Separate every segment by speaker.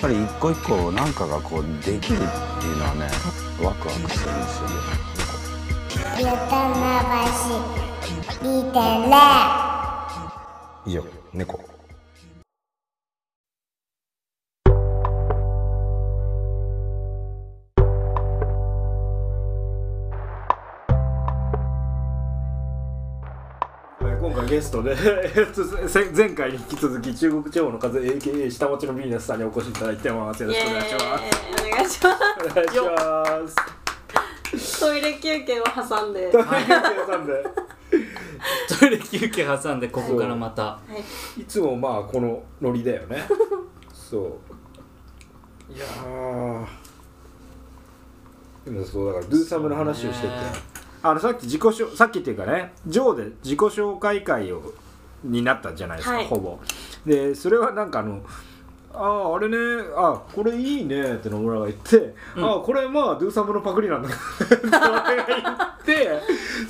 Speaker 1: ぱり一個一個なんかがこうできるっていうのはねワクワクするんですよね
Speaker 2: ゆたまばし見てね
Speaker 3: 以上猫
Speaker 4: はい、今回ゲストで えっとせ前回に引き続き中国地方の風 AKA 下町のビーナスさんにお越しいただいてますよろしくお願いしま
Speaker 5: イエーイお願いします
Speaker 4: お願いします
Speaker 5: すトイレ休憩を挟んで
Speaker 4: ト
Speaker 5: は
Speaker 4: イレ休憩さんで
Speaker 6: トイレ休憩挟んでここからまた
Speaker 5: い
Speaker 4: いつもまあこのノリだ よねそういやーでもそうだからドゥーサムの話をしてて、
Speaker 6: ね
Speaker 4: あのさっき自己紹さっきっていうかねジョーで自己紹介会をになったじゃないですか、
Speaker 5: はい
Speaker 4: ほぼでそれはなんかあのあああれねあこれいいねって野村が言って、あこれまあドゥーサムのパクリなんだって俺が言って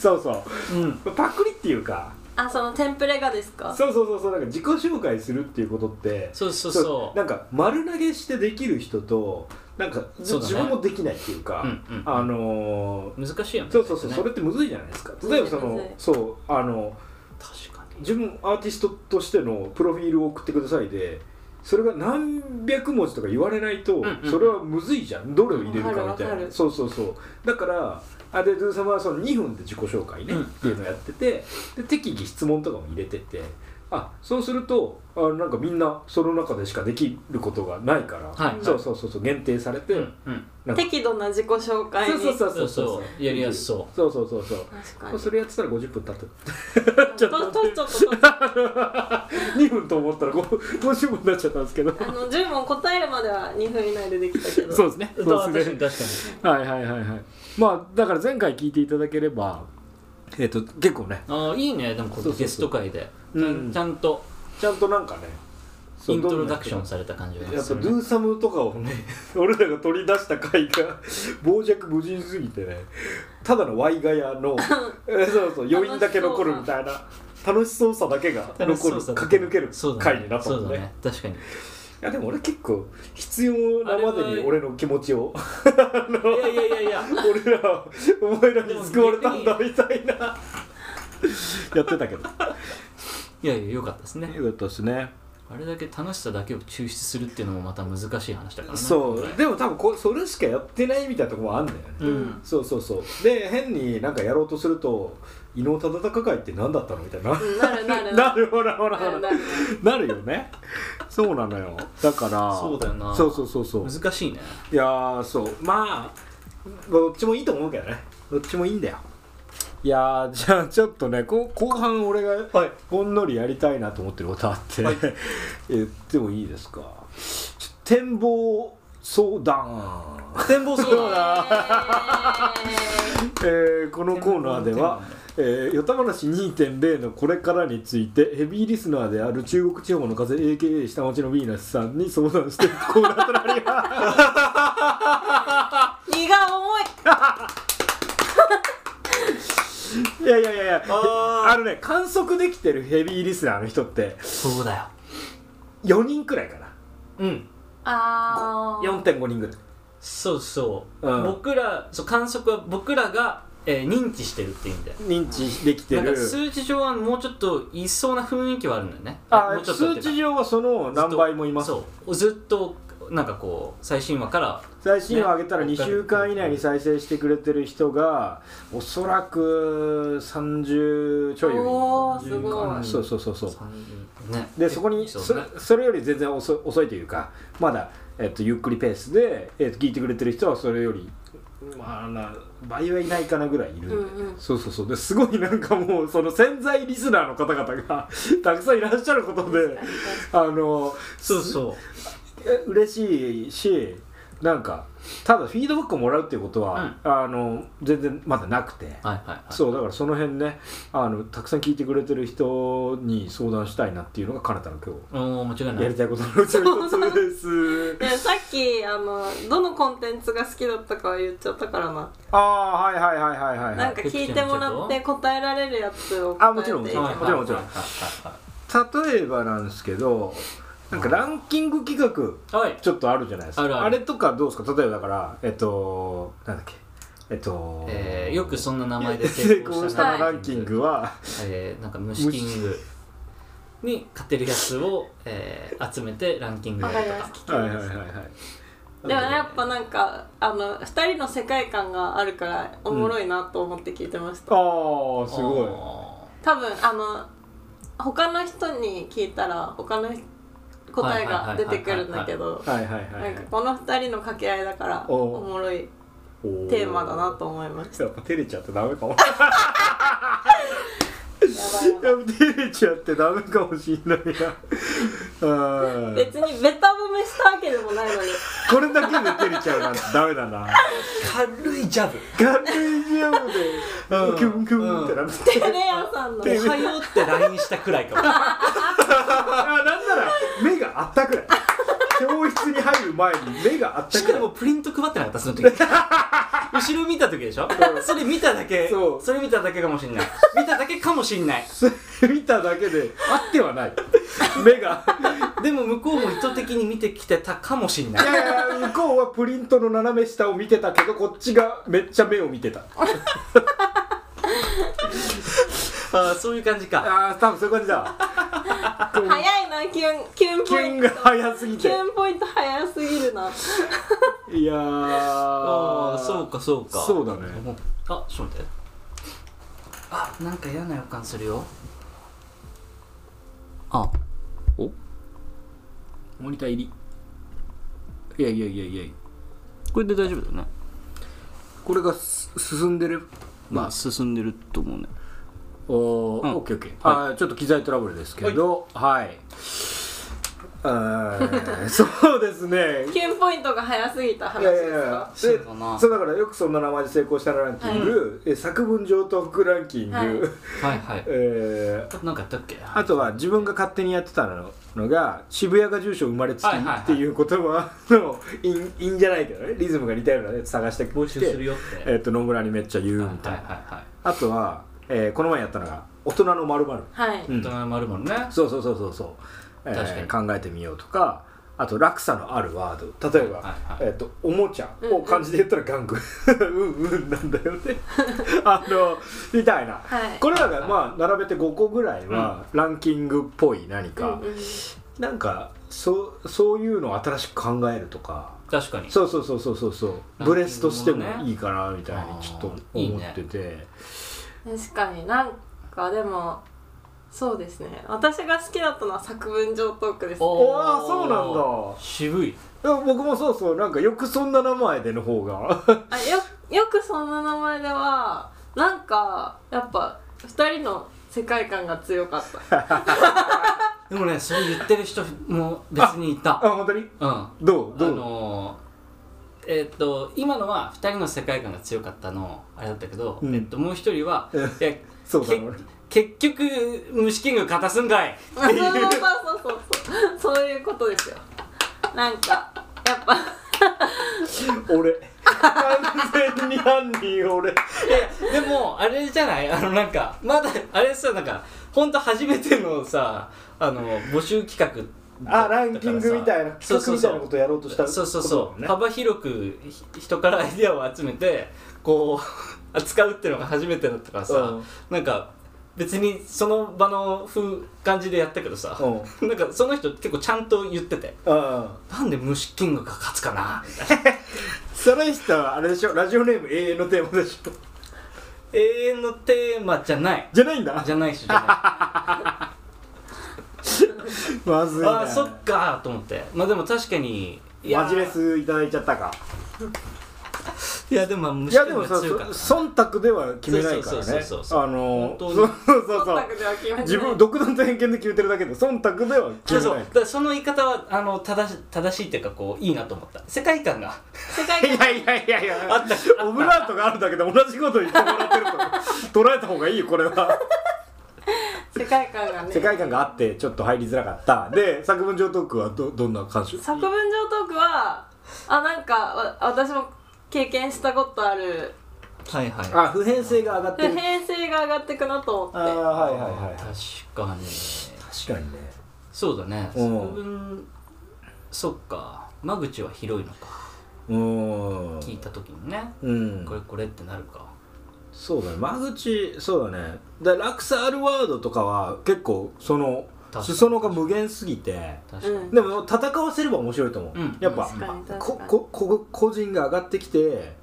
Speaker 4: そうそう、パクリっていうか
Speaker 5: あそのテンプレがですか
Speaker 4: そうそうそうそうなんか自己紹介するっていうことって
Speaker 6: そうそうそう
Speaker 4: なんか丸投げしてできる人となんか、
Speaker 6: そうだね
Speaker 4: 自分もできないっていうか、
Speaker 6: うんうん
Speaker 4: あのー
Speaker 6: 難しいよね
Speaker 4: そうそうそう、
Speaker 6: ね
Speaker 4: それってむずいじゃないですか
Speaker 5: むず
Speaker 4: 例
Speaker 5: い
Speaker 4: えばその
Speaker 5: むずい
Speaker 4: そうあの
Speaker 6: 確かに
Speaker 4: 自分アーティストとしてのプロフィールを送ってくださいでそれが何百文字とか言われないと、
Speaker 6: んうんうん
Speaker 4: それはむずいじゃんどれを入れるかみ
Speaker 5: わか
Speaker 4: た
Speaker 5: るわ
Speaker 4: いな
Speaker 5: かる
Speaker 4: そうそうそうだからあでドゥー様はその2分で自己紹介ね、
Speaker 6: うん
Speaker 4: っていうのをやっててで適宜質問とかも入れててあそうするとあなんかみんなその中でしかできることがないから、
Speaker 6: はい
Speaker 4: そうそうそうそう限定されて、
Speaker 6: うんうん
Speaker 4: なんか
Speaker 5: 適度な自己紹介に
Speaker 4: そうそうそうそう
Speaker 6: そうそうやりやすそう
Speaker 4: そうそうそうそう
Speaker 5: 確かに
Speaker 4: それやってたら50分経って
Speaker 5: ちょっとちょっとちょっと
Speaker 4: 2分と思ったら5 50分になっちゃったんですけど
Speaker 5: あの10問答えるまでは2分以内でできたけど
Speaker 4: そうですね。
Speaker 6: だ
Speaker 4: そうで
Speaker 6: 確
Speaker 4: す
Speaker 6: か
Speaker 4: ね
Speaker 6: に。確かに
Speaker 4: はいはいはいはい。まあだから前回聞いていただければ、えっ、と結構ね、
Speaker 6: ああいいねでもこ
Speaker 4: そうそうそ
Speaker 6: れ
Speaker 4: う
Speaker 6: ゲスト会で
Speaker 4: うん
Speaker 6: ちゃんと
Speaker 4: ちゃんとなんかね、
Speaker 6: イントロダクションされた感じ
Speaker 4: や
Speaker 6: が
Speaker 4: っぱ
Speaker 6: す
Speaker 4: ド
Speaker 6: る
Speaker 4: ゥ
Speaker 6: ね
Speaker 4: ーサムとかをね、 俺らが取り出した回が傍若無人すぎてね、ただのワイガヤ のえそうそう余韻だけ残るみたいな。楽しそうさだけが
Speaker 6: 楽し
Speaker 4: 残
Speaker 6: そう
Speaker 4: る
Speaker 6: さ
Speaker 4: 駆け抜ける
Speaker 6: そうだね
Speaker 4: 回になったもん
Speaker 6: そう
Speaker 4: ね
Speaker 6: だね確 かに
Speaker 4: いやでも俺結構必要なまでに俺の気持ちを
Speaker 6: いやいやいやいや
Speaker 4: 俺らお前らに救われたんだみたいなやってたけど
Speaker 6: いやいや良かったですね
Speaker 4: よかったですね
Speaker 6: あれだけ楽しさだけを抽出するっていうのもまた難しい話だからね
Speaker 4: そう
Speaker 6: 今回
Speaker 4: でも多分こそれしかやってないみたいなとこもあんだよね、
Speaker 6: うん
Speaker 4: そうそうそうで変になんかやろうとすると伊能忠敬会って何だったのみたいな
Speaker 5: うんなるなる
Speaker 4: なるほらほら
Speaker 5: な
Speaker 4: ほ
Speaker 5: る
Speaker 4: ら
Speaker 5: なる
Speaker 4: なるよねそうなのよだから
Speaker 6: そうだよな
Speaker 4: そうそうそうそう
Speaker 6: 難しいね
Speaker 4: いやーそうまあどっちもいいと思うけどねどっちもいいんだよいやーじゃあちょっとねこ後半俺がほんのりやりたいなと思ってることあって、 言ってもいいですかちょ展望相談 展望 相えーこのコーナーでは「えー、よたまなし2.0」のこれからについてヘビーリスナーである中国地方の風 AKA 下町のヴィーナスさんに相談していくコーナーとなります
Speaker 5: 荷が重い
Speaker 4: いやいやいやいやあのね観測できてるヘビーリスナーの人って
Speaker 6: そうだよ
Speaker 4: 4人くらいかな
Speaker 6: うん
Speaker 5: あー
Speaker 4: 4.5人ぐらい
Speaker 6: そうそう、
Speaker 4: うん
Speaker 6: 僕らそう観測は僕らが、えー認知してるって意味で
Speaker 4: 認知できて
Speaker 6: なん
Speaker 4: る
Speaker 6: か数値上はもうちょっといそうな雰囲気はあるんだよね
Speaker 4: あ
Speaker 6: もうちょっとっ
Speaker 4: 数
Speaker 6: ていうか
Speaker 4: 値上はその何倍もいます
Speaker 6: そうずっとなんかこう最新話から
Speaker 4: 最新話上げたら
Speaker 6: ね
Speaker 4: 2週間以内に再生してくれてる人がおそらく30ちょい
Speaker 5: お
Speaker 4: よ
Speaker 5: ーすごい
Speaker 4: そうそうそうそう
Speaker 6: ね
Speaker 4: でそこにそ
Speaker 6: そうね
Speaker 4: それより全然遅い遅いというかまだ、えっと、ゆっくりペースで、えっと、聞いてくれてる人はそれよりまあな倍はいないかなぐらいいるんで、
Speaker 5: うんうん
Speaker 4: そうそうそうですごいなんかもうその潜在リスナーの方々が たくさんいらっしゃることであの
Speaker 6: そうそう
Speaker 4: え嬉しいしなんかただフィードバックをもらうっていうことは、あの全然まだなくて。
Speaker 6: はいはいはい
Speaker 4: そうだからその辺ねあのたくさん聞いてくれてる人に相談したいなっていうのがかなたの今日
Speaker 6: おー間違いな
Speaker 4: やり
Speaker 6: い
Speaker 4: たいことのうちの一つです。
Speaker 5: でさっきあのどのコンテンツが好きだったかは言っちゃったからな
Speaker 4: ああはいはいはいはいはい。
Speaker 5: なんか聞いてもらって答えられるやつを答えて
Speaker 4: あもちろんもちろん
Speaker 6: はいはい
Speaker 4: もちろん
Speaker 6: はいはいはい
Speaker 4: 例えばなんですけど、なんかランキング企画
Speaker 6: はい
Speaker 4: ちょっとあるじゃないですか
Speaker 6: あるある
Speaker 4: れとかどうですか例えばだからえっとなんだっけえっと、
Speaker 6: えーよくそんな名前 で
Speaker 4: 成功した
Speaker 6: な
Speaker 4: ランキングは、
Speaker 6: えーなんか虫キングに勝てるやつを、えー集めてランキング
Speaker 5: わか
Speaker 6: やる
Speaker 5: り
Speaker 6: と
Speaker 5: ま
Speaker 6: か
Speaker 5: す聞き
Speaker 4: はいはい
Speaker 5: ま
Speaker 4: はい
Speaker 5: す
Speaker 4: はい
Speaker 5: でもやっぱなんかあの2人の世界観があるからおもろいなと思って聞いてました、
Speaker 4: ああすごい
Speaker 6: あ
Speaker 5: 多分あの他の人に聞いたら他の人答えが出てくるんだけど
Speaker 4: はいはいは
Speaker 5: ないんかこの2人の掛け合いだから
Speaker 4: お
Speaker 5: おもろいテーマだなと思いました
Speaker 4: やっぱ照れちゃってダ メかも
Speaker 5: やばい
Speaker 4: やっぱ照れちゃってダメかもしんないなあ
Speaker 5: な
Speaker 4: ー
Speaker 5: 別にベタ褒めしたわけでもないのに
Speaker 4: これだけで照れちゃうなんてダメだな
Speaker 3: 軽いジャブ
Speaker 4: 軽いジャムでキュンキュンってなって
Speaker 5: テレアさんの
Speaker 3: おはようって LINE したくらいかも
Speaker 4: あなんなら目があったくらい教室に入る前に目があった
Speaker 3: し
Speaker 4: く
Speaker 3: から
Speaker 4: い
Speaker 3: もプリント配ってなかったその 時後ろ見た時でしょそれ見ただけ
Speaker 4: そう
Speaker 3: れ見ただけかもしんない見ただけかもしんない
Speaker 4: 見ただけであってはない目が
Speaker 3: でも向こうも意図的に見てきてたかもしんない
Speaker 4: いやいや向こうはプリントの斜め下を見てたけどこっちがめっちゃ目を見てた
Speaker 3: あーそういう感じか
Speaker 4: ああ多分そういう感じだ
Speaker 5: 早いなキュンキュン
Speaker 4: キ
Speaker 5: ポイ
Speaker 4: ュン
Speaker 5: ン
Speaker 4: が
Speaker 5: ト
Speaker 4: 早すぎ
Speaker 5: キ
Speaker 4: て
Speaker 5: ュンポイント早すぎるない
Speaker 4: やー
Speaker 3: ああそうかそうか
Speaker 4: そうだね
Speaker 3: あちょっと待ってあなんか嫌な予感するよあ
Speaker 4: おモニター入りいやいやいやいや
Speaker 3: これで大丈夫だよね
Speaker 4: これがす進んでる
Speaker 3: まあ進んでると思うね
Speaker 4: おー、
Speaker 3: ん
Speaker 4: オッケーオッケー、あーちょっと機材トラブルですけどはい、あー そうですね
Speaker 5: キュンポイントが早すぎた話
Speaker 4: いやい
Speaker 5: です
Speaker 4: やいや
Speaker 5: か
Speaker 4: で
Speaker 3: そうだな
Speaker 4: そうだからよくそんな名前で成功したらランキング、え作文上トークランキング、
Speaker 5: はい
Speaker 6: はいはい
Speaker 4: えー
Speaker 6: なんかやったっけ
Speaker 4: あとは自分が勝手にやってたのが渋谷が住所生まれつき
Speaker 6: はいはいはい
Speaker 4: っていう言葉の因因じゃないけどねリズムが似たようなやつ探して
Speaker 6: 募集する
Speaker 4: き
Speaker 6: よっ
Speaker 4: て、
Speaker 6: て
Speaker 4: えっと野村にめっちゃ言うみたいな、
Speaker 6: はいはいはい
Speaker 4: あとは、えーこの前やったのが「大人のまる
Speaker 5: はい、
Speaker 4: うん
Speaker 6: 大人まるもんね
Speaker 4: そうそうそうそうそう、えー
Speaker 6: 確か
Speaker 4: 考えてみようとかあと落差のあるワード例えば、
Speaker 6: はいはい
Speaker 4: えー、とおもちゃを漢字で言ったら玩具 うんうんなんだよ ねあのみたいな、
Speaker 5: はい
Speaker 4: これらがまあ並べて5個ぐらいはランキングっぽい何か、
Speaker 5: うんうん
Speaker 4: なんかそそういうのを新しく考えるとか
Speaker 6: 確かに
Speaker 4: そうそうそうそうそうそう
Speaker 6: ランキングも
Speaker 4: ブ
Speaker 6: ね
Speaker 4: レスとしてもいいかなみたいにちょっと
Speaker 6: あーいい
Speaker 4: 思
Speaker 6: ね
Speaker 4: ってて
Speaker 5: 確かになんかでもそうですね私が好きだったのは作文上トークですね
Speaker 4: おーそうなんだ
Speaker 6: 渋い
Speaker 4: いや僕もそうそうなんかよくそんな名前での方が
Speaker 5: あよよくそんな名前ではなんかやっぱ2人の世界観が強 かった
Speaker 6: でもねそれ言ってる人も別にい
Speaker 4: あ
Speaker 6: た
Speaker 4: 本当に
Speaker 6: うん
Speaker 4: どう
Speaker 6: あ
Speaker 4: どう、
Speaker 6: のーえーっと今のは2人の世界観が強かったのあれだったけど、
Speaker 4: うん
Speaker 6: えっともう一人はいや
Speaker 4: そうだろうね
Speaker 6: け結局虫キング勝たすんかい
Speaker 5: あそうそうそうそうそうそういうことですよなんかやっぱ
Speaker 4: 俺完全に犯人俺
Speaker 6: いやでもあれじゃないあのなんかまだあれさなんかほんと初めてのさあの募集企画
Speaker 4: あランキングみたいな
Speaker 6: そう
Speaker 4: 企
Speaker 6: そ
Speaker 4: 画みたいな
Speaker 6: うそ
Speaker 4: こ
Speaker 6: う
Speaker 4: とやろうとした
Speaker 6: そうそう
Speaker 4: こ
Speaker 6: そう、
Speaker 4: とだもんね
Speaker 6: 幅広くひ人からアイディアを集めてこう 扱うっていうのが初めてだったからさ、
Speaker 4: うん
Speaker 6: なんか別にその場の風感じでやったけどさ、なんかその人結構ちゃんと言ってて
Speaker 4: うん
Speaker 6: なんで虫キングが勝つかなみたいな
Speaker 4: その人はあれでしょラジオネーム永遠のテーマでしょ
Speaker 6: 永遠のテーマじゃない
Speaker 4: じゃないんだ
Speaker 6: じゃない人じゃない
Speaker 4: まずいね
Speaker 6: ああそっかーと思ってまあでも確かにいやー
Speaker 4: マジレスいただいちゃったか
Speaker 6: いやでも
Speaker 4: い
Speaker 6: 虫
Speaker 4: や
Speaker 6: キ
Speaker 4: で
Speaker 6: ング
Speaker 4: も
Speaker 6: が
Speaker 4: さそ
Speaker 6: 強かった
Speaker 4: 忖度では決めないからね
Speaker 6: そうそうそうそう
Speaker 4: あのー
Speaker 6: 本
Speaker 4: そう
Speaker 6: 当
Speaker 4: そ
Speaker 6: に
Speaker 4: うそう
Speaker 5: 忖度では決めない
Speaker 4: 自分独断と偏見で決めてるだけで忖度では
Speaker 6: そう
Speaker 4: 決
Speaker 6: そ
Speaker 4: めな
Speaker 6: うだ
Speaker 4: い
Speaker 6: からその言い方はあの正し正しいっていうかこういいなと思った世界観が
Speaker 5: 世界
Speaker 4: い
Speaker 5: 観
Speaker 4: やいやいやいや
Speaker 6: あっ た
Speaker 4: オブラートがあるだけで同じこと言ってもらってると捉えた方がいいよこれは
Speaker 5: 世界観が ね
Speaker 4: 世界観があってちょっと入りづらかったで作文上トークはどどんな感触
Speaker 5: 作文上トークはあなんかわ私も経験したことある
Speaker 6: はいはい
Speaker 4: あ普遍性が上がって る
Speaker 5: 編成が上がってくなと思
Speaker 4: あ
Speaker 5: っ
Speaker 4: はい
Speaker 5: て
Speaker 4: はいはい
Speaker 6: 確かに
Speaker 4: 確かにね
Speaker 6: そうだね
Speaker 4: うん
Speaker 6: 作文そっか間口は広いのか
Speaker 4: うん
Speaker 6: 聞いた時にね
Speaker 4: うん
Speaker 6: これこれってなるか
Speaker 4: そうだね間口そうだねだから落差あるワードとかは結構その
Speaker 6: 確かに
Speaker 4: 裾野が無限すぎて
Speaker 6: 確かに、
Speaker 5: うん
Speaker 4: でも戦わせれば面白いと思う、
Speaker 6: うん
Speaker 4: やっぱ
Speaker 5: 確かに確かに
Speaker 4: こここ個人が上がってきて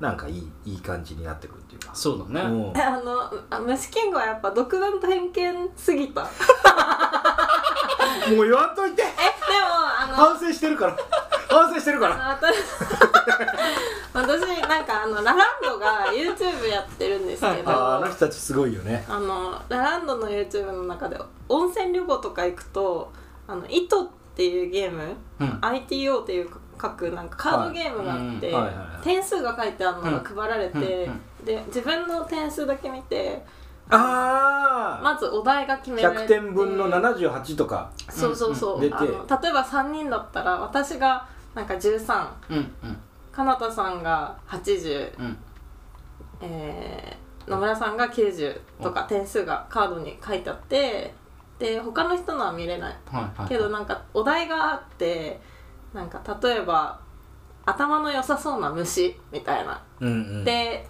Speaker 4: なんかいいいい感じになってくるっていうか
Speaker 6: そうだね
Speaker 4: うん
Speaker 5: えあのあ虫キングはやっぱ独断と偏見す ぎた
Speaker 4: もう言わんといて
Speaker 5: えでもあの
Speaker 4: 反省してるから反省してるから
Speaker 5: あの私 私なんかあのラランドが YouTube やってるんですけど
Speaker 4: あーあの人たちすごいよね
Speaker 5: あのラランドの YouTube の中で温泉旅行とか行くと「あの糸」っていうゲーム
Speaker 6: うん
Speaker 5: ITO っていう書くなんかカードゲームがあって、
Speaker 4: はいうんはいはいはい
Speaker 5: 点数が書いてあるのが配られて、
Speaker 6: うんうん
Speaker 5: で自分の点数だけ見て
Speaker 4: ああ
Speaker 5: まずお題が決められ
Speaker 4: 100
Speaker 5: て
Speaker 4: 点分の78とか
Speaker 5: そうそうそう、
Speaker 4: うんうん出て
Speaker 5: あの例えば3人だったら私がなんか13
Speaker 6: うんうん
Speaker 5: かなたさんが80、
Speaker 6: うん
Speaker 5: えー野村さんが90とか点数がカードに書いてあってで他の人のは見れない
Speaker 6: はいはい
Speaker 5: けどなんかお題があってなんか例えば頭の良さそうな虫みたいな
Speaker 4: うんうん
Speaker 5: で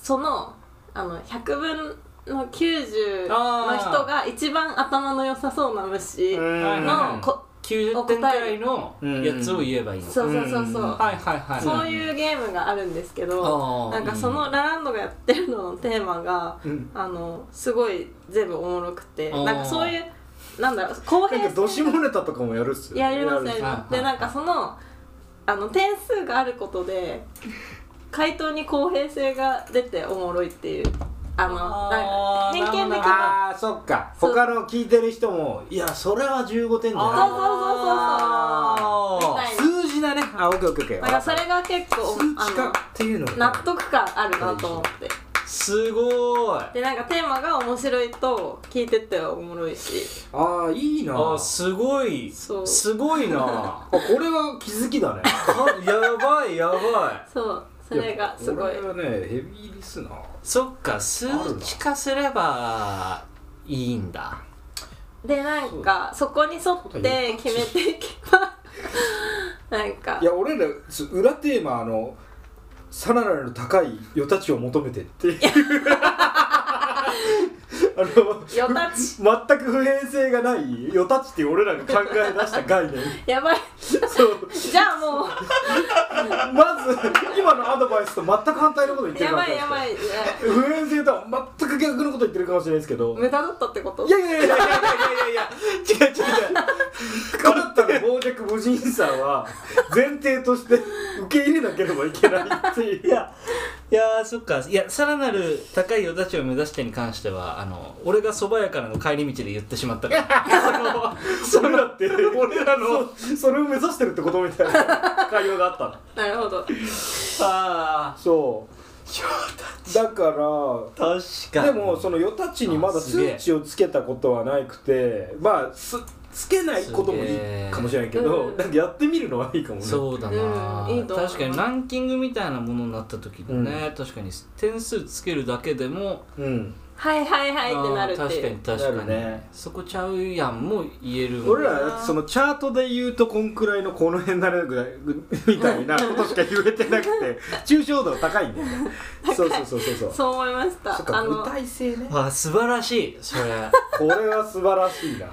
Speaker 5: そのあの100分の90
Speaker 6: あ
Speaker 5: の
Speaker 6: ー
Speaker 5: 人が一番頭の良さそうな虫
Speaker 4: う
Speaker 5: の
Speaker 4: ん
Speaker 6: はい
Speaker 5: こ
Speaker 6: 90点くらいのやつを言えばいいのか
Speaker 5: そうそうそうそう、
Speaker 4: うん
Speaker 6: はいはいはい
Speaker 5: そういうゲームがあるんですけ
Speaker 6: あ
Speaker 5: ど
Speaker 6: ー
Speaker 5: なんかそのラランドがやってるののテーマが、あのすごい全部おもろくて
Speaker 6: あー
Speaker 5: なんかそういうなんだろう公
Speaker 4: なん
Speaker 5: 平
Speaker 4: かどし
Speaker 5: 性
Speaker 4: もネタとかもやるっすよ
Speaker 5: やりますやり
Speaker 6: や
Speaker 5: ま
Speaker 6: るは
Speaker 5: す
Speaker 6: いはい
Speaker 5: でなんかそのあの点数があることで回答に公平性が出ておもろいっていうあの
Speaker 6: あー
Speaker 5: なんか偏見的な
Speaker 4: ああそっか
Speaker 5: そう
Speaker 4: 他の聞いてる人もいやそれは15点じゃ
Speaker 5: そうそうそうそうみ
Speaker 4: な
Speaker 5: た
Speaker 4: い
Speaker 5: い
Speaker 4: 数字だねあオッケーオッケーオッケー
Speaker 5: なんかそれが結構
Speaker 4: 数値化
Speaker 5: あ
Speaker 4: っていうの
Speaker 5: の納得感あるなと思って。
Speaker 6: すごい
Speaker 5: でなんかテーマが面白いと聞いてておもろいし
Speaker 4: ああいいな
Speaker 6: あすごい
Speaker 5: そう
Speaker 6: すごいな
Speaker 4: あこれは気づきだね
Speaker 6: あやばいやばい
Speaker 5: そうそれがすごい
Speaker 4: これはねヘビーリスナー
Speaker 6: そっか数値化すればいいんだ
Speaker 5: でなんかそこに沿って決めていけばなんか
Speaker 4: いや俺らす裏テーマあのさらなる高い与太刀を求めてっていう あの
Speaker 5: よたち
Speaker 4: 全く普遍性がない与太刀っていう俺らが考え出した概念
Speaker 5: やばい
Speaker 4: そう
Speaker 5: じゃあもう
Speaker 4: まず今のアドバイスと全く反対のこと言ってる
Speaker 5: や
Speaker 4: わ
Speaker 5: ば
Speaker 4: け
Speaker 5: い
Speaker 4: です
Speaker 5: やばいいや
Speaker 4: 普遍性とは全く逆のこと言ってるかもしれないですけど
Speaker 5: 無駄だったってこと
Speaker 4: いやいやいやいやいやいやいや違う違う違うこうなったら傍若無人さんは前提として受け入れなければいけないっていう
Speaker 6: いやいやーそっかいやさらなる高い与太刀を目指してに関してはあの俺がそば屋からの帰り道で言ってしま ったからその
Speaker 4: 俺らって俺らのそれを目指してるってことみたいな会話があったの
Speaker 5: なるほど
Speaker 6: そのあ
Speaker 4: そうだか
Speaker 6: ー確
Speaker 4: ら
Speaker 6: か
Speaker 4: で
Speaker 6: に
Speaker 4: もその与太刀にまだ
Speaker 6: あすげ
Speaker 4: 数
Speaker 6: え
Speaker 4: 値をつけたことはなくてまあすつけないこともい
Speaker 6: す
Speaker 4: い
Speaker 6: げえ
Speaker 4: かもしれないけど
Speaker 5: うん
Speaker 4: なんかやってみるのはいいかもね
Speaker 6: そうだな、
Speaker 5: うんいいと思う
Speaker 6: 確かにランキングみたいなものになった時にね、確かに点数つけるだけでも
Speaker 4: うん
Speaker 5: はいはいはいってなる
Speaker 6: あー
Speaker 5: っていう
Speaker 6: 確かに確かに、
Speaker 4: なるね
Speaker 6: そこちゃうやんも言えるもん
Speaker 4: 俺らだってそのチャートで言うとこんくらいのこの辺だねぐらいみたいなことしか言えてなく て抽象度が高いんだよねそうそうそうそうそう
Speaker 5: そう思いました
Speaker 4: そっ
Speaker 5: あ
Speaker 4: か
Speaker 5: の
Speaker 4: 歌い性ね
Speaker 6: あ素晴らしいそれ
Speaker 4: これは素晴らしいな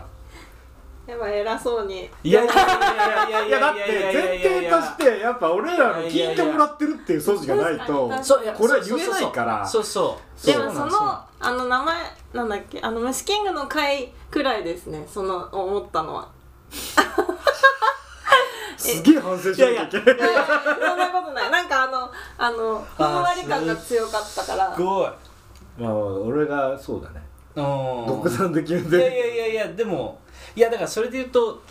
Speaker 5: やばい偉そうに
Speaker 6: いやいやいやいやいや
Speaker 4: いやだって前提としてやっぱ俺らの聞いてもらってるっていう素地がないと
Speaker 6: そういや
Speaker 4: これは言えないから
Speaker 6: そうそう
Speaker 5: で
Speaker 6: う
Speaker 5: もそのあの名前なんだっけあの虫キングの回くらいですねその思ったのは
Speaker 4: すげえ反省しなきゃいけない
Speaker 5: いやいやそんなことない。なんかあの、あの、ふんわり感が強かったから
Speaker 6: す。ごい
Speaker 4: まあ俺がそうだね
Speaker 6: う
Speaker 4: 独断で決め
Speaker 6: んいやい
Speaker 4: て
Speaker 6: やいやいやでもいやだからそれで言うと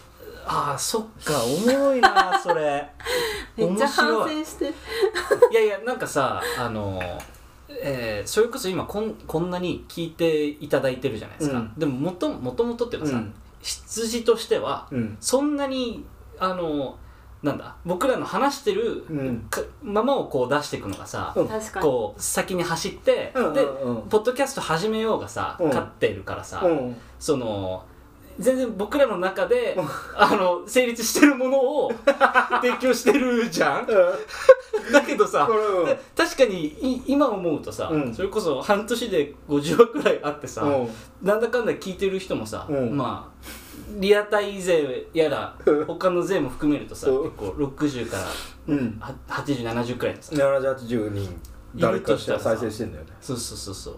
Speaker 6: ああそっかおもろいなそれ
Speaker 5: めっちゃ反
Speaker 6: 面白い
Speaker 5: 省して。
Speaker 6: いやいやなんかさあのえーそれこそ今こんこんなに聞いていただいてるじゃないですか、
Speaker 4: うん
Speaker 6: でももともともとっていうかさ、
Speaker 4: うん
Speaker 6: 羊としては
Speaker 4: うん
Speaker 6: そんなにあのなんだ僕らの話してる
Speaker 4: うん
Speaker 6: かままをこう出していくのがさ、
Speaker 4: うん
Speaker 5: 確かに。
Speaker 6: こう先に走って、
Speaker 4: うんうん
Speaker 6: で
Speaker 4: うん
Speaker 6: ポッドキャスト始めようがさ、
Speaker 4: うん
Speaker 6: 勝ってるからさ、
Speaker 4: うん
Speaker 6: その全然僕らの中で あの成立してるもの を提供してるじゃんだけどさ
Speaker 4: これうん
Speaker 6: で確かにい今思うとさ、
Speaker 4: うん
Speaker 6: それこそ半年で50話くらいあってさ、
Speaker 4: う
Speaker 6: なんだかんだ聞いてる人もさ、
Speaker 4: うん
Speaker 6: まあリアタイ税やら
Speaker 4: うん
Speaker 6: 他の税も含めるとさ、
Speaker 4: うん
Speaker 6: 結構60から
Speaker 4: んうん
Speaker 6: は8070くらいのさ、
Speaker 4: 7080人誰かしら再生してんだよね
Speaker 6: そうそうそうそう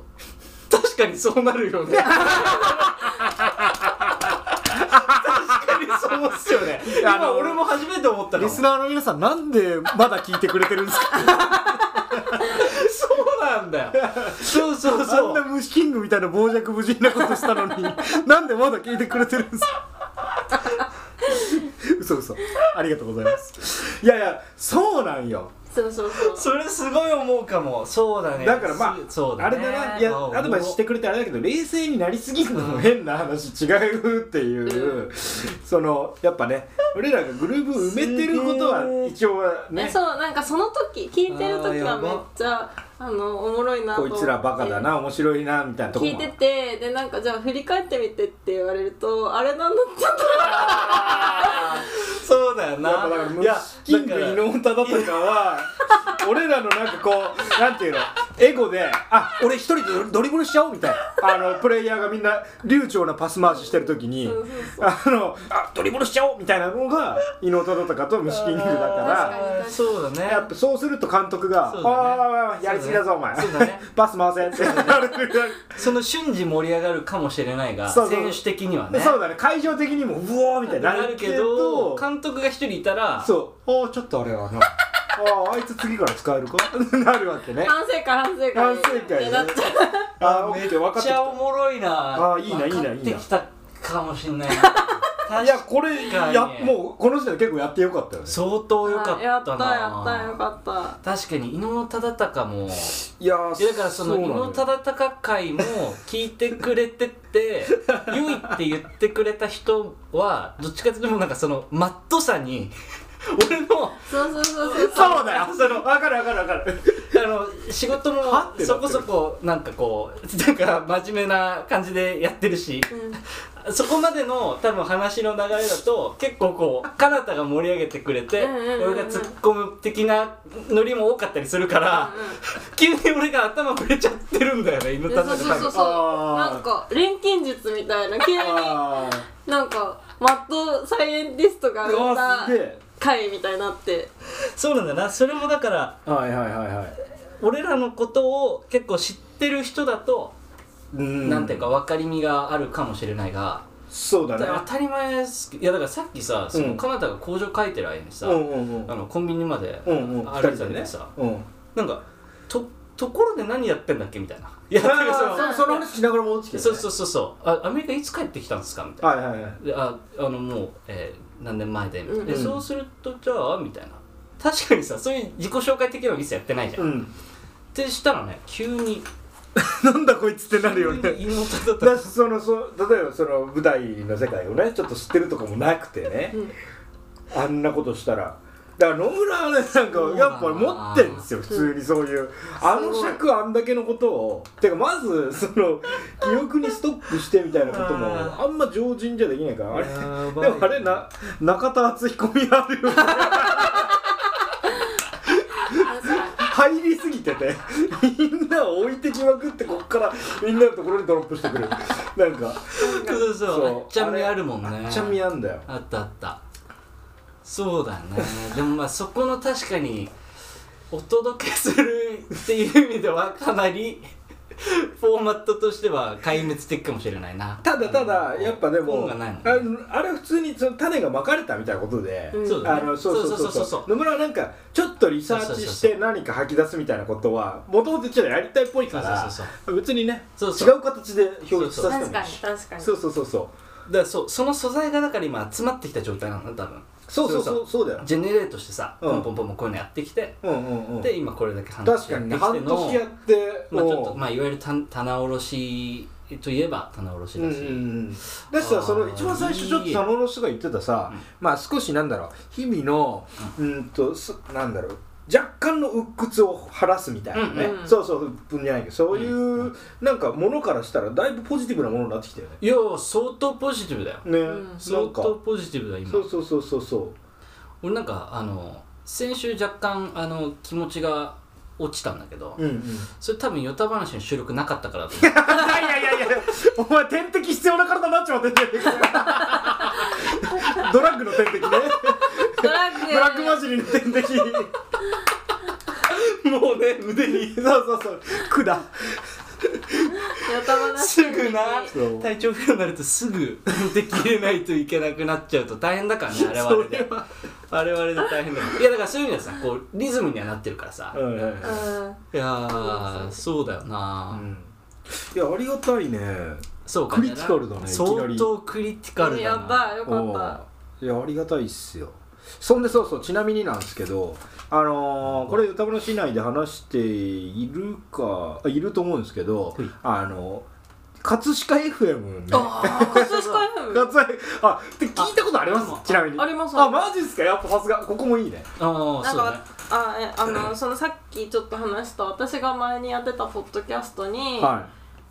Speaker 6: 確かにそうなるよね確かにそうっすよね
Speaker 4: あ
Speaker 6: 今
Speaker 4: の
Speaker 6: 俺も初めて思ったの
Speaker 4: リスナーの皆さんなんでまだ聞いてくれてるんですか
Speaker 6: そうなんだよそうそう
Speaker 4: あん
Speaker 6: そ
Speaker 4: な
Speaker 6: う
Speaker 4: 虫キングみたいな傍若無人なことしたの になんでまだ聞いてくれてるんですか嘘嘘ありがとうございますいやいやそうなんよ
Speaker 5: そうそうそう
Speaker 6: それすごい思うかもそうだね
Speaker 4: だからまあ
Speaker 6: そう
Speaker 4: あ
Speaker 6: だ、ね、
Speaker 4: れだないやアドバイスしてくれてあれだけど冷静になりすぎるのも変な話違うっていうそのやっぱね俺らがグループ埋めてることは一応はね
Speaker 5: えそうなんかその時聞いてる時
Speaker 6: あ
Speaker 5: は
Speaker 6: ーやば
Speaker 5: めっちゃあのおもろいなと
Speaker 4: こ
Speaker 5: 思っ
Speaker 4: い
Speaker 5: て
Speaker 4: つらバカだな面白いなみたいなとこ
Speaker 5: 聞い
Speaker 4: も
Speaker 5: ててでなんかじゃあ振り返ってみてって言われるとあれなんだったんだ
Speaker 6: そうだよ
Speaker 4: やっぱだから
Speaker 6: ない
Speaker 4: やキング
Speaker 6: だ
Speaker 4: 伊
Speaker 6: から
Speaker 4: 能忠とか は俺らのなんかこうなんていうのエゴであ俺一人でドリドリブルしちゃおうみたいなあのプレイヤーがみんな流暢なパス回ししてる時に
Speaker 5: そうそ
Speaker 4: あ
Speaker 5: う
Speaker 4: のあドリブルしちゃおうみたいなのが伊能忠とかと虫キングだから。
Speaker 6: そうだね
Speaker 4: やっぱそうすると監督が「
Speaker 6: そうだね
Speaker 4: ああやりすぎだぞお前
Speaker 6: そうだね
Speaker 4: パス回せ」ってな るぐらい
Speaker 6: その瞬時盛り上がるかもしれないが
Speaker 4: そうそう
Speaker 6: 選手的にはね
Speaker 4: そうだね会場的にも「うおー」みたいにな
Speaker 6: な
Speaker 4: る
Speaker 6: る
Speaker 4: け
Speaker 6: けど
Speaker 4: ど
Speaker 6: 監督が一人いたら
Speaker 4: そう「ああちょっとあれ はなあああいつ次から使えるか?」 なるわけね
Speaker 5: 反省会反省会
Speaker 4: 反省会
Speaker 5: って
Speaker 4: ね
Speaker 5: なっちゃう
Speaker 4: ああ OK 分か
Speaker 6: め
Speaker 4: っ
Speaker 6: ってち
Speaker 4: き
Speaker 6: ゃおもろいな
Speaker 4: あーいいないいないいいな
Speaker 6: 分かってきたかもし んないな
Speaker 4: たいやこれ
Speaker 6: 確かに
Speaker 4: やもうこの時点で結構やってよかったよね
Speaker 6: 相当良かっ
Speaker 5: あやった
Speaker 6: たな
Speaker 5: やったよかった
Speaker 6: 確かに伊能忠敬も
Speaker 4: いやー
Speaker 6: いやだからその
Speaker 4: う
Speaker 6: 伊
Speaker 4: なよ
Speaker 6: 能忠敬会も聞いてくれて て「ゆい」って言ってくれた人はどっちかというとなんかそのマットさに俺の
Speaker 5: そうそうそうそう
Speaker 4: そうだよその分かる分かる分か る
Speaker 6: あの仕事も
Speaker 4: はってなってる
Speaker 6: そこそこなんかこうなんか真面目な感じでやってるし、 そこまでの多分話の流れだと結構こう彼方が盛り上げてくれて
Speaker 5: うんうんうんうん
Speaker 6: 俺が突っ込む的なノリも多かったりするから、急に俺が頭ぶれちゃってるんだよね犬
Speaker 5: そう
Speaker 6: た
Speaker 5: そう
Speaker 6: ち
Speaker 5: そうそうそう
Speaker 4: あー
Speaker 5: なんか錬金術みたいな急に
Speaker 4: あ
Speaker 5: なんかマッドサイエンティストが生ん
Speaker 4: あ
Speaker 5: だ
Speaker 4: すげえ
Speaker 5: 回みたいになって
Speaker 6: そうなんだよなそれもだから
Speaker 4: はいはいはいはい
Speaker 6: 俺らのことを結構知ってる人だと、
Speaker 4: な
Speaker 6: なんていうか分かりみがあるかもしれないが
Speaker 4: そうだね
Speaker 6: だから当たり前ですけどいやだからさっきさその彼方が工場書いてる間にさ、
Speaker 4: うんうんうん
Speaker 6: あのコンビニまで
Speaker 4: うんうん
Speaker 6: 歩いてたんでさ、
Speaker 4: うん
Speaker 6: なんかとところで何やってんだっけみ たいないやだから
Speaker 4: あーそその話しながら戻ってきて、ね、
Speaker 6: そうそうそうそうあアメリカいつ帰ってきたんですかみたいな、
Speaker 4: はいはいはい
Speaker 6: でああのもう、えー何年前でみたいな、で
Speaker 4: うん
Speaker 6: そうするとじゃあみたいな確かにさそういう自己紹介的なの一切やってないじゃん、っ
Speaker 4: ん
Speaker 6: てしたらね急に
Speaker 4: なんだこいつってなる
Speaker 6: 急
Speaker 4: よ
Speaker 6: に
Speaker 4: ね
Speaker 6: 妹だった
Speaker 4: だしそのそ例えばその舞台の世界をねちょっと知ってるとかもなくてね、あんなことしたらだから野村はねなんか
Speaker 6: そうだな
Speaker 4: やっぱ持ってんですよ普通にそういうあの尺あんだけのことをてかまずそ の記憶にストックしてみたいなことも
Speaker 6: あ
Speaker 4: あんま常人じゃできないからあれ
Speaker 6: やばい
Speaker 4: でもあれな中田敦彦味あ るよね入りすぎててみんなを置いてきまくってこっからみんなのところにドロップしてくるなんか
Speaker 6: そうそう
Speaker 4: そう
Speaker 6: あっちゃみあるもんね
Speaker 4: めっちゃ見あんだよ
Speaker 6: あったあったそうだねでもまあそこの確かにお届けするっていう意味ではかなりフォーマットとしては壊滅的かもしれないな
Speaker 4: ただただやっぱで
Speaker 6: 本
Speaker 4: も
Speaker 6: がないもんね
Speaker 4: あのあれ普通にその種がまかれたみたいなことで、
Speaker 6: そうだ
Speaker 4: あ
Speaker 6: ね
Speaker 4: のそうそうそうそう
Speaker 6: そう
Speaker 4: 野村はなんかちょっとリサーチして何か吐き出すみたいなことはもともとちょっとやりたいっぽいから
Speaker 6: そうそう
Speaker 4: 別にね
Speaker 6: そうそう
Speaker 4: 違う形で表出させて
Speaker 5: 確
Speaker 4: も
Speaker 5: か
Speaker 4: いい
Speaker 5: に
Speaker 4: し
Speaker 5: 確かに
Speaker 4: そうそうそうそう
Speaker 6: だからそうその素材がだから今集まってきた状態なんだ多分
Speaker 4: そうそうそうそうだよ
Speaker 6: ジェネレートしてさ、
Speaker 4: うん
Speaker 6: ポンポンポンポンこういうのやってきて、
Speaker 4: うんうんうん
Speaker 6: で今これだけ半
Speaker 4: 確かにね
Speaker 6: やって
Speaker 4: 半
Speaker 6: きての
Speaker 4: 年やって
Speaker 6: まあちょっ
Speaker 4: も
Speaker 6: と
Speaker 4: う
Speaker 6: まあいわゆる棚棚卸しといえば棚卸し
Speaker 4: うんう
Speaker 6: だ
Speaker 4: ん
Speaker 6: し、
Speaker 4: うん、だしさその一番最初ちょっとその人が言ってたさ、まあ少しなんだろう日々のうんとすなんだろう若干の鬱屈を晴らすみたいなね、
Speaker 5: うんうん
Speaker 4: そうそう分じゃないけどそういう、なんかものからしたらだいぶポジティブなものになってきたよね
Speaker 6: いや相当ポジティブだよ
Speaker 4: ね、
Speaker 5: ん
Speaker 4: な
Speaker 6: 相
Speaker 4: んか
Speaker 6: 当ポジティブだ今
Speaker 4: そうそうそうそうそう
Speaker 6: 俺なんかあの先週若干あの気持ちが落ちたんだけ ど、
Speaker 4: うんうん、い
Speaker 6: それ多分ヨタ話の収録なかったからだと思う
Speaker 4: やいやいやお前点滴必要な体になっちまってんじゃねえかドラッグの点滴ね
Speaker 5: ドラッグ
Speaker 4: ドラッグ混じりの点滴
Speaker 6: もうね腕に
Speaker 4: そうそうそう管
Speaker 5: ヨタ話
Speaker 6: すぐな
Speaker 4: そう
Speaker 6: 体調不良になるとすぐ できれないといけなくなっちゃうと大変だから ねあれはあれであれはあれで大変だよいやだからそういう意味ではさこうリズムにはなってるからさ、
Speaker 4: うんうん
Speaker 5: うん
Speaker 6: いやーそうだよな、
Speaker 4: いやありがたいね
Speaker 6: そうか
Speaker 4: クリティカルだねいきな
Speaker 6: 相
Speaker 4: り
Speaker 6: 当クリティカル
Speaker 5: や
Speaker 6: だ
Speaker 5: っ
Speaker 6: な
Speaker 5: たよ
Speaker 4: お
Speaker 5: か
Speaker 4: ーいやありがたいっすよそんでそうそうちなみになんですけどあのーこれ歌村市内で話しているかあいると思うんですけど、
Speaker 6: い
Speaker 4: あの葛飾 FM ね
Speaker 5: った葛飾 FM
Speaker 4: 葛飾あって聞いたことあります
Speaker 6: あ
Speaker 4: ちなみに
Speaker 5: あります
Speaker 4: あマジっすかやっぱさすがここもいいね
Speaker 6: ああ
Speaker 5: なん
Speaker 6: そうだね
Speaker 5: かあえあのそのさっきちょっと話した私が前にやってたポッドキャストに、
Speaker 4: は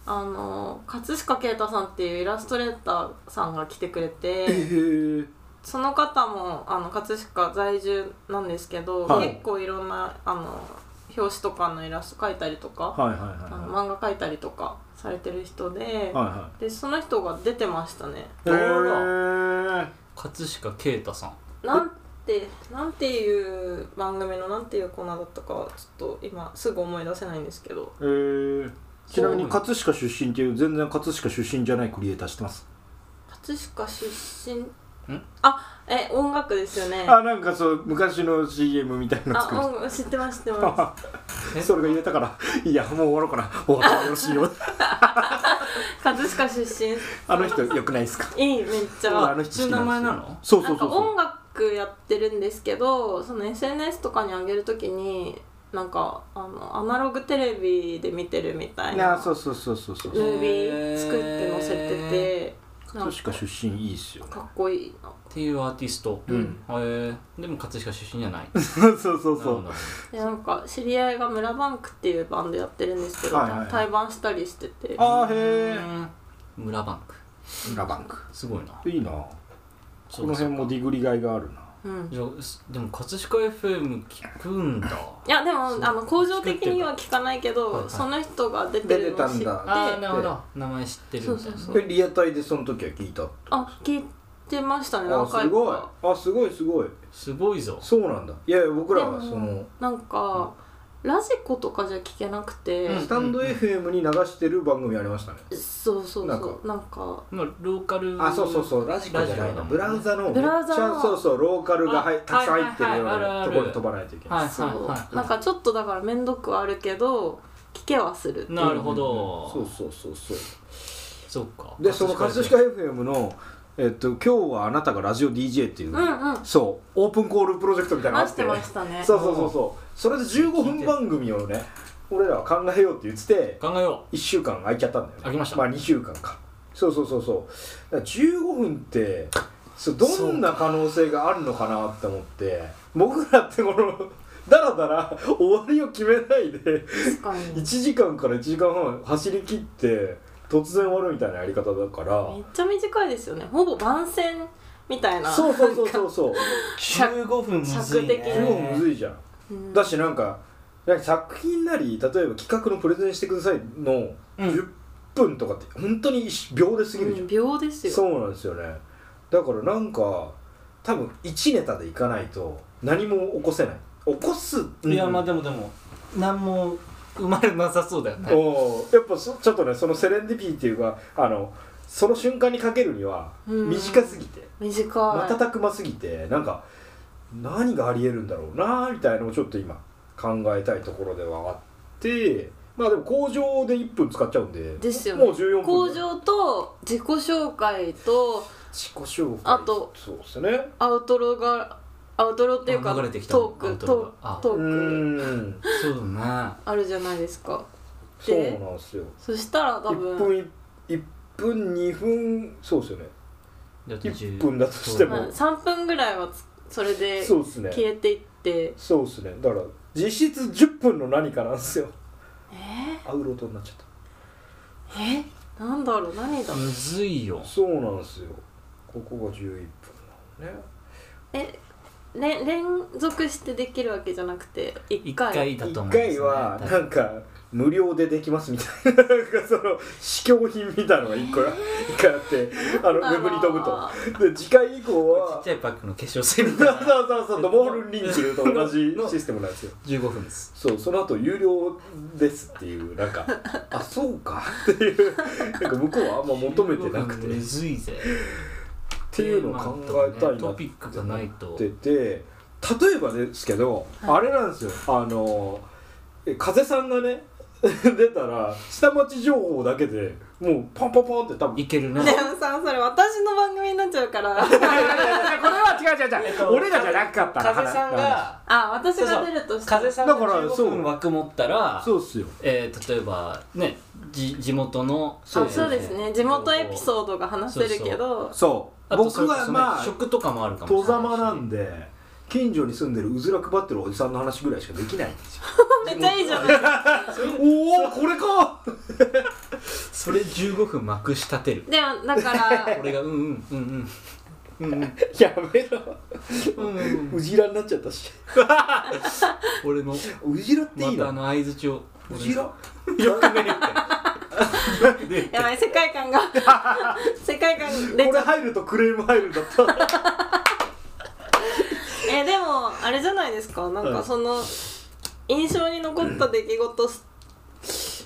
Speaker 5: あの葛飾啓太さんっていうイラストレーターさんが来てくれ
Speaker 4: いへ
Speaker 5: て
Speaker 4: え
Speaker 5: その方もあの葛飾在住なんですけど、
Speaker 4: はい
Speaker 5: 結構いろんなあの表紙とかのイラスト描いたりとか、
Speaker 4: はいはいはい
Speaker 5: あの
Speaker 4: は
Speaker 5: 漫画描いたりとかされてる人で
Speaker 4: い、は
Speaker 5: でその人が出てましたね。
Speaker 4: いはいへえ
Speaker 6: 葛飾啓太さん
Speaker 5: なんてなんていう番組のなんていうコーナーだったかはちょっと今すぐ思い出せないんですけど
Speaker 4: えー、ちなみに葛飾出身っていう全然葛飾出身じゃないクリエイターしてます、
Speaker 5: 葛飾出身
Speaker 6: ん
Speaker 5: あえ音楽ですよね
Speaker 4: あなんかそう昔の CM みたいなの
Speaker 5: あ
Speaker 4: 作る
Speaker 5: 音楽知ってます知ってま
Speaker 6: え
Speaker 4: それが言えたからいやもう終わろうかな終わったらよろしい よ
Speaker 5: す葛飾出身
Speaker 4: あの人よくないですか
Speaker 5: いいめっちゃ
Speaker 4: あの人好き
Speaker 6: 普通の名前
Speaker 4: な
Speaker 6: なん
Speaker 4: ですよ
Speaker 6: の
Speaker 4: そう
Speaker 5: な
Speaker 4: そ
Speaker 5: ん
Speaker 4: う
Speaker 5: か
Speaker 4: そうそ
Speaker 5: 音
Speaker 4: う
Speaker 5: 楽やってるんですけどその SNS とかに上げるときになんかあのアナログテレビで見てるみたい
Speaker 4: いや
Speaker 5: な
Speaker 4: そうそうそうそうそう
Speaker 5: ムービー作って載せててなん
Speaker 4: 葛飾出身いいっすよ
Speaker 5: かかっこいいな
Speaker 6: っていうアーティスト、
Speaker 4: ん
Speaker 6: へえでも葛飾出身じゃない
Speaker 4: そうそうそう
Speaker 6: なるほど
Speaker 5: でなんか知り合いが「村バンク」っていうバンドやってるんですけど、
Speaker 4: はいはいはい
Speaker 5: 対バンしたりしてて
Speaker 4: ああへ
Speaker 6: う
Speaker 4: え
Speaker 6: ん村バンク
Speaker 4: 裏バンク
Speaker 6: すごいな
Speaker 4: でいいなこ
Speaker 6: そ
Speaker 4: の辺もディグリがいがあるな
Speaker 5: うん
Speaker 6: じゃあすでも葛飾 FM 聞くんだ
Speaker 5: いやでもあの向上的には聞かないけど、
Speaker 6: はいはい
Speaker 5: その人が出てるのを知
Speaker 4: 出
Speaker 5: っ
Speaker 4: て
Speaker 5: て
Speaker 4: たん
Speaker 6: ああ
Speaker 5: あ
Speaker 6: なるほど名前知ってるみたいな
Speaker 5: そうそうそう
Speaker 4: えリアタイでその時は聞いた
Speaker 5: 聞いてましたね
Speaker 4: あ
Speaker 5: 何
Speaker 4: す
Speaker 5: 回
Speaker 4: ごい
Speaker 5: か
Speaker 4: あすごいすごい
Speaker 6: すごいぞ
Speaker 4: そうなんだいやいや僕らは
Speaker 5: でも
Speaker 4: その
Speaker 5: なんか、ラジコとかじゃ聞けなくて、
Speaker 6: うん
Speaker 4: スタンド FM に流してる番組ありましたね。
Speaker 5: そうそうそう
Speaker 4: な
Speaker 5: なんん
Speaker 4: か
Speaker 5: か
Speaker 6: まあローカル
Speaker 4: あ、そうそうそう、ラジコじゃない
Speaker 6: ラジコだ
Speaker 4: な。
Speaker 6: もんね
Speaker 4: ブラウザの、
Speaker 5: ブラウザの
Speaker 4: めっちゃそうそう、ローカルが入
Speaker 6: あ
Speaker 4: たくさん入ってるよう
Speaker 6: はいはいはいある
Speaker 4: な
Speaker 6: あ
Speaker 4: と
Speaker 6: る
Speaker 4: ころに飛ばないといけない。
Speaker 6: はい
Speaker 5: そう、
Speaker 6: はいはい
Speaker 5: なんかちょっとだから面倒くはあるけど聞けはする
Speaker 6: なるほど、
Speaker 4: そうそうそうそう。
Speaker 6: そうか
Speaker 4: で、その葛飾 FM の、えっと、今日はあなたがラジオ DJ っていう
Speaker 5: う、んうん
Speaker 4: そう、オープンコールプロジェクトみたいなの
Speaker 5: 話
Speaker 4: があ
Speaker 5: し
Speaker 4: って
Speaker 5: てましたね
Speaker 4: そうそうそうそう。それで15分番組をね、俺らは考えようって言ってて、
Speaker 6: 考えよ
Speaker 4: 1週間空いちゃったんだよね
Speaker 6: 空きました
Speaker 4: あ2週間かそうそうそうそうだから15分ってそうどんな可能性があるのかなって思って僕らってこの だらだら終わりを決めないで
Speaker 5: 確かに
Speaker 4: 1時間から1時間半走り切って突然終わるみたいなやり方だから
Speaker 5: めっちゃ短いですよねほぼ番宣みたいな
Speaker 4: そうそうそうそうそう
Speaker 6: う15分むずいね
Speaker 5: 尺的に
Speaker 4: 15分むず
Speaker 6: い
Speaker 4: いじゃん
Speaker 5: うん
Speaker 4: だしなんかなんか作品なり例えば企画のプレゼンしてくださいの
Speaker 6: うん
Speaker 4: 10分とかって本当に一秒で過ぎるじゃん
Speaker 5: うん秒ですよ
Speaker 4: そうなんですよねだからなんか多分1ネタでいかないと何も起こせない起こす、うん
Speaker 6: いやまあでもでも何も生まれなさそうだよね
Speaker 4: おーやっぱそちょっとねそのセレンディピーっていうかあのその瞬間にかけるには
Speaker 5: うん
Speaker 4: 短すぎて、
Speaker 5: 短い
Speaker 4: 瞬くますぎてなんか何がありえるんだろうなみたいのをちょっと今考えたいところではあってまあでも工場で1分使っちゃうんで
Speaker 5: ですよね
Speaker 4: もう14分
Speaker 5: 工
Speaker 4: 自己
Speaker 5: 場と自己紹介と
Speaker 4: 紹介
Speaker 5: あと
Speaker 4: そうですね
Speaker 5: アウトロがアウトロっていうか
Speaker 6: あ流れてきた
Speaker 5: ト
Speaker 6: ア
Speaker 5: ー
Speaker 6: ウ
Speaker 5: ク
Speaker 6: トロ
Speaker 5: ト
Speaker 6: があ
Speaker 5: ークト
Speaker 4: う
Speaker 5: ーク
Speaker 4: ん
Speaker 6: そうだね
Speaker 5: あるじゃないですか
Speaker 4: そう
Speaker 5: で
Speaker 4: なんですよ
Speaker 5: そしたら多
Speaker 4: 1
Speaker 5: 分、
Speaker 4: 分1分2分そうですよね
Speaker 6: だって
Speaker 4: 1
Speaker 6: 10
Speaker 4: 分だとして
Speaker 5: ま
Speaker 4: も
Speaker 5: あ、3分ぐらいはつそれで
Speaker 4: そうですね
Speaker 5: 消えていって
Speaker 4: そうですねだから実質10分の何かなんですよ
Speaker 5: え
Speaker 4: アウロとになっちゃった
Speaker 5: ー、えなんだろう何だ
Speaker 6: むずいよ
Speaker 4: そうなんですよここが11分なのね
Speaker 5: えれ連続してできるわけじゃなくて1
Speaker 6: 1
Speaker 5: 回
Speaker 6: 回だと
Speaker 4: 1
Speaker 6: 思うんです、ね、
Speaker 4: 回は
Speaker 6: 多分
Speaker 4: なんか無料でできますみたいななんかその 試供品みたいなのが1個,、一回あってあのウェブに飛ぶとで次回以降
Speaker 6: ち
Speaker 4: は
Speaker 6: っちゃいパックの化粧水み た
Speaker 4: そ
Speaker 6: いう な
Speaker 4: そうそうそうドモールリンクと同じシステムなんですよ
Speaker 6: 15分です
Speaker 4: そうその後有料ですっていうなん かあそうかっていうなんか向こうはあんま求めてなくてっ
Speaker 6: むずいぜ
Speaker 4: ていうのを考えたいな
Speaker 6: トピックがないと
Speaker 4: ってて例えばですけど、あれなんですよあのえ風さんがね 出たら下町情報だけでもうパンパンパンって多分
Speaker 6: いけるな
Speaker 5: でもさそれ私の番組になっちゃう から
Speaker 4: これは違う違う違う、
Speaker 6: 俺らじゃ
Speaker 4: なかっ
Speaker 6: 風さんが
Speaker 5: あ私が出るとしたら
Speaker 6: 風さんが
Speaker 4: だから
Speaker 6: 15
Speaker 4: そう
Speaker 6: 分枠持ったら
Speaker 4: そうっすよ
Speaker 6: えー例えばねじ地元の
Speaker 5: あそうですね地元エピソードが話せるけど
Speaker 4: そう
Speaker 6: あと
Speaker 4: 僕
Speaker 6: それこそ
Speaker 4: は
Speaker 6: ね
Speaker 4: まあ
Speaker 6: 食とかもあるかもし
Speaker 4: 戸
Speaker 6: れないし
Speaker 4: ざまなんで近所に住んでるうずら配ってるおじさんの話ぐらいしかできないんですよ
Speaker 5: めっちゃいいじゃない
Speaker 4: おおこれか
Speaker 6: それ15分まくし立てる
Speaker 5: でも だから
Speaker 6: 俺がうんうんうんうんうんうん
Speaker 4: やめろ
Speaker 6: うんうん
Speaker 4: うじらになっちゃったし
Speaker 6: 俺の
Speaker 4: うじらってい
Speaker 6: ま
Speaker 4: い
Speaker 6: たあ
Speaker 4: の
Speaker 6: の相づちを
Speaker 4: うじら
Speaker 6: よくねえってよくね
Speaker 5: やばい世界 観が世界観
Speaker 4: こ
Speaker 5: 出
Speaker 4: れ
Speaker 5: ちゃう
Speaker 4: 入るとクレーム入るんだったら
Speaker 5: えでもあれじゃないですかなん
Speaker 4: うん
Speaker 5: かその印象に残った出来事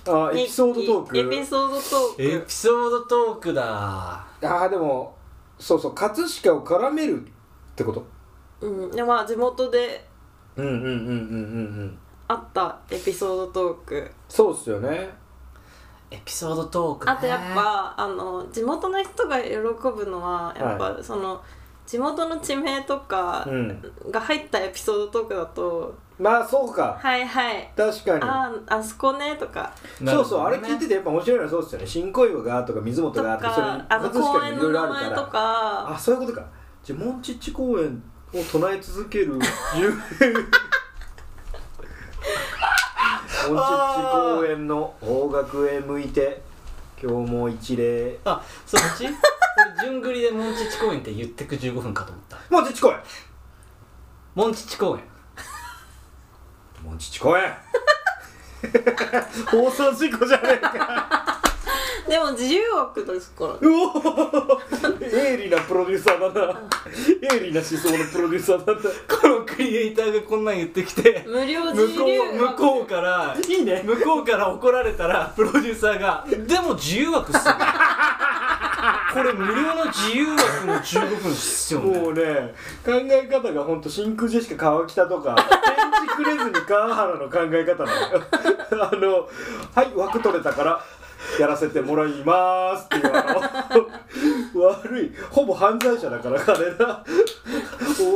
Speaker 4: あエピソードトーク
Speaker 5: エピソードト
Speaker 6: えエ
Speaker 5: ーク
Speaker 6: ピソードトークだ
Speaker 4: ああでもそうそう葛飾を絡めるってこと
Speaker 5: うんでまあ地元で
Speaker 4: うんうんうんうんうんうん
Speaker 5: あったエピソードトーク
Speaker 4: そうっすよね
Speaker 6: エピソードトークね
Speaker 5: あとやっぱあの地元の人が喜ぶのはやっぱ、その地元の地名とか
Speaker 4: ん
Speaker 5: が入ったエピソードトークだと
Speaker 4: まあそう
Speaker 5: 「
Speaker 4: か
Speaker 5: はいはい
Speaker 4: 確かに
Speaker 5: あーあそこね」とか
Speaker 6: な
Speaker 4: そ
Speaker 6: る
Speaker 4: う
Speaker 6: ほ
Speaker 4: そう、
Speaker 6: ど
Speaker 4: あ
Speaker 6: ね
Speaker 4: れ聞いててやっぱ面白いのはそうですよね新小岩がとか水
Speaker 5: と
Speaker 4: 元がと
Speaker 5: か
Speaker 4: か
Speaker 5: あの
Speaker 4: それ
Speaker 5: 公
Speaker 4: に
Speaker 5: 園
Speaker 4: い
Speaker 5: の
Speaker 4: ろいろ
Speaker 5: 名
Speaker 4: あるか
Speaker 5: 前
Speaker 4: ら
Speaker 5: とか
Speaker 4: あそういうことかじゃあモンチッチ公園を唱え続 けるモンチッチ公園の方角へ向いて今日も一礼
Speaker 6: あそっち俺順繰りでモンチッチ公園って言ってく15分かと思った
Speaker 4: モンチッチ公園
Speaker 6: モンチッチ公園
Speaker 4: モンチッチ公 園放送事故じゃねえか
Speaker 5: でも自由枠ですから
Speaker 4: うおー鋭利なプロデューサーだな鋭利な思想のプロデューサーだな
Speaker 6: このクリエイターがこんなん言ってきて
Speaker 5: 無料
Speaker 6: 向
Speaker 5: 自
Speaker 6: こ
Speaker 5: 由
Speaker 6: う向
Speaker 5: 枠
Speaker 6: こうから
Speaker 4: いいね
Speaker 6: 向こうから怒られたらプロデューサーが「でも自由枠っすよ ね」これ無料の自由枠の15分っすよ
Speaker 4: も
Speaker 6: ね
Speaker 4: うね考え方がほんと真空ジェシカ川北とか展示くれずに川原の考え方なのよ あの「はい枠取れたからやらせてもらいます」っていうあの 悪いほぼ犯罪者だから彼ら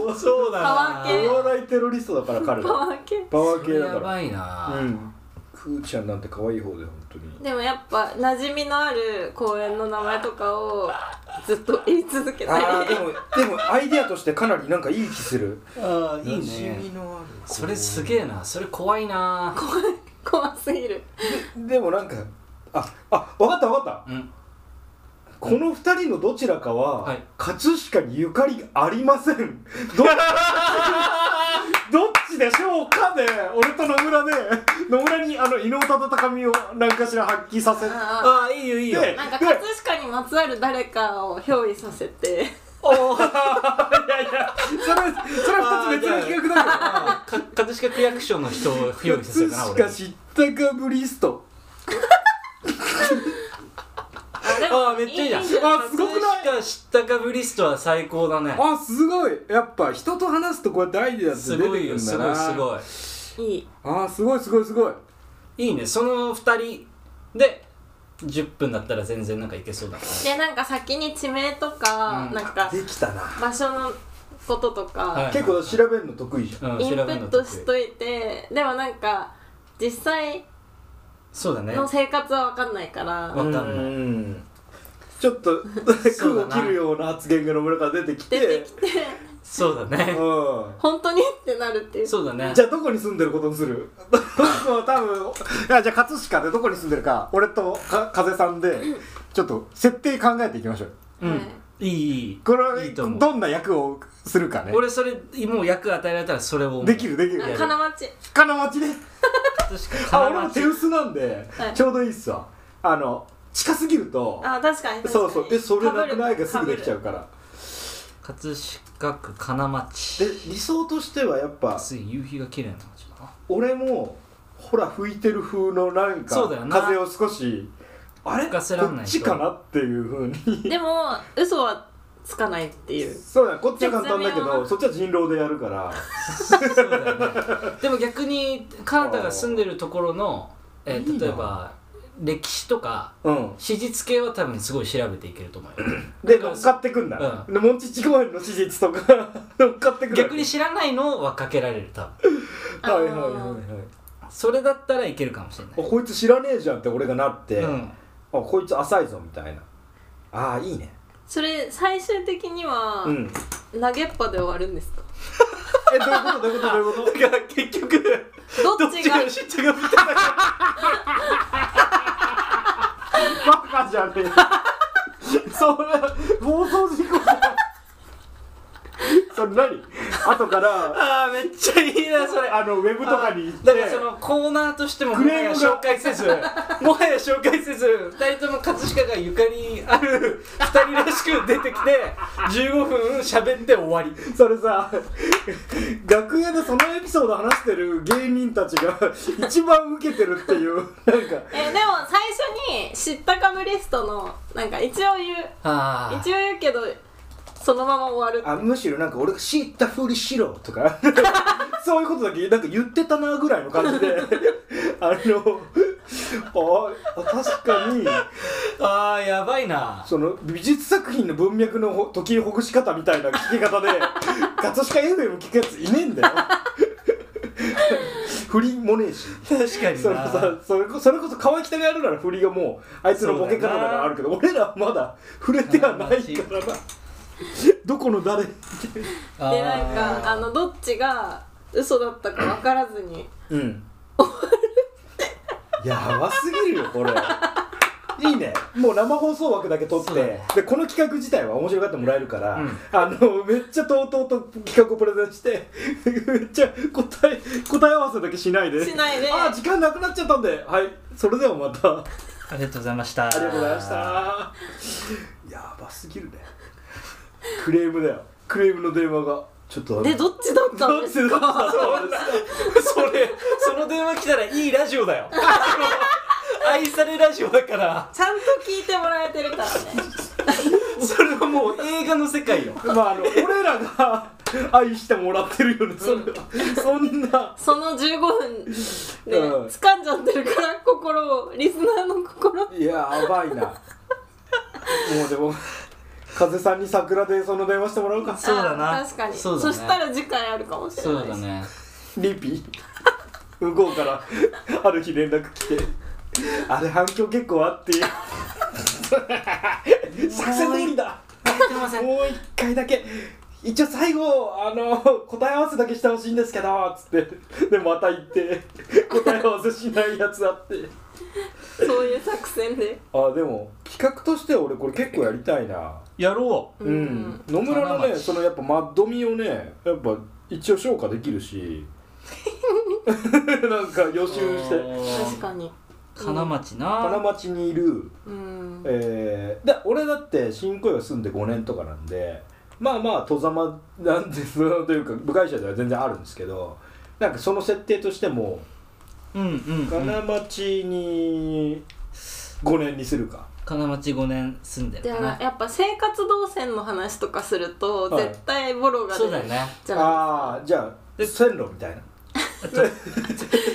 Speaker 4: お
Speaker 6: そうだな
Speaker 5: パワー系
Speaker 4: お笑いテロリストだから彼
Speaker 5: パ
Speaker 4: ら
Speaker 5: ワー系
Speaker 4: パワー
Speaker 6: そ
Speaker 4: 系
Speaker 6: れ
Speaker 4: だ
Speaker 6: や
Speaker 4: か
Speaker 6: ばいな、
Speaker 4: らうんくーちゃんなんて可愛い方で本当に
Speaker 5: でもやっぱ馴染みのある公園の名前とかをずっと言い続けて
Speaker 4: あーでもでもアイデアとしてかなりなんかいい気する
Speaker 6: ああいい
Speaker 4: 馴染
Speaker 6: ね
Speaker 4: みのある
Speaker 6: それすげえなそれ怖いな
Speaker 5: 怖すぎる
Speaker 4: でもなんかああ分かった分かった
Speaker 6: うん
Speaker 4: この二人のどちらかは、
Speaker 6: はい
Speaker 4: 葛飾にゆかりがありませんど どっちでしょうかで、俺と野村で野村にあの伊能忠敬を何かしら発揮させて
Speaker 5: あ
Speaker 6: ああいいよいいよ
Speaker 5: ーなんか葛飾にまつわる誰かを憑依させて
Speaker 6: おー
Speaker 4: それそれは二つ別の企画だ
Speaker 6: あか葛飾区役所の人を
Speaker 4: けど
Speaker 6: 用意させ
Speaker 4: 葛
Speaker 6: たな俺
Speaker 4: 飾知ったかぶリスト
Speaker 5: あで
Speaker 6: ああめっちゃいいじゃん
Speaker 5: じん
Speaker 4: あすごくない
Speaker 6: 葛飾知ったかぶリストは最高だね
Speaker 4: あすごいやっぱ人と話すとこうやってアイデアって出て
Speaker 6: す
Speaker 4: く
Speaker 6: ごい
Speaker 4: る
Speaker 6: よ
Speaker 4: んだ
Speaker 6: すご
Speaker 4: ない
Speaker 6: すごい
Speaker 5: いい
Speaker 4: あすごいすごいすごい
Speaker 6: いいねその2人で10分だったら全然なんかいけそうだな
Speaker 5: でなんか先に地名とか、
Speaker 6: うん
Speaker 5: なんか
Speaker 4: できたな
Speaker 5: 場所のこととか、
Speaker 6: はい
Speaker 4: 結構調べるの得意じゃん
Speaker 6: うん
Speaker 5: イン
Speaker 6: 調
Speaker 5: プ
Speaker 6: べる
Speaker 5: ッ
Speaker 6: の
Speaker 5: ト
Speaker 6: 得
Speaker 5: し
Speaker 6: 意
Speaker 5: といてでもなんか実際
Speaker 6: そうだね
Speaker 5: の生活は分かんないから
Speaker 6: わかんない
Speaker 4: うんちょっと空を切るような発言が野村から出てきて
Speaker 5: 出てきて
Speaker 6: そう だね
Speaker 4: う
Speaker 5: 本当にってなるっていう
Speaker 6: そうだね
Speaker 4: んじゃあどこに住んでることにする そう多分いやじゃあ葛飾でどこに住んでるか俺とか風さんでちょっと設定考えていきましょう
Speaker 6: うんいいいい
Speaker 4: これ
Speaker 6: いいと思う
Speaker 4: どんな役をするかね
Speaker 6: 俺それもう役与えられたらそれを思う
Speaker 4: できるできる
Speaker 5: あ金町
Speaker 4: 金町ね
Speaker 6: 確かに
Speaker 4: あ
Speaker 6: 金
Speaker 4: 俺も
Speaker 6: 町
Speaker 4: 手薄なんで、
Speaker 5: はい
Speaker 4: ちょうどいいっすわあの近すぎると
Speaker 5: あ確かに確かに
Speaker 4: そうそうえそれなくない
Speaker 5: 被
Speaker 4: が
Speaker 5: る
Speaker 4: すぐできちゃうから
Speaker 6: 葛飾区金
Speaker 4: で
Speaker 6: 町
Speaker 4: 理想としてはやっぱ
Speaker 6: つい夕日が綺麗な街 だな
Speaker 4: 俺もほら吹いてる風のなんか
Speaker 6: そうだよな
Speaker 4: 風を少しあれ
Speaker 6: 吹かせらん
Speaker 4: こっ
Speaker 6: ないと
Speaker 4: ちかなっていう風に
Speaker 5: でも嘘はつかないっていう
Speaker 4: そうだよこっちは簡単だけ
Speaker 5: 絶妙
Speaker 4: ど
Speaker 5: な
Speaker 4: そっちは人狼でやるから
Speaker 6: そうだよねでも逆にカナダが住んでるところの、えー
Speaker 4: いいな
Speaker 6: 例えば歴史とか
Speaker 4: うん
Speaker 6: 史実系は多分すごい調べていけると思うよ
Speaker 4: で
Speaker 6: だ
Speaker 4: 乗
Speaker 6: から
Speaker 4: っかってくんだ、
Speaker 6: う
Speaker 4: でモンチッチ公園の史実とか 乗っかってくる
Speaker 6: 逆に知らないのはかけられる多分
Speaker 4: はいはいはいはい
Speaker 6: それだったらいけるかもしれ
Speaker 4: あ
Speaker 6: な
Speaker 4: こいつ知らねえじゃんって俺がなって、
Speaker 6: い、う
Speaker 4: あ
Speaker 6: ん、
Speaker 4: こいつ浅いぞみたいなああいいね
Speaker 5: それ最終的には、
Speaker 4: うん
Speaker 5: 投げっぱで終わるんですか
Speaker 4: えどういうことどういうことどういうこと
Speaker 6: だから結局
Speaker 5: どっちが
Speaker 6: 知ったか
Speaker 4: バカじゃねえそれ暴走事故じゃんそれ何後から
Speaker 6: あーめっちゃいいなそれ
Speaker 4: あのウェブとかに行って
Speaker 6: だからそのコーナーとしても
Speaker 4: ク
Speaker 6: もは
Speaker 4: レー
Speaker 6: や
Speaker 4: ムが
Speaker 6: 紹介 せずもはや紹介せず2人とも葛飾がゆかりある2人らしく出てきて15分喋って終わり
Speaker 4: それさ楽屋でそのエピソード話してる芸人たちが一番ウケてるっていうなんか
Speaker 5: えでも最初に知ったかぶリストのなんか一応言う
Speaker 6: あ
Speaker 5: 一応言うけどそのまま終わる
Speaker 4: あむしろなんか俺が知ったふりしろとかそういうことだけなんか言ってたなぐらいの感じであのあ確かに
Speaker 6: あーやばいな
Speaker 4: その美術作品の文脈のほ解きほぐし方みたいな聞き方 で葛飾 FM 聞くやついねえんだよ振りもねえし
Speaker 6: 確か
Speaker 4: それさそれこそれこそ川北がやるなら振りがもうあいつのボケ方だからあるけど俺らはまだ触れてはないからなどこの誰
Speaker 5: でなんかあのどっちが嘘だったか分からずに
Speaker 4: うん やばすぎるよこれいいねもう生放送枠だけ撮って、
Speaker 6: そうだね
Speaker 4: でこの企画自体は面白がってもらえるから、
Speaker 6: うん
Speaker 4: あのめっちゃとうとうと企画をプレゼンしてめっちゃ答え答え合わせだけしないで
Speaker 5: しないで
Speaker 4: あー時間なくなっちゃったんではいそれではまたあ
Speaker 6: ありがとうございましたあ
Speaker 4: りがとうございましたやばすぎるねクレームだよクレームの電話がちょっと
Speaker 5: でどっちだったんですか
Speaker 4: か そうです
Speaker 6: それその電話来たらいいラジオだ よ愛されラジオだから
Speaker 5: ちゃんと聞いてもらえてるからね
Speaker 6: それはもう映画の世界よ
Speaker 4: まあ、あの俺らが愛してもらってるよねそれはそんな
Speaker 5: その15分で
Speaker 4: うん
Speaker 5: 掴んじゃってるから心をリスナーの心を
Speaker 4: いややばいなもうでも風さんに桜でその電話してもらうか
Speaker 6: そうだな
Speaker 5: あ確かに
Speaker 6: そう
Speaker 5: そ
Speaker 6: だね
Speaker 5: したら次回あるかもしれ
Speaker 6: そう
Speaker 5: ない
Speaker 6: だね
Speaker 4: リピ向こうからある日連絡来てあれ反響結構あって作戦通りだもう一回だけ一応最後あの答え合わせだけしてほしいんですけどつってでまた行って答え合わせしないやつあって
Speaker 5: そういう作戦で
Speaker 4: あでも企画としては俺これ結構やりたいな
Speaker 6: やろ
Speaker 4: うん、野村のねそのやっぱマッドミをねやっぱ一応消化できるし なんか予
Speaker 6: う
Speaker 4: 習して
Speaker 5: 確かに
Speaker 6: 金町
Speaker 4: 金
Speaker 6: な
Speaker 4: 町にいる、
Speaker 5: うん
Speaker 4: えー、で俺だって新小岩住んで5年とかなんでまあまあ戸ざまなんていうのというか部外者では全然あるんですけどなんかその設定としても
Speaker 6: うんうん
Speaker 4: 金町に5年にするか、
Speaker 6: 金町5年住んで
Speaker 5: じ
Speaker 6: るか
Speaker 5: ゃあ
Speaker 6: な
Speaker 5: やっぱ生活動線の話とかすると、
Speaker 4: はい
Speaker 5: 絶対ボロが出
Speaker 6: そう
Speaker 5: る
Speaker 6: だよね
Speaker 5: じゃない
Speaker 4: ああーじゃあ
Speaker 6: で
Speaker 4: 線路みたいない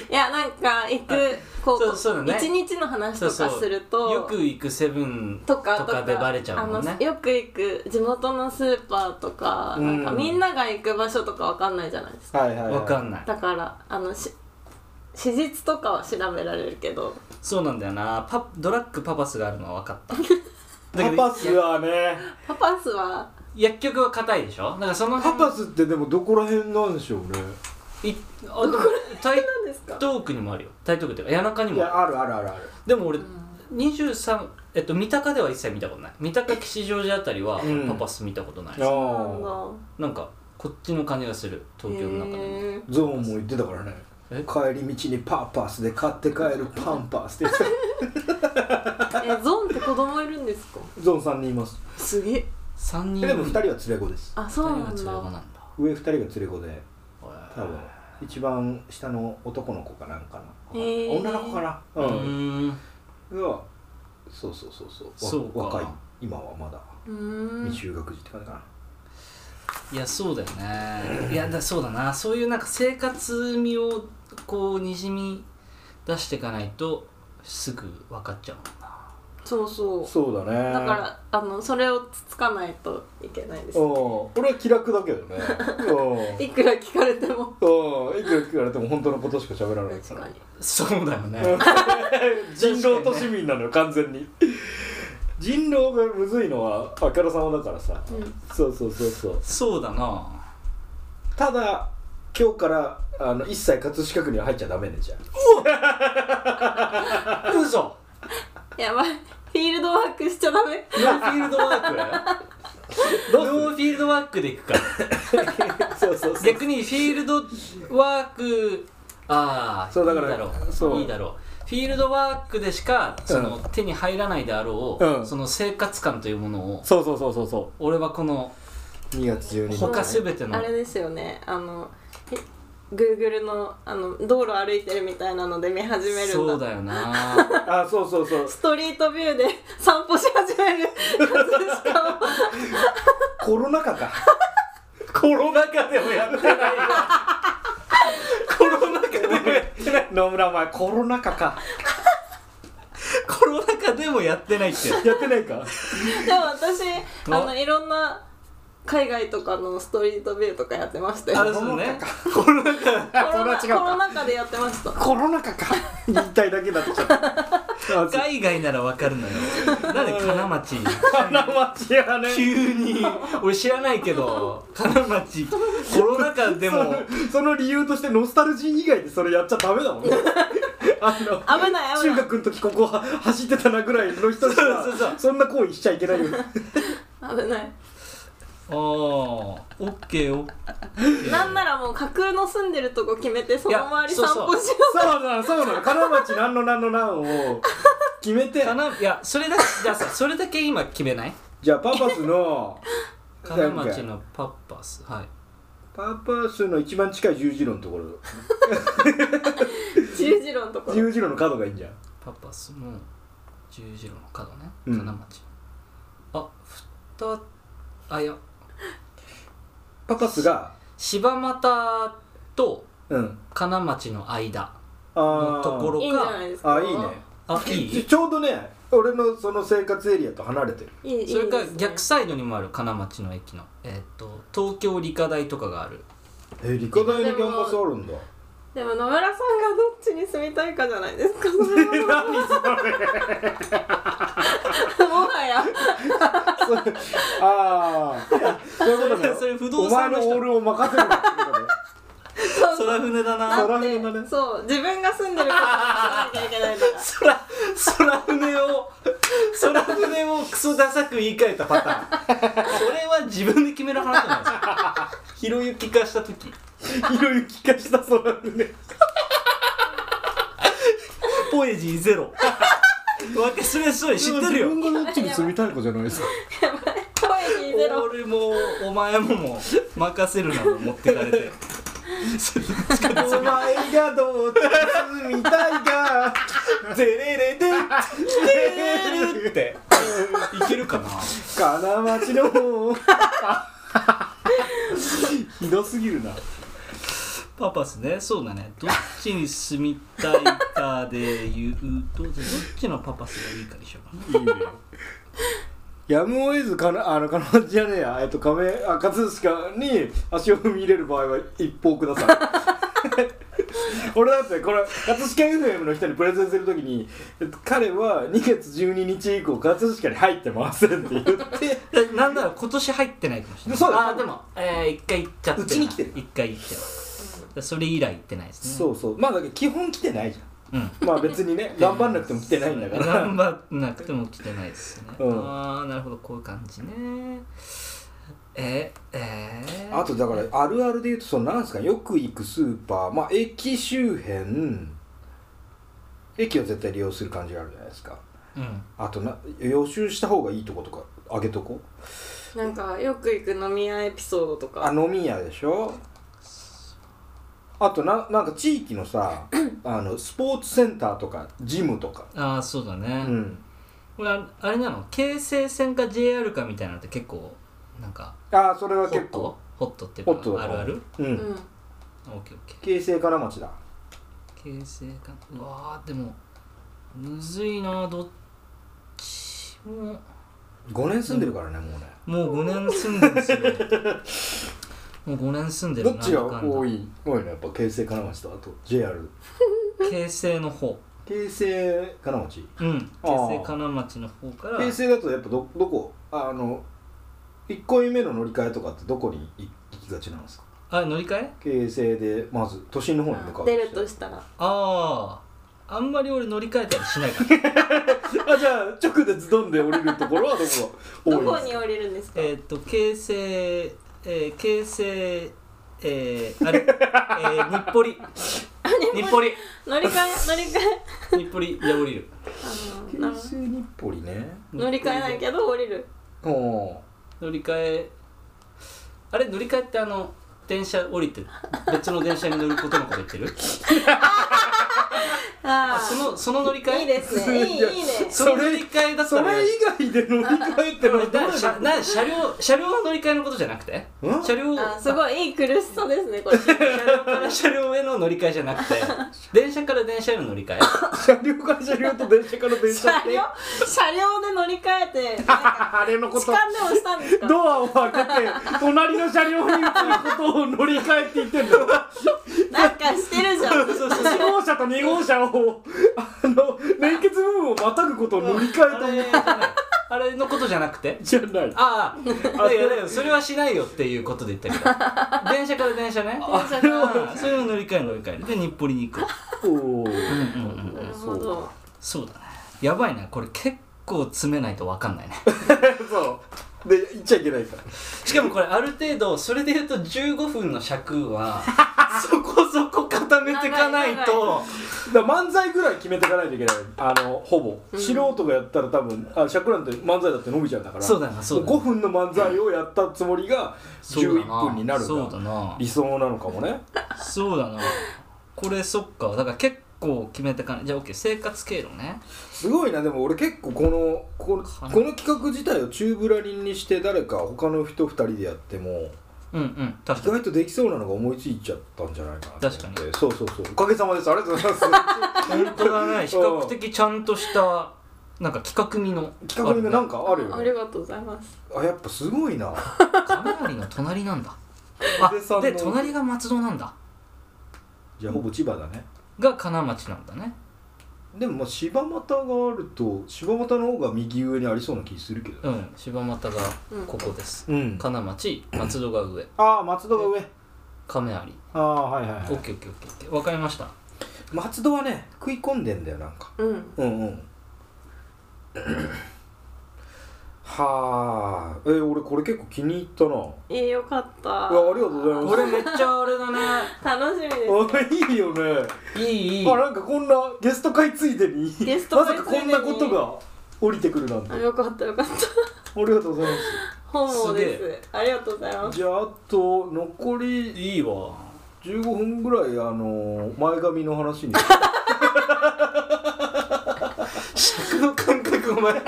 Speaker 5: やなんか行くこ
Speaker 6: そうそうだね
Speaker 5: 一日の話と
Speaker 6: そう
Speaker 5: か
Speaker 6: そう
Speaker 5: すると
Speaker 6: よく行くセブン
Speaker 5: とか
Speaker 6: とかでバレちゃうもんね
Speaker 5: あのよく行く地元のスーパーとか,、
Speaker 4: うん
Speaker 5: なんかみんなが行く場所とかわかんないじゃないですか
Speaker 4: はいはい、はい、
Speaker 6: わかんない
Speaker 5: だからあのし史実とかは調べられるけど
Speaker 6: そうなんだよ なパドラッグパパスがあるのは分かっただ
Speaker 4: パ
Speaker 6: けど
Speaker 4: パスはね
Speaker 5: パパスは
Speaker 6: 薬局は硬いでしょだからその
Speaker 4: パ
Speaker 6: 辺
Speaker 4: パスってでもどこら辺なんでしょうね
Speaker 6: いあでも台
Speaker 5: なんですか
Speaker 6: 東区にもあるよ台東区っていうか谷中に
Speaker 4: い
Speaker 6: もある
Speaker 4: やあるあるあるある
Speaker 6: でも俺、23えっと三鷹では一切見たことない三鷹吉祥寺あたりは
Speaker 4: うん
Speaker 6: パパス見たことない、
Speaker 5: なんだ
Speaker 4: ああ
Speaker 6: なんかこっちの感じがする東京の中でも、
Speaker 5: へー
Speaker 4: ゾーンも言ってたからね
Speaker 6: え
Speaker 4: 帰り道にパーパスで買って帰るパンパス って言って
Speaker 5: えゾーンって子供いるんですか
Speaker 4: たゾーンさんにいます
Speaker 5: すげえ
Speaker 6: 三
Speaker 4: え
Speaker 6: 人
Speaker 4: でも2人は連れ子です
Speaker 5: あそうなん
Speaker 6: 二人が連れ
Speaker 5: だ
Speaker 6: 子なんだ
Speaker 4: 上2人が連れ子で
Speaker 6: へ
Speaker 4: 多分一番下の男の子かなんかな、
Speaker 5: へー
Speaker 4: 女の子かな
Speaker 6: ーう
Speaker 4: うん
Speaker 6: ーん
Speaker 4: がそうそうそうそうわ
Speaker 6: そうか
Speaker 4: 若い今はまだ
Speaker 5: うーん
Speaker 4: 未就学児って感じかな、
Speaker 6: いやそうだよねいやだそうだなそういうなんか生活味をこうにじみ出していかないとすぐ分かっちゃうもんな
Speaker 5: そうそう
Speaker 4: そうだね
Speaker 5: だからあのそれをつつかないといけないです
Speaker 4: うん俺は気楽だけ どねうん
Speaker 5: いくら聞かれても
Speaker 4: うんいくら聞かれても本当のことしか喋らないか
Speaker 5: 確
Speaker 4: ら
Speaker 5: かに
Speaker 6: そうだよね
Speaker 4: 人狼と市民なのよ完全に人狼がむずいのはあからさまだからさ、
Speaker 5: ん
Speaker 4: そうそうそうそう
Speaker 6: そうだな
Speaker 4: ただ今日からあの一切葛飾区には入っちゃダメねじゃあ
Speaker 6: 嘘
Speaker 5: やばいフィールドワークしちゃダメ
Speaker 6: ノーフィールドワークノーフィールドワークでいくか
Speaker 4: そうそうそう
Speaker 6: 逆にフィールドワークああ
Speaker 4: そうだから
Speaker 6: いいだろう
Speaker 4: そう
Speaker 6: いいだろうフィールドワークでしかその、手に入らないであろう、
Speaker 4: うん
Speaker 6: その生活感というものを
Speaker 4: そうそうそうそうそ
Speaker 6: 俺はこの
Speaker 4: う2月12日
Speaker 6: 他すべての
Speaker 5: あれですよねあのえ Google のあの道路歩いてるみたいなので見始める
Speaker 6: そ
Speaker 5: ん
Speaker 6: う
Speaker 5: だ
Speaker 6: だよ な
Speaker 4: あそうそうそう
Speaker 5: ストリートビューで散歩し始 める葛飾を
Speaker 4: コロナ禍かコロナ禍でもやってない よコロナ禍でもやってない野村お前コロナ禍か
Speaker 6: コロナ禍でもやってないって
Speaker 4: やってないか
Speaker 5: でも私あのいろんな海外とかのストリートビューとかやってました
Speaker 6: あ
Speaker 5: よ
Speaker 6: れそうね
Speaker 5: コロナ
Speaker 4: そ
Speaker 5: コ
Speaker 4: れは違うか
Speaker 5: ロナ禍でやってました
Speaker 4: コロナ禍か言いたいだけになってきちゃったあそう
Speaker 6: 海外ならわかるの よなんで金町
Speaker 4: 金町やね
Speaker 6: 急に俺知らないけど金町コロナ禍で
Speaker 4: そ
Speaker 6: も
Speaker 4: のその理由としてノスタルジー以外でそれやっちゃダメだもん ねあの
Speaker 5: 危ない危
Speaker 4: 中
Speaker 5: ない
Speaker 4: 学の時ここは走ってたなぐらいの人し
Speaker 6: そうそうそ
Speaker 4: か
Speaker 6: う
Speaker 4: そんな行為しちゃいけないよ
Speaker 5: 危ない
Speaker 6: ああオッケーオッ
Speaker 5: なんならもう架空の住んでるとこ決めてその周り
Speaker 6: いや
Speaker 5: 散
Speaker 6: そうそう
Speaker 5: 歩しよ
Speaker 4: そうなのそうなの金町なんのなんのなんを決めて
Speaker 6: かないやそれだじゃあさそれだけ今決めない
Speaker 4: じゃあパパスの
Speaker 6: 金町のパッパスはい
Speaker 4: パパスの一番近い十字路のとこ ろ
Speaker 5: う十字路のところ
Speaker 4: 十字路の角がいいんじゃん
Speaker 6: パッパスの十字路の角ね
Speaker 4: うん
Speaker 6: 金町、あふたあいや
Speaker 4: パパスが
Speaker 6: 柴又と
Speaker 4: うん
Speaker 6: 金町の間
Speaker 4: あ
Speaker 6: の
Speaker 4: ー
Speaker 6: ところ
Speaker 5: いいんじゃないですか
Speaker 4: あいいね
Speaker 6: あい
Speaker 4: ち
Speaker 6: い
Speaker 4: ちょうどね俺のその生活エリアと離れてる
Speaker 5: いい
Speaker 6: それから
Speaker 5: いいで
Speaker 6: 逆
Speaker 5: す
Speaker 6: サイドにもある金町の駅のえーっと東京理科大とかがある
Speaker 4: え理科大のキャンパスあるんだ
Speaker 5: ねでも野村さんがどっちに住みたいかじゃないです か
Speaker 4: 何それ
Speaker 5: もはや
Speaker 4: ああそういうことね
Speaker 6: それ不
Speaker 4: お
Speaker 6: 動
Speaker 4: 前
Speaker 6: 産
Speaker 4: の
Speaker 6: の
Speaker 4: オー
Speaker 6: 人
Speaker 4: ルを任せるなってことね
Speaker 6: 空船だな
Speaker 4: そ
Speaker 5: だ
Speaker 4: ら
Speaker 5: っ
Speaker 4: へんだね
Speaker 5: てそう自分が住んでることは知らなきゃいけないから
Speaker 6: 空空船を空船をクソダサく言い換えたパターンそれは自分で決める話じゃないですかひろゆき化した時
Speaker 4: ひろゆき化したそらね
Speaker 6: ポエジーゼロわけそれそれ知ってるよ
Speaker 4: 自分がどっちに住みたいかじゃないですか
Speaker 5: 声に出ろ
Speaker 6: 俺もお前ももう任せるなの持ってかれて
Speaker 4: お前がどっちに住みたいか
Speaker 6: デレレデデレレっていけるかな
Speaker 4: 金町の 方ひどすぎるな
Speaker 6: パパスねそうだねどっちに住みたいかで言うとどっちのパパスがいいかでしょうかね
Speaker 4: いいねやむを得ずかなあの金町じゃねえやえ っと亀あ葛飾に足を踏み入れる場合は一報ください俺だ ってこれ葛飾 FM の人にプレゼンするときにえっと彼は2月12日以降葛飾に入ってませんって言って
Speaker 6: えなんなら今年入ってないかもしれない
Speaker 4: そうだ
Speaker 6: あーでもえー一回行っちゃって
Speaker 4: うちに来てる
Speaker 6: 一回行ってはそれ以来行ってないですね
Speaker 4: そうそうまあだけど基本来てないじ
Speaker 6: うん
Speaker 4: ゃんまあ別に ね頑張んなくても来てないんだから
Speaker 6: 頑張んなくても来てないですよね、
Speaker 4: うん
Speaker 6: ああなるほどこういう感じねええー、
Speaker 4: あとだからあるあるで言うとそのなんですかよく行くスーパーまあ駅周辺駅を絶対利用する感じがあるじゃないですか
Speaker 6: うん
Speaker 4: あとな予習した方がいいとことかあげとこう
Speaker 5: なんかよく行く飲み屋エピソードと
Speaker 4: あ
Speaker 5: か
Speaker 4: 飲み屋でしょあとななんか地域のさ あのスポーツセンターとかジムとか
Speaker 6: ああそうだ
Speaker 4: う
Speaker 6: ね、
Speaker 4: ん
Speaker 6: これああれなの京成線か JR かみたいなのって結構なんか
Speaker 4: ああそれ
Speaker 6: ホ
Speaker 4: は結
Speaker 6: ッ
Speaker 4: 構
Speaker 6: トホットって
Speaker 4: ホット
Speaker 6: あるある
Speaker 4: う
Speaker 5: うんん
Speaker 6: オッケーオッケ
Speaker 4: 京成から町だ
Speaker 6: ー京成かうわーでもむずいなどっちも
Speaker 4: 5年住んでるからねもうね
Speaker 6: もう5年住んでるん ですよもう5年住んでる
Speaker 4: どっちが
Speaker 6: なんだかんだ
Speaker 4: 多い多いのやっぱ京成金町とあと JR
Speaker 6: 京成の方
Speaker 4: 京成金町
Speaker 6: うん
Speaker 4: あ
Speaker 6: 京
Speaker 4: ー
Speaker 6: 成金町の方から
Speaker 4: 平成だとやっぱどどこあの1個目の乗り換えとかってどこに行行きがちなんですか
Speaker 6: あ乗り換え
Speaker 4: 京成でまず都心の方に向かう
Speaker 5: 出るとしたら
Speaker 6: あああんまり俺乗り換えたりしない から
Speaker 4: あじゃあ直でズドンで降りるところはどこが
Speaker 5: ど
Speaker 4: 多いん
Speaker 5: こ
Speaker 4: です
Speaker 5: に降りるんですか
Speaker 6: えーっと京成えー京成えー、あれえー日暮里日暮里
Speaker 5: 乗り換え乗り換え
Speaker 6: 日暮里で降りる
Speaker 5: あの
Speaker 4: か
Speaker 5: な
Speaker 4: 京成日暮里ね
Speaker 5: 乗り換えないけど降りる
Speaker 4: おお
Speaker 6: 乗り換えあれ乗り換えってあの電車降りて別の電車に乗ることのこと言ってるあ
Speaker 5: あ
Speaker 6: そのその乗り換え
Speaker 5: いいですねいいいいね
Speaker 6: その乗り換えだっ
Speaker 4: そ
Speaker 6: たら
Speaker 4: れ以外で乗り換えってのはどう
Speaker 6: な車な車両車両の乗り換えのことじゃなくて
Speaker 4: ん
Speaker 6: 車両
Speaker 5: あすごいいい苦しさですねこれ
Speaker 6: 車両 から車両への乗り換えじゃなくて電車から電車への乗り換え
Speaker 4: 車両から車両と電車から電車
Speaker 5: 車
Speaker 4: って
Speaker 5: 両車両で乗り換えてなんか
Speaker 4: あれのこと
Speaker 5: 痴漢でもしたんですか
Speaker 4: ドアを開けて隣の車両に移ることを乗り換えって言ってんの
Speaker 5: なんかしてるじゃん
Speaker 4: 1号車と2号車をあの連結部分をまたぐことを乗り換
Speaker 6: あ
Speaker 4: えた
Speaker 6: れじゃないあれのことじゃなくて
Speaker 4: じゃない
Speaker 6: ああいやいやいやそれはしないよっていうことで言ったけど電車から電車ね
Speaker 5: 電車から
Speaker 6: あそれの乗り換え乗り換えで日暮里に行く
Speaker 4: おお
Speaker 5: なるほど
Speaker 6: そうだねやばいなこれ結構詰めないと分かんないね
Speaker 4: そうで言っちゃいけないから
Speaker 6: しかもこれある程度それで言うと15分の尺 はそこそこ固めていかないと
Speaker 4: だから漫才ぐらい決めていかないといけないあのほぼ、素人がやったら多分あ尺なんて漫才だって伸びちゃうんだから
Speaker 6: そうだなそうだな
Speaker 4: 5分の漫才をやったつもりが
Speaker 6: そうだ
Speaker 4: 11分になるんだ
Speaker 6: そうだな
Speaker 4: 理想なのかもね
Speaker 6: そうだなこれそっかだから結構決めてかないじゃあ OK 生活経路ね
Speaker 4: すごいなでも俺結構このこの
Speaker 6: かな
Speaker 4: この企画自体を宙ぶらりんにして誰か他の人2人でやっても
Speaker 6: うんうん確
Speaker 4: 意
Speaker 6: かに
Speaker 4: 外とできそうなのが思いついちゃったんじゃないかなと思って
Speaker 6: 確か
Speaker 4: そうそうそうおかげさまですありがとうございます
Speaker 6: 本当だね比較的ちゃんとしたなんか企画味の
Speaker 4: 企画にねなんかあるよ
Speaker 5: あり
Speaker 4: ね
Speaker 5: がとうございます
Speaker 4: あやっぱすごいな
Speaker 6: あるね雷の隣なん だ
Speaker 4: 小出さん
Speaker 6: あ
Speaker 4: の
Speaker 6: で隣が松戸なんだ
Speaker 4: じゃあほぼ千葉だね
Speaker 6: が金町なんだね
Speaker 4: でもまあ柴又があると柴又の方が右上にありそうな気するけど
Speaker 6: うん柴又がここです、
Speaker 4: うん
Speaker 6: 金町松戸が上
Speaker 4: ああ松戸が上
Speaker 6: 亀有
Speaker 4: ああはいはい、はい、
Speaker 6: OKOKOK 分かりました
Speaker 4: 松戸はね食い込んでんだよなんか
Speaker 5: うん
Speaker 4: うんうん はあえ俺これ結構気に入ったない
Speaker 5: いよかった
Speaker 4: いやありがとうございます
Speaker 6: これめっちゃあれだね
Speaker 5: 楽しみです
Speaker 4: あいいよね
Speaker 6: いいいい
Speaker 4: あなんかこんなゲスト会ついでに
Speaker 5: ゲスト会
Speaker 4: まさかこんなことが降りてくるなんて
Speaker 5: あ
Speaker 4: あり
Speaker 5: よかったよかった
Speaker 4: がとうござい
Speaker 5: 本望です
Speaker 6: すげ
Speaker 5: ありがとうございま
Speaker 4: ますすじゃああと残り
Speaker 6: いいわ
Speaker 4: 15分ぐらいあの前髪の話 に
Speaker 6: 尺の感覚お前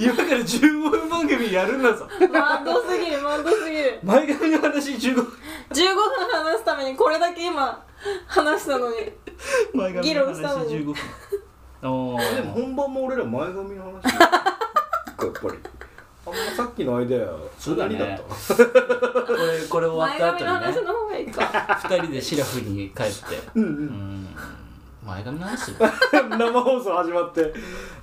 Speaker 6: 今から15分番組やるんだぞ
Speaker 5: マンドすぎるマンドすぎる
Speaker 6: 前髪の話15分
Speaker 5: 15分話すためにこれだけ今話したのに
Speaker 6: 前
Speaker 5: 髪の話15
Speaker 6: 分あ あ
Speaker 4: でも本番も俺ら前髪の話やっぱりあんまさっきのアイデア
Speaker 6: そうだね
Speaker 4: 何った
Speaker 6: これこれ終わっ
Speaker 5: 前髪
Speaker 6: た
Speaker 5: の
Speaker 6: 後に
Speaker 5: 話
Speaker 6: ね
Speaker 5: の方が いいか
Speaker 6: 2人でシラフに帰って
Speaker 4: うんう
Speaker 6: うんん前髪の 話
Speaker 4: 生放送始まって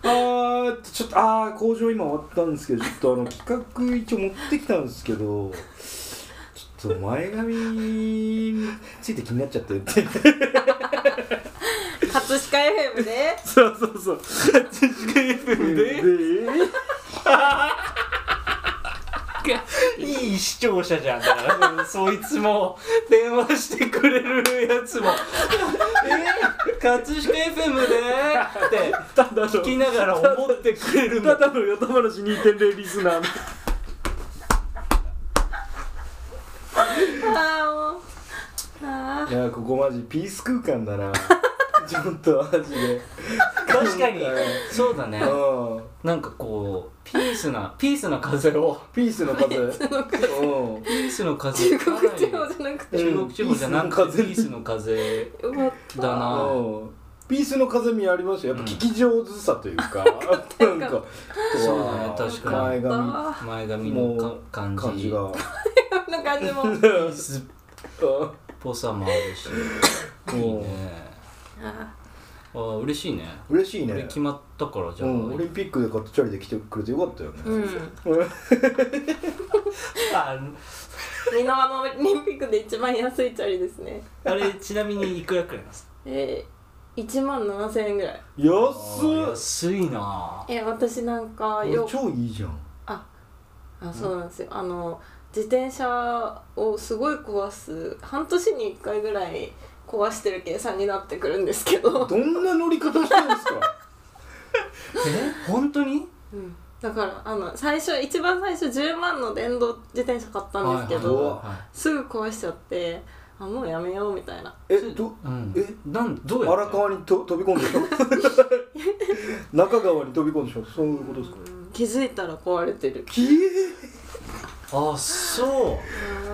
Speaker 4: あーちょっとあー工場今終わったんですけどちょっとあの企画一応持ってきたんですけどちょっと前髪について気になっちゃ ってって
Speaker 5: 葛飾 FM で
Speaker 4: そうそうそう で
Speaker 6: いい視聴者じゃんだからそそいつも電話してくれるやつも 「え葛飾 FM で?」って
Speaker 4: ただの
Speaker 6: 聞きながら思ってくれるん
Speaker 4: た
Speaker 6: だ
Speaker 4: だのヨタ話2.0リスナーの
Speaker 5: ああもうあ
Speaker 4: いやここマジピース空間 だなちょっとマジで
Speaker 6: 確かにそうだね
Speaker 4: うん
Speaker 6: なんかこうピースなピースな風を
Speaker 4: ピースの風うん
Speaker 6: ピースの風
Speaker 5: 中国地方じゃなくて
Speaker 6: 中国地方じゃなくて
Speaker 4: うん
Speaker 6: ピースの風
Speaker 5: よかっ
Speaker 6: だ
Speaker 5: た
Speaker 6: な
Speaker 4: うんピースの風味ありましたやっぱ聞き上手さというか、 なんか
Speaker 6: そうだね確かに
Speaker 4: 前髪
Speaker 5: あ
Speaker 6: 前髪のか感じ
Speaker 4: 感じが
Speaker 5: ーこんな感じも
Speaker 6: ピースっぽさもあるし
Speaker 4: うん
Speaker 6: いいね
Speaker 5: あ
Speaker 6: あー嬉しいね
Speaker 4: 嬉しい
Speaker 6: 俺
Speaker 4: ね
Speaker 6: 決まったからじゃ
Speaker 4: う
Speaker 6: あ、
Speaker 4: ん、オリンピックで買ったチャリで来てくれてよかったよね、
Speaker 5: ーうん
Speaker 6: あ
Speaker 5: 美濃和のオリンピックで一番安いチャリですね
Speaker 6: あれちなみにいくらくらいなんですか
Speaker 5: えー、1万7000円ぐらい
Speaker 4: 安っ
Speaker 6: 安いな
Speaker 5: え私なんか
Speaker 4: これ
Speaker 5: よ
Speaker 4: 超いいじゃん
Speaker 5: あそうなんですよあの自転車をすごい壊す半年に1回ぐらい壊してる計算になってくるんですけど、
Speaker 4: どんな乗り方してるんです か
Speaker 6: え本当に
Speaker 5: うん、だからあの最初一番最初10万の電動自転車買ったんですけど、
Speaker 4: はいはい
Speaker 5: すぐ壊しちゃってあもうやめようみたいな
Speaker 4: えど
Speaker 6: うん、
Speaker 4: え
Speaker 6: なんどうやって
Speaker 4: 荒川にと飛び込んでた中川に飛び込んでしょそういうことですか
Speaker 5: 気づいたら壊れてる
Speaker 4: きえ
Speaker 6: あそ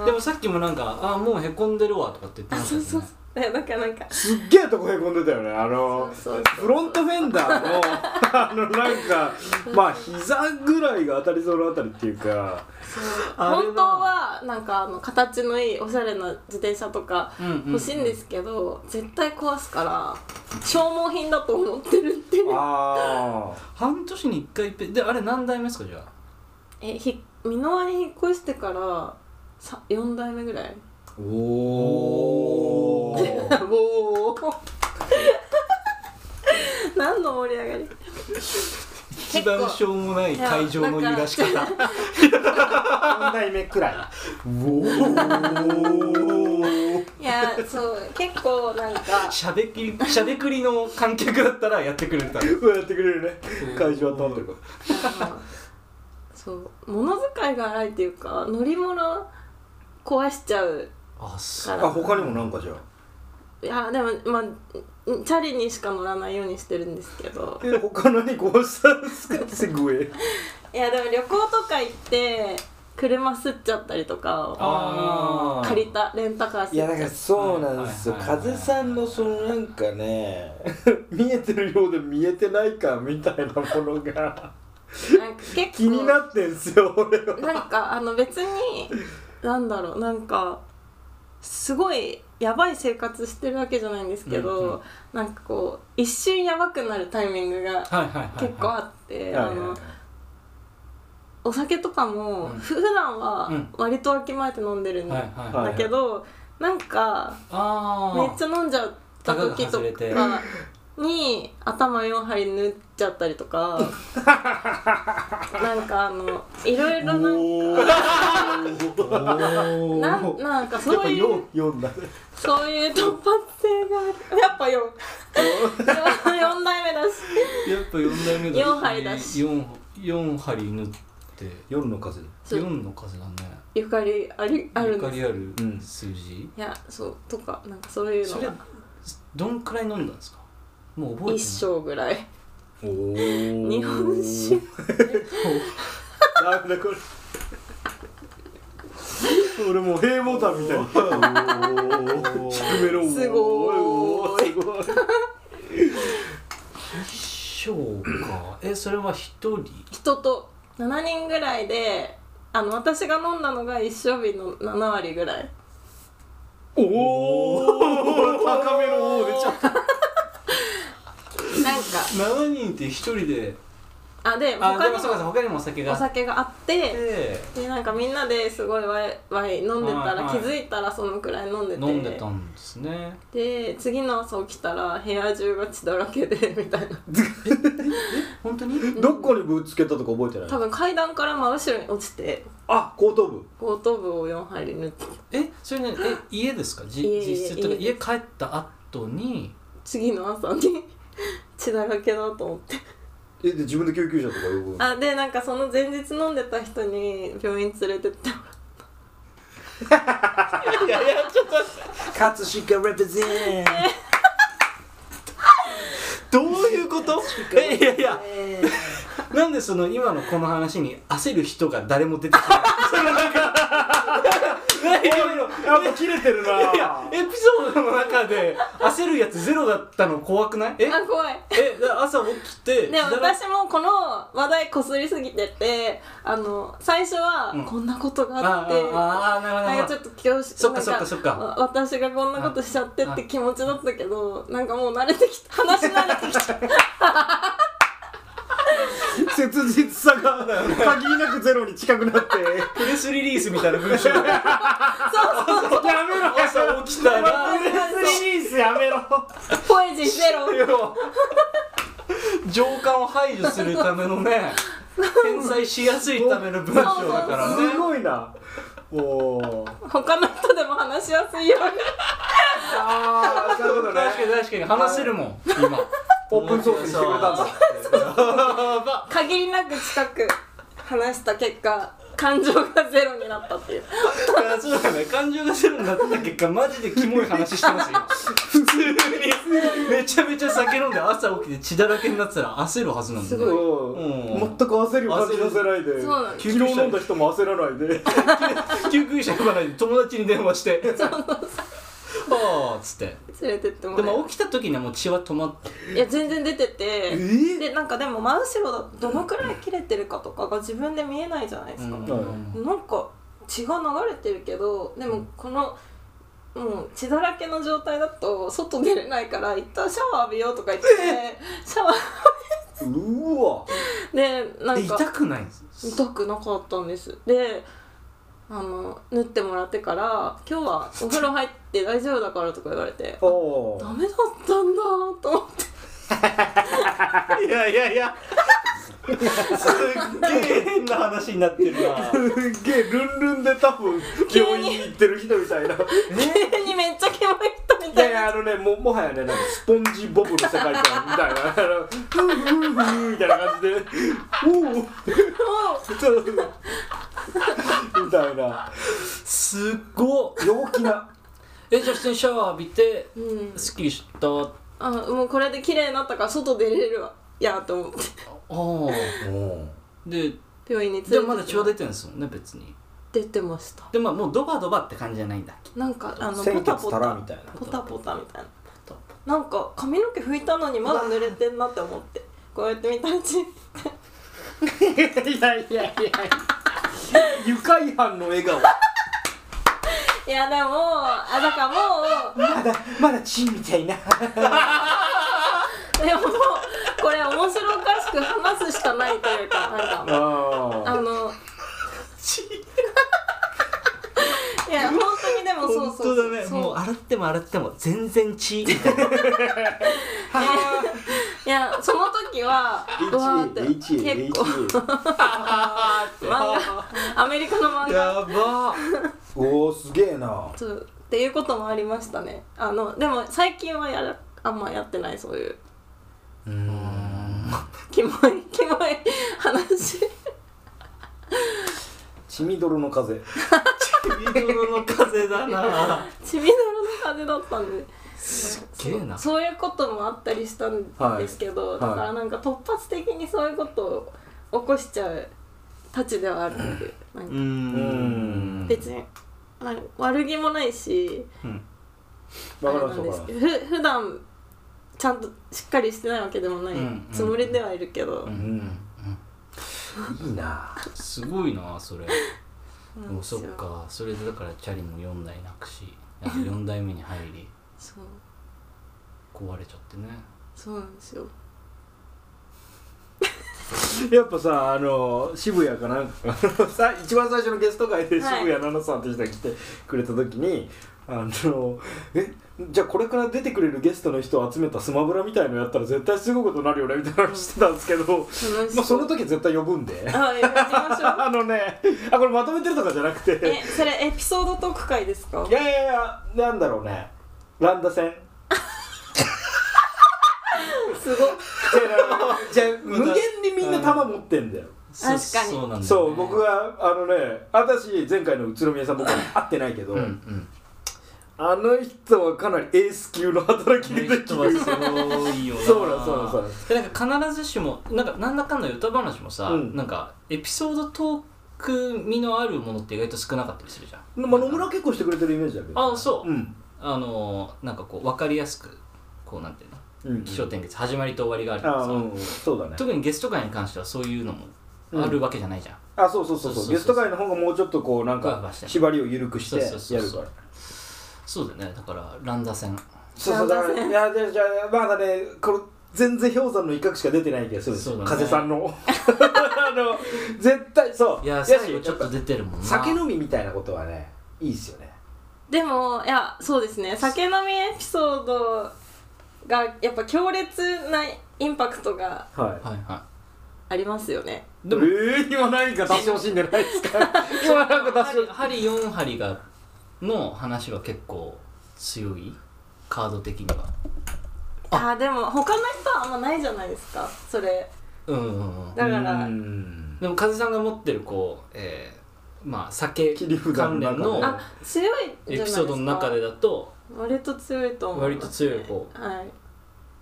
Speaker 6: うでもさっきもなんか「あもうへこんでるわ」とかって言って
Speaker 5: あ
Speaker 6: ました
Speaker 5: そう
Speaker 6: よ
Speaker 5: そう そう
Speaker 6: ね
Speaker 5: いやなんかなんか
Speaker 4: すっげえとこへこんでたよねあの
Speaker 5: そうそうそう
Speaker 4: フロントフェンダーの あのなんかまあ膝ぐらいが当たりそうなあたりっていうか
Speaker 6: あれは
Speaker 5: 本当はなんかあの形のいいおしゃれな自転車とか
Speaker 6: うんうんうん
Speaker 5: 欲しいんですけど、絶対壊すから消耗品だと思ってるっていう
Speaker 4: あ
Speaker 6: 半年に1回ペであれ何代目ですかじゃあ
Speaker 5: えひ美濃輪に引っ越してからさ4代目ぐら
Speaker 4: あ
Speaker 5: い
Speaker 4: おお
Speaker 5: おお 何の盛り上がり
Speaker 6: 一番しょうもない会場の揺らし
Speaker 5: いや
Speaker 6: 方
Speaker 4: 3代目くらい
Speaker 5: いやそう結構なんか
Speaker 6: しゃべくりしゃべくりの観客だったらやってくれた
Speaker 4: うわやってくれるね会場温まってるか
Speaker 5: そう物遣いが荒いっていうか乗り物壊しちゃう
Speaker 6: あそ
Speaker 5: か
Speaker 6: う
Speaker 4: らあ
Speaker 5: ら
Speaker 4: 他にもなんかじゃあ
Speaker 5: いやでもまあチャリにしか乗らないようにしてるんですけど
Speaker 4: え他何こうしたんですかセグウェイ
Speaker 5: いやでも旅行とか行って車すっちゃったりとか
Speaker 6: あー
Speaker 5: 借りたレンタカーすっ
Speaker 4: い
Speaker 5: ちゃ
Speaker 4: や
Speaker 5: っ
Speaker 4: だからそうなんですよ
Speaker 6: はいはいはいはい
Speaker 4: 風さんのそのなんかね 見えてるようで見えてないかみたいなもの が
Speaker 5: なんか結構
Speaker 4: 気になってんすよ俺は
Speaker 5: なんかあの別になんだろうなんかすごいやばい生活してるわけじゃないんですけど、
Speaker 6: うんう
Speaker 5: なんかこう一瞬やばくなるタイミングが
Speaker 6: はいはいはい、はい、
Speaker 5: 結構あって、
Speaker 4: はい
Speaker 5: あ
Speaker 4: はいは
Speaker 5: の
Speaker 4: い
Speaker 5: お酒とかも
Speaker 6: うん
Speaker 5: 普段は
Speaker 6: うん
Speaker 5: 割とわきまえて飲んでるん
Speaker 6: はい
Speaker 5: だ
Speaker 6: はい
Speaker 4: は
Speaker 6: はいい
Speaker 4: い
Speaker 5: けどなんか
Speaker 6: あ
Speaker 5: めっちゃ飲んじゃった時と
Speaker 6: タガが外れて
Speaker 5: かに頭4針縫っちゃったりと かなんかあのいろいろなんか
Speaker 6: お
Speaker 5: な
Speaker 6: ー
Speaker 5: なんかそうい
Speaker 4: やっ
Speaker 5: う
Speaker 4: ぱ4だね
Speaker 5: そういう突発性があるやっぱ4 四代目だし
Speaker 6: やっぱ4代目だ
Speaker 5: 四針だし
Speaker 6: 4四針縫って
Speaker 4: 4の風で
Speaker 5: そう
Speaker 6: 4の数だね
Speaker 5: ゆかりありあるん
Speaker 6: ゆか
Speaker 5: です
Speaker 6: りある数字、
Speaker 5: いやそうとかなんかそういう
Speaker 6: そ
Speaker 5: の
Speaker 6: れ
Speaker 5: が
Speaker 6: どんくらい飲んだんですかもう覚えて
Speaker 5: 一生ぐら
Speaker 6: ない
Speaker 5: い
Speaker 4: おお
Speaker 5: 日本酒
Speaker 4: なんだこれ俺もう平ボタンみたいに 低めの
Speaker 5: すごーい
Speaker 4: おーす
Speaker 6: 一生かえそれは一人
Speaker 5: 人と7人ぐらいであの私が飲んだのが一生日の7割ぐらい
Speaker 4: おお高めの王でちょっと
Speaker 5: なんか
Speaker 6: 7人って1人で
Speaker 5: あで
Speaker 6: あ
Speaker 5: 他
Speaker 6: で
Speaker 5: に
Speaker 6: もそうかそう
Speaker 5: も
Speaker 6: か他にもお酒が
Speaker 5: お
Speaker 6: あっ
Speaker 5: 酒があって
Speaker 6: て
Speaker 5: でなんかみんなですごいワイワイ飲んでたら
Speaker 6: は
Speaker 5: 気
Speaker 6: いはい
Speaker 5: づいたらそのくらい飲んでて
Speaker 6: 飲んでたんですね
Speaker 5: で次の朝起きたら部屋中が血だらけで みたいな
Speaker 6: 本当に
Speaker 4: どこにぶつけたとか覚えてない
Speaker 5: 多分階段から真後ろに落ちて
Speaker 4: あ後頭部
Speaker 5: 後頭部を4針縫って
Speaker 6: えそれねえ家ですかじ
Speaker 5: 家
Speaker 6: 実質とか
Speaker 5: 家
Speaker 6: 家帰った後に
Speaker 5: 次の朝に血だらけだと思って
Speaker 4: えで自分で救急車とか呼ぶ
Speaker 5: あでなんかその前日飲んでた人に病院連れてってもらっ
Speaker 4: 葛飾レプゼン
Speaker 6: どういうことえいやいや
Speaker 5: て
Speaker 6: なんでその今のこの話に焦る人が誰も出てこないそのなんか
Speaker 4: やっぱ切れてるない
Speaker 6: やエピソードの中で焦るやつゼロだったの怖くないえ
Speaker 5: あ怖い
Speaker 6: えだ朝起きて
Speaker 5: で
Speaker 6: 膝が
Speaker 5: 私もこの話題こすりすぎててあの最初は
Speaker 6: うん
Speaker 5: こんなことがあ
Speaker 6: あ
Speaker 5: って、
Speaker 6: あああなるほど
Speaker 5: なん
Speaker 6: なる
Speaker 5: かちょ
Speaker 6: ほど
Speaker 5: っと恐縮
Speaker 6: そっかそっかそっか
Speaker 5: なんわ私がこんなことしちゃってって気持ちだったけどなんかもう慣れてきた話慣れてきた
Speaker 4: 切実さが限りなくゼロに近くなって
Speaker 6: プレスリリースみたいな文章で
Speaker 4: やめろ
Speaker 6: 朝起きたら
Speaker 4: プレスリリースやめろ
Speaker 5: ポエジーゼロ
Speaker 6: 情感を排除するためのね返済しやすいための文章だからね
Speaker 4: すごいなおー
Speaker 5: 他の人でも話しやすいよう
Speaker 4: ああなるほどね
Speaker 6: 確かに確かに話せるもん今
Speaker 4: オープンソースにしてくれたんだ
Speaker 5: に限りなく近く話した結果感情がゼロになったっていう
Speaker 6: いやそうだね感情がゼロになった結果マジでキモい話してますよ普通にめちゃめちゃ酒飲んで朝起きて血だらけになってたら焦るはずなんだ
Speaker 5: す
Speaker 6: ね
Speaker 5: ごい
Speaker 4: うん
Speaker 6: うん
Speaker 4: 全く焦りを感じさせないで
Speaker 5: そうなの
Speaker 4: 昨日飲んだ人も焦らないで
Speaker 6: 救急車呼ばないで友達に電話してああっつって
Speaker 5: 連れてっても
Speaker 6: で
Speaker 5: らえ
Speaker 6: も起きた時にはもう血は止まって
Speaker 5: いや全然出てて
Speaker 4: え
Speaker 5: でなんかでも真後ろだとどのくらい切れてるかとかが自分で見えないじゃないですか、なんか血が流れてるけどでもこのもう血だらけの状態だと外出れないから一旦シャワー浴びようとか言ってシャワ
Speaker 4: うわ
Speaker 5: ーでな
Speaker 6: で
Speaker 5: んか
Speaker 6: 痛くないんです
Speaker 5: 痛くなかったんですであの縫ってもらってから「今日はお風呂入って大丈夫だから」とか言われて
Speaker 4: おお
Speaker 5: ダメだったんだと思って
Speaker 6: いやいやいやすっげえ変な話になってるな
Speaker 4: すっげえルンルンで多分
Speaker 5: 急に
Speaker 4: 病院に行ってる人みたいな
Speaker 5: 急にめっちゃキモい人
Speaker 4: い
Speaker 5: みた
Speaker 4: やい
Speaker 5: いな
Speaker 4: やあのねももはやねなんかスポンジボブの世界観みたいなあのふうふうふうみたいな感じでおおそうみたいな
Speaker 6: すっご
Speaker 4: 陽気な
Speaker 6: えじゃあ普通にシャワー浴びて
Speaker 5: うん
Speaker 6: すっきりしたあ
Speaker 5: あもうこれで綺麗になったから外出れるわやと思って
Speaker 6: あで
Speaker 5: 病院に連れて
Speaker 6: で
Speaker 5: って
Speaker 6: もまだ血は出てるんですもんね別に
Speaker 5: 出てました
Speaker 6: でまあもうドバドバって感じじゃないんだ
Speaker 5: なんかあのポ
Speaker 1: 鮮
Speaker 5: タ
Speaker 1: 血
Speaker 5: ポ
Speaker 1: たら
Speaker 5: タ
Speaker 1: みたいな
Speaker 5: ポタポタみたいななんか髪の毛拭いたのにまだ濡れてんなって思ってこうやって見たうちに
Speaker 4: いやいやいや愉快犯の笑顔
Speaker 5: いやでもあだからも
Speaker 4: まだまだ血みたいな
Speaker 5: うでももうこれ面白おかしく話すしかないというかなんか
Speaker 4: あ
Speaker 5: あ のいや本当にでもそうそうそうそう
Speaker 6: 洗っても洗っても全然血みたいない
Speaker 5: やその時はうわーって結
Speaker 4: 1A1A
Speaker 5: 構漫 画アメリカの漫画
Speaker 6: やば
Speaker 1: おおすげえな
Speaker 5: そうっていうこともありましたねあのでも最近はやらあんまやってないそういう キモいキモい話
Speaker 4: 血みどろの風
Speaker 6: 緑色の風だな
Speaker 5: ちびだらの風だったんで
Speaker 6: げえな
Speaker 5: そういうこともあったりしたんですけど、
Speaker 4: い
Speaker 5: だからなんか突発的にそういうことを起こしちゃうたちではあるっていうなん
Speaker 6: う
Speaker 5: か
Speaker 6: ん
Speaker 5: 別になんか悪気もないし
Speaker 4: わかり
Speaker 5: あ
Speaker 4: ま
Speaker 5: れ
Speaker 4: したわかりま
Speaker 5: なんで
Speaker 4: す
Speaker 5: けどふ普段ちゃんとしっかりしてないわけでもない
Speaker 6: うん
Speaker 5: つもりではいるけど、
Speaker 6: うん
Speaker 4: いいな
Speaker 6: すごいなそれで
Speaker 5: なん
Speaker 6: も
Speaker 5: です
Speaker 6: そ
Speaker 5: よ
Speaker 6: っかそれでだからチャリも4台なくし4代目に入り
Speaker 5: そう
Speaker 6: 壊れちゃってね
Speaker 5: そうなんですよ
Speaker 4: やっぱさあの渋谷かなんか さ一番最初のゲスト会で渋
Speaker 5: はい
Speaker 4: 谷奈々さんって人が来てくれた時に、あのえじゃあこれから出てくれるゲストの人を集めたスマブラみたいのやったら絶対すごいことになるよねみたいな話してたんですけど、
Speaker 5: 楽し
Speaker 4: まあ、 そ
Speaker 5: そう
Speaker 4: の時絶対呼ぶんで
Speaker 5: あやりましょう
Speaker 4: あのねあこれまとめてるとかじゃなくて
Speaker 5: えそれエピソードトーク会ですか
Speaker 4: いやいやいやなんだろうねランダ戦
Speaker 5: すごい
Speaker 4: じゃあ 無限にみんな弾持ってんだよ
Speaker 6: そ
Speaker 5: 確かに
Speaker 6: そうなんだよね
Speaker 4: そう僕はあのね私前回の宇都宮さん僕は会ってないけど、
Speaker 6: うんうん
Speaker 4: あの人はかなりエース級の働き
Speaker 6: こ
Speaker 4: で
Speaker 6: の
Speaker 4: でき
Speaker 6: 人は
Speaker 4: る
Speaker 6: すごいよな
Speaker 4: そうだそうだそうだ
Speaker 6: でなんか必ずしもなんかなんだかんだ歌話もさ、
Speaker 4: うん
Speaker 6: なんかエピソードトーク味のあるものって意外と少なかったりするじゃん
Speaker 4: まあ野村は結構してくれてるイメージだけど
Speaker 6: あそう、
Speaker 4: うん
Speaker 6: あのーなんかこう分かりやすくこうなんていうの
Speaker 4: うん
Speaker 6: 起承転結始まりと終わりがある
Speaker 4: あ
Speaker 6: からさ、
Speaker 4: うんそうだね
Speaker 6: 特にゲスト会に関してはそういうのもあるわけじゃないじゃん、
Speaker 4: あそうそうそう
Speaker 6: そうそ
Speaker 4: そ
Speaker 6: うそう
Speaker 4: ゲ
Speaker 6: う
Speaker 4: スト会の方がもうちょっとこうなん
Speaker 6: ふわふ
Speaker 4: か
Speaker 6: わして
Speaker 4: 縛りを緩くして
Speaker 6: そうそう
Speaker 4: や
Speaker 6: そう
Speaker 4: る
Speaker 6: そ
Speaker 4: か
Speaker 6: う
Speaker 4: ら
Speaker 6: そうだよねだから乱打戦
Speaker 4: そうそうだからいやじゃあじゃあまだねこの全然氷山の一角しか出てない気がするんですよ、
Speaker 6: そうだね
Speaker 4: 風さん のあの絶対そう
Speaker 6: いや
Speaker 4: し
Speaker 6: 最後ちょっ
Speaker 4: や
Speaker 6: と
Speaker 4: ぱ
Speaker 6: 出てるもんな
Speaker 4: 酒飲みみたいなことはねいいっすよね
Speaker 5: でもいやそうですね酒飲みエピソードがやっぱ強烈なインパクトが
Speaker 4: はい
Speaker 6: はいは
Speaker 5: ありますよね
Speaker 4: でも、えー、今何か出し惜しんでないですか今なん
Speaker 6: い
Speaker 4: か出し惜
Speaker 6: 針針4針がの話は結構強いカード的には
Speaker 5: ああでも他の人はあんまないじゃないですかそれ
Speaker 6: うんうんうん
Speaker 5: だから
Speaker 4: ん
Speaker 6: でも風さんが持ってるこう、えーまあ酒
Speaker 4: 切り札の
Speaker 6: 関
Speaker 4: 中
Speaker 6: 連
Speaker 4: で
Speaker 6: の
Speaker 5: あ強いじゃないです
Speaker 6: エ
Speaker 5: か
Speaker 6: ピソードの中でだと
Speaker 5: 割と強いと思います、
Speaker 6: 割と強い
Speaker 5: はい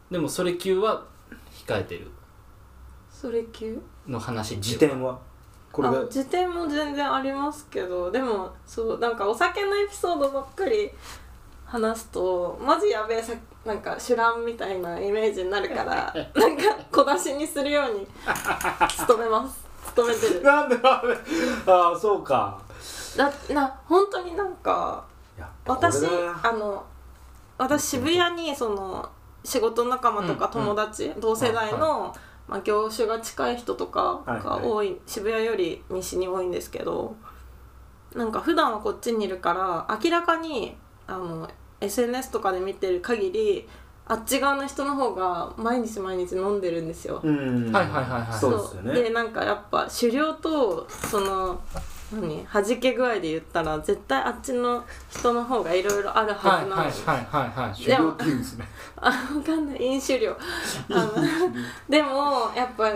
Speaker 6: でもそれ級は控えてる
Speaker 5: それ級
Speaker 6: の話ってい
Speaker 4: 辞
Speaker 6: うか
Speaker 4: 典はこれが
Speaker 5: あ辞典も全然ありますけどでもそうなんかお酒のエピソードばっかり話すとマジやべえさなんか酒乱みたいなイメージになるから なんか小出しにするように努めます努めてる
Speaker 4: なんでなんでああそうか
Speaker 5: だな本当になんか
Speaker 4: やっぱこれ
Speaker 5: 私
Speaker 4: だ
Speaker 5: あの私渋谷にその仕事仲間とか
Speaker 6: うんう
Speaker 5: 友
Speaker 6: ん
Speaker 5: 達、同世代の、まあ、業種が近い人とかが多い、渋谷より西に多いんですけどなんか普段はこっちにいるから明らかにあの SNS とかで見てる限りあっち側の人の方が毎日毎日飲んでるんですよ。
Speaker 4: うん
Speaker 6: はいはいはいはい
Speaker 4: そうですよ
Speaker 5: そう
Speaker 4: ね
Speaker 5: でなんかやっぱ狩猟とその何弾け具合で言ったら絶対あっちの人の方がいろいろあるは
Speaker 6: は
Speaker 5: ず
Speaker 6: い
Speaker 5: な
Speaker 6: は
Speaker 5: の
Speaker 6: い
Speaker 5: に、
Speaker 6: はいはいはい
Speaker 5: で
Speaker 4: 料
Speaker 5: も
Speaker 4: 金ですね
Speaker 5: あ分かんない飲酒量あのでもやっぱ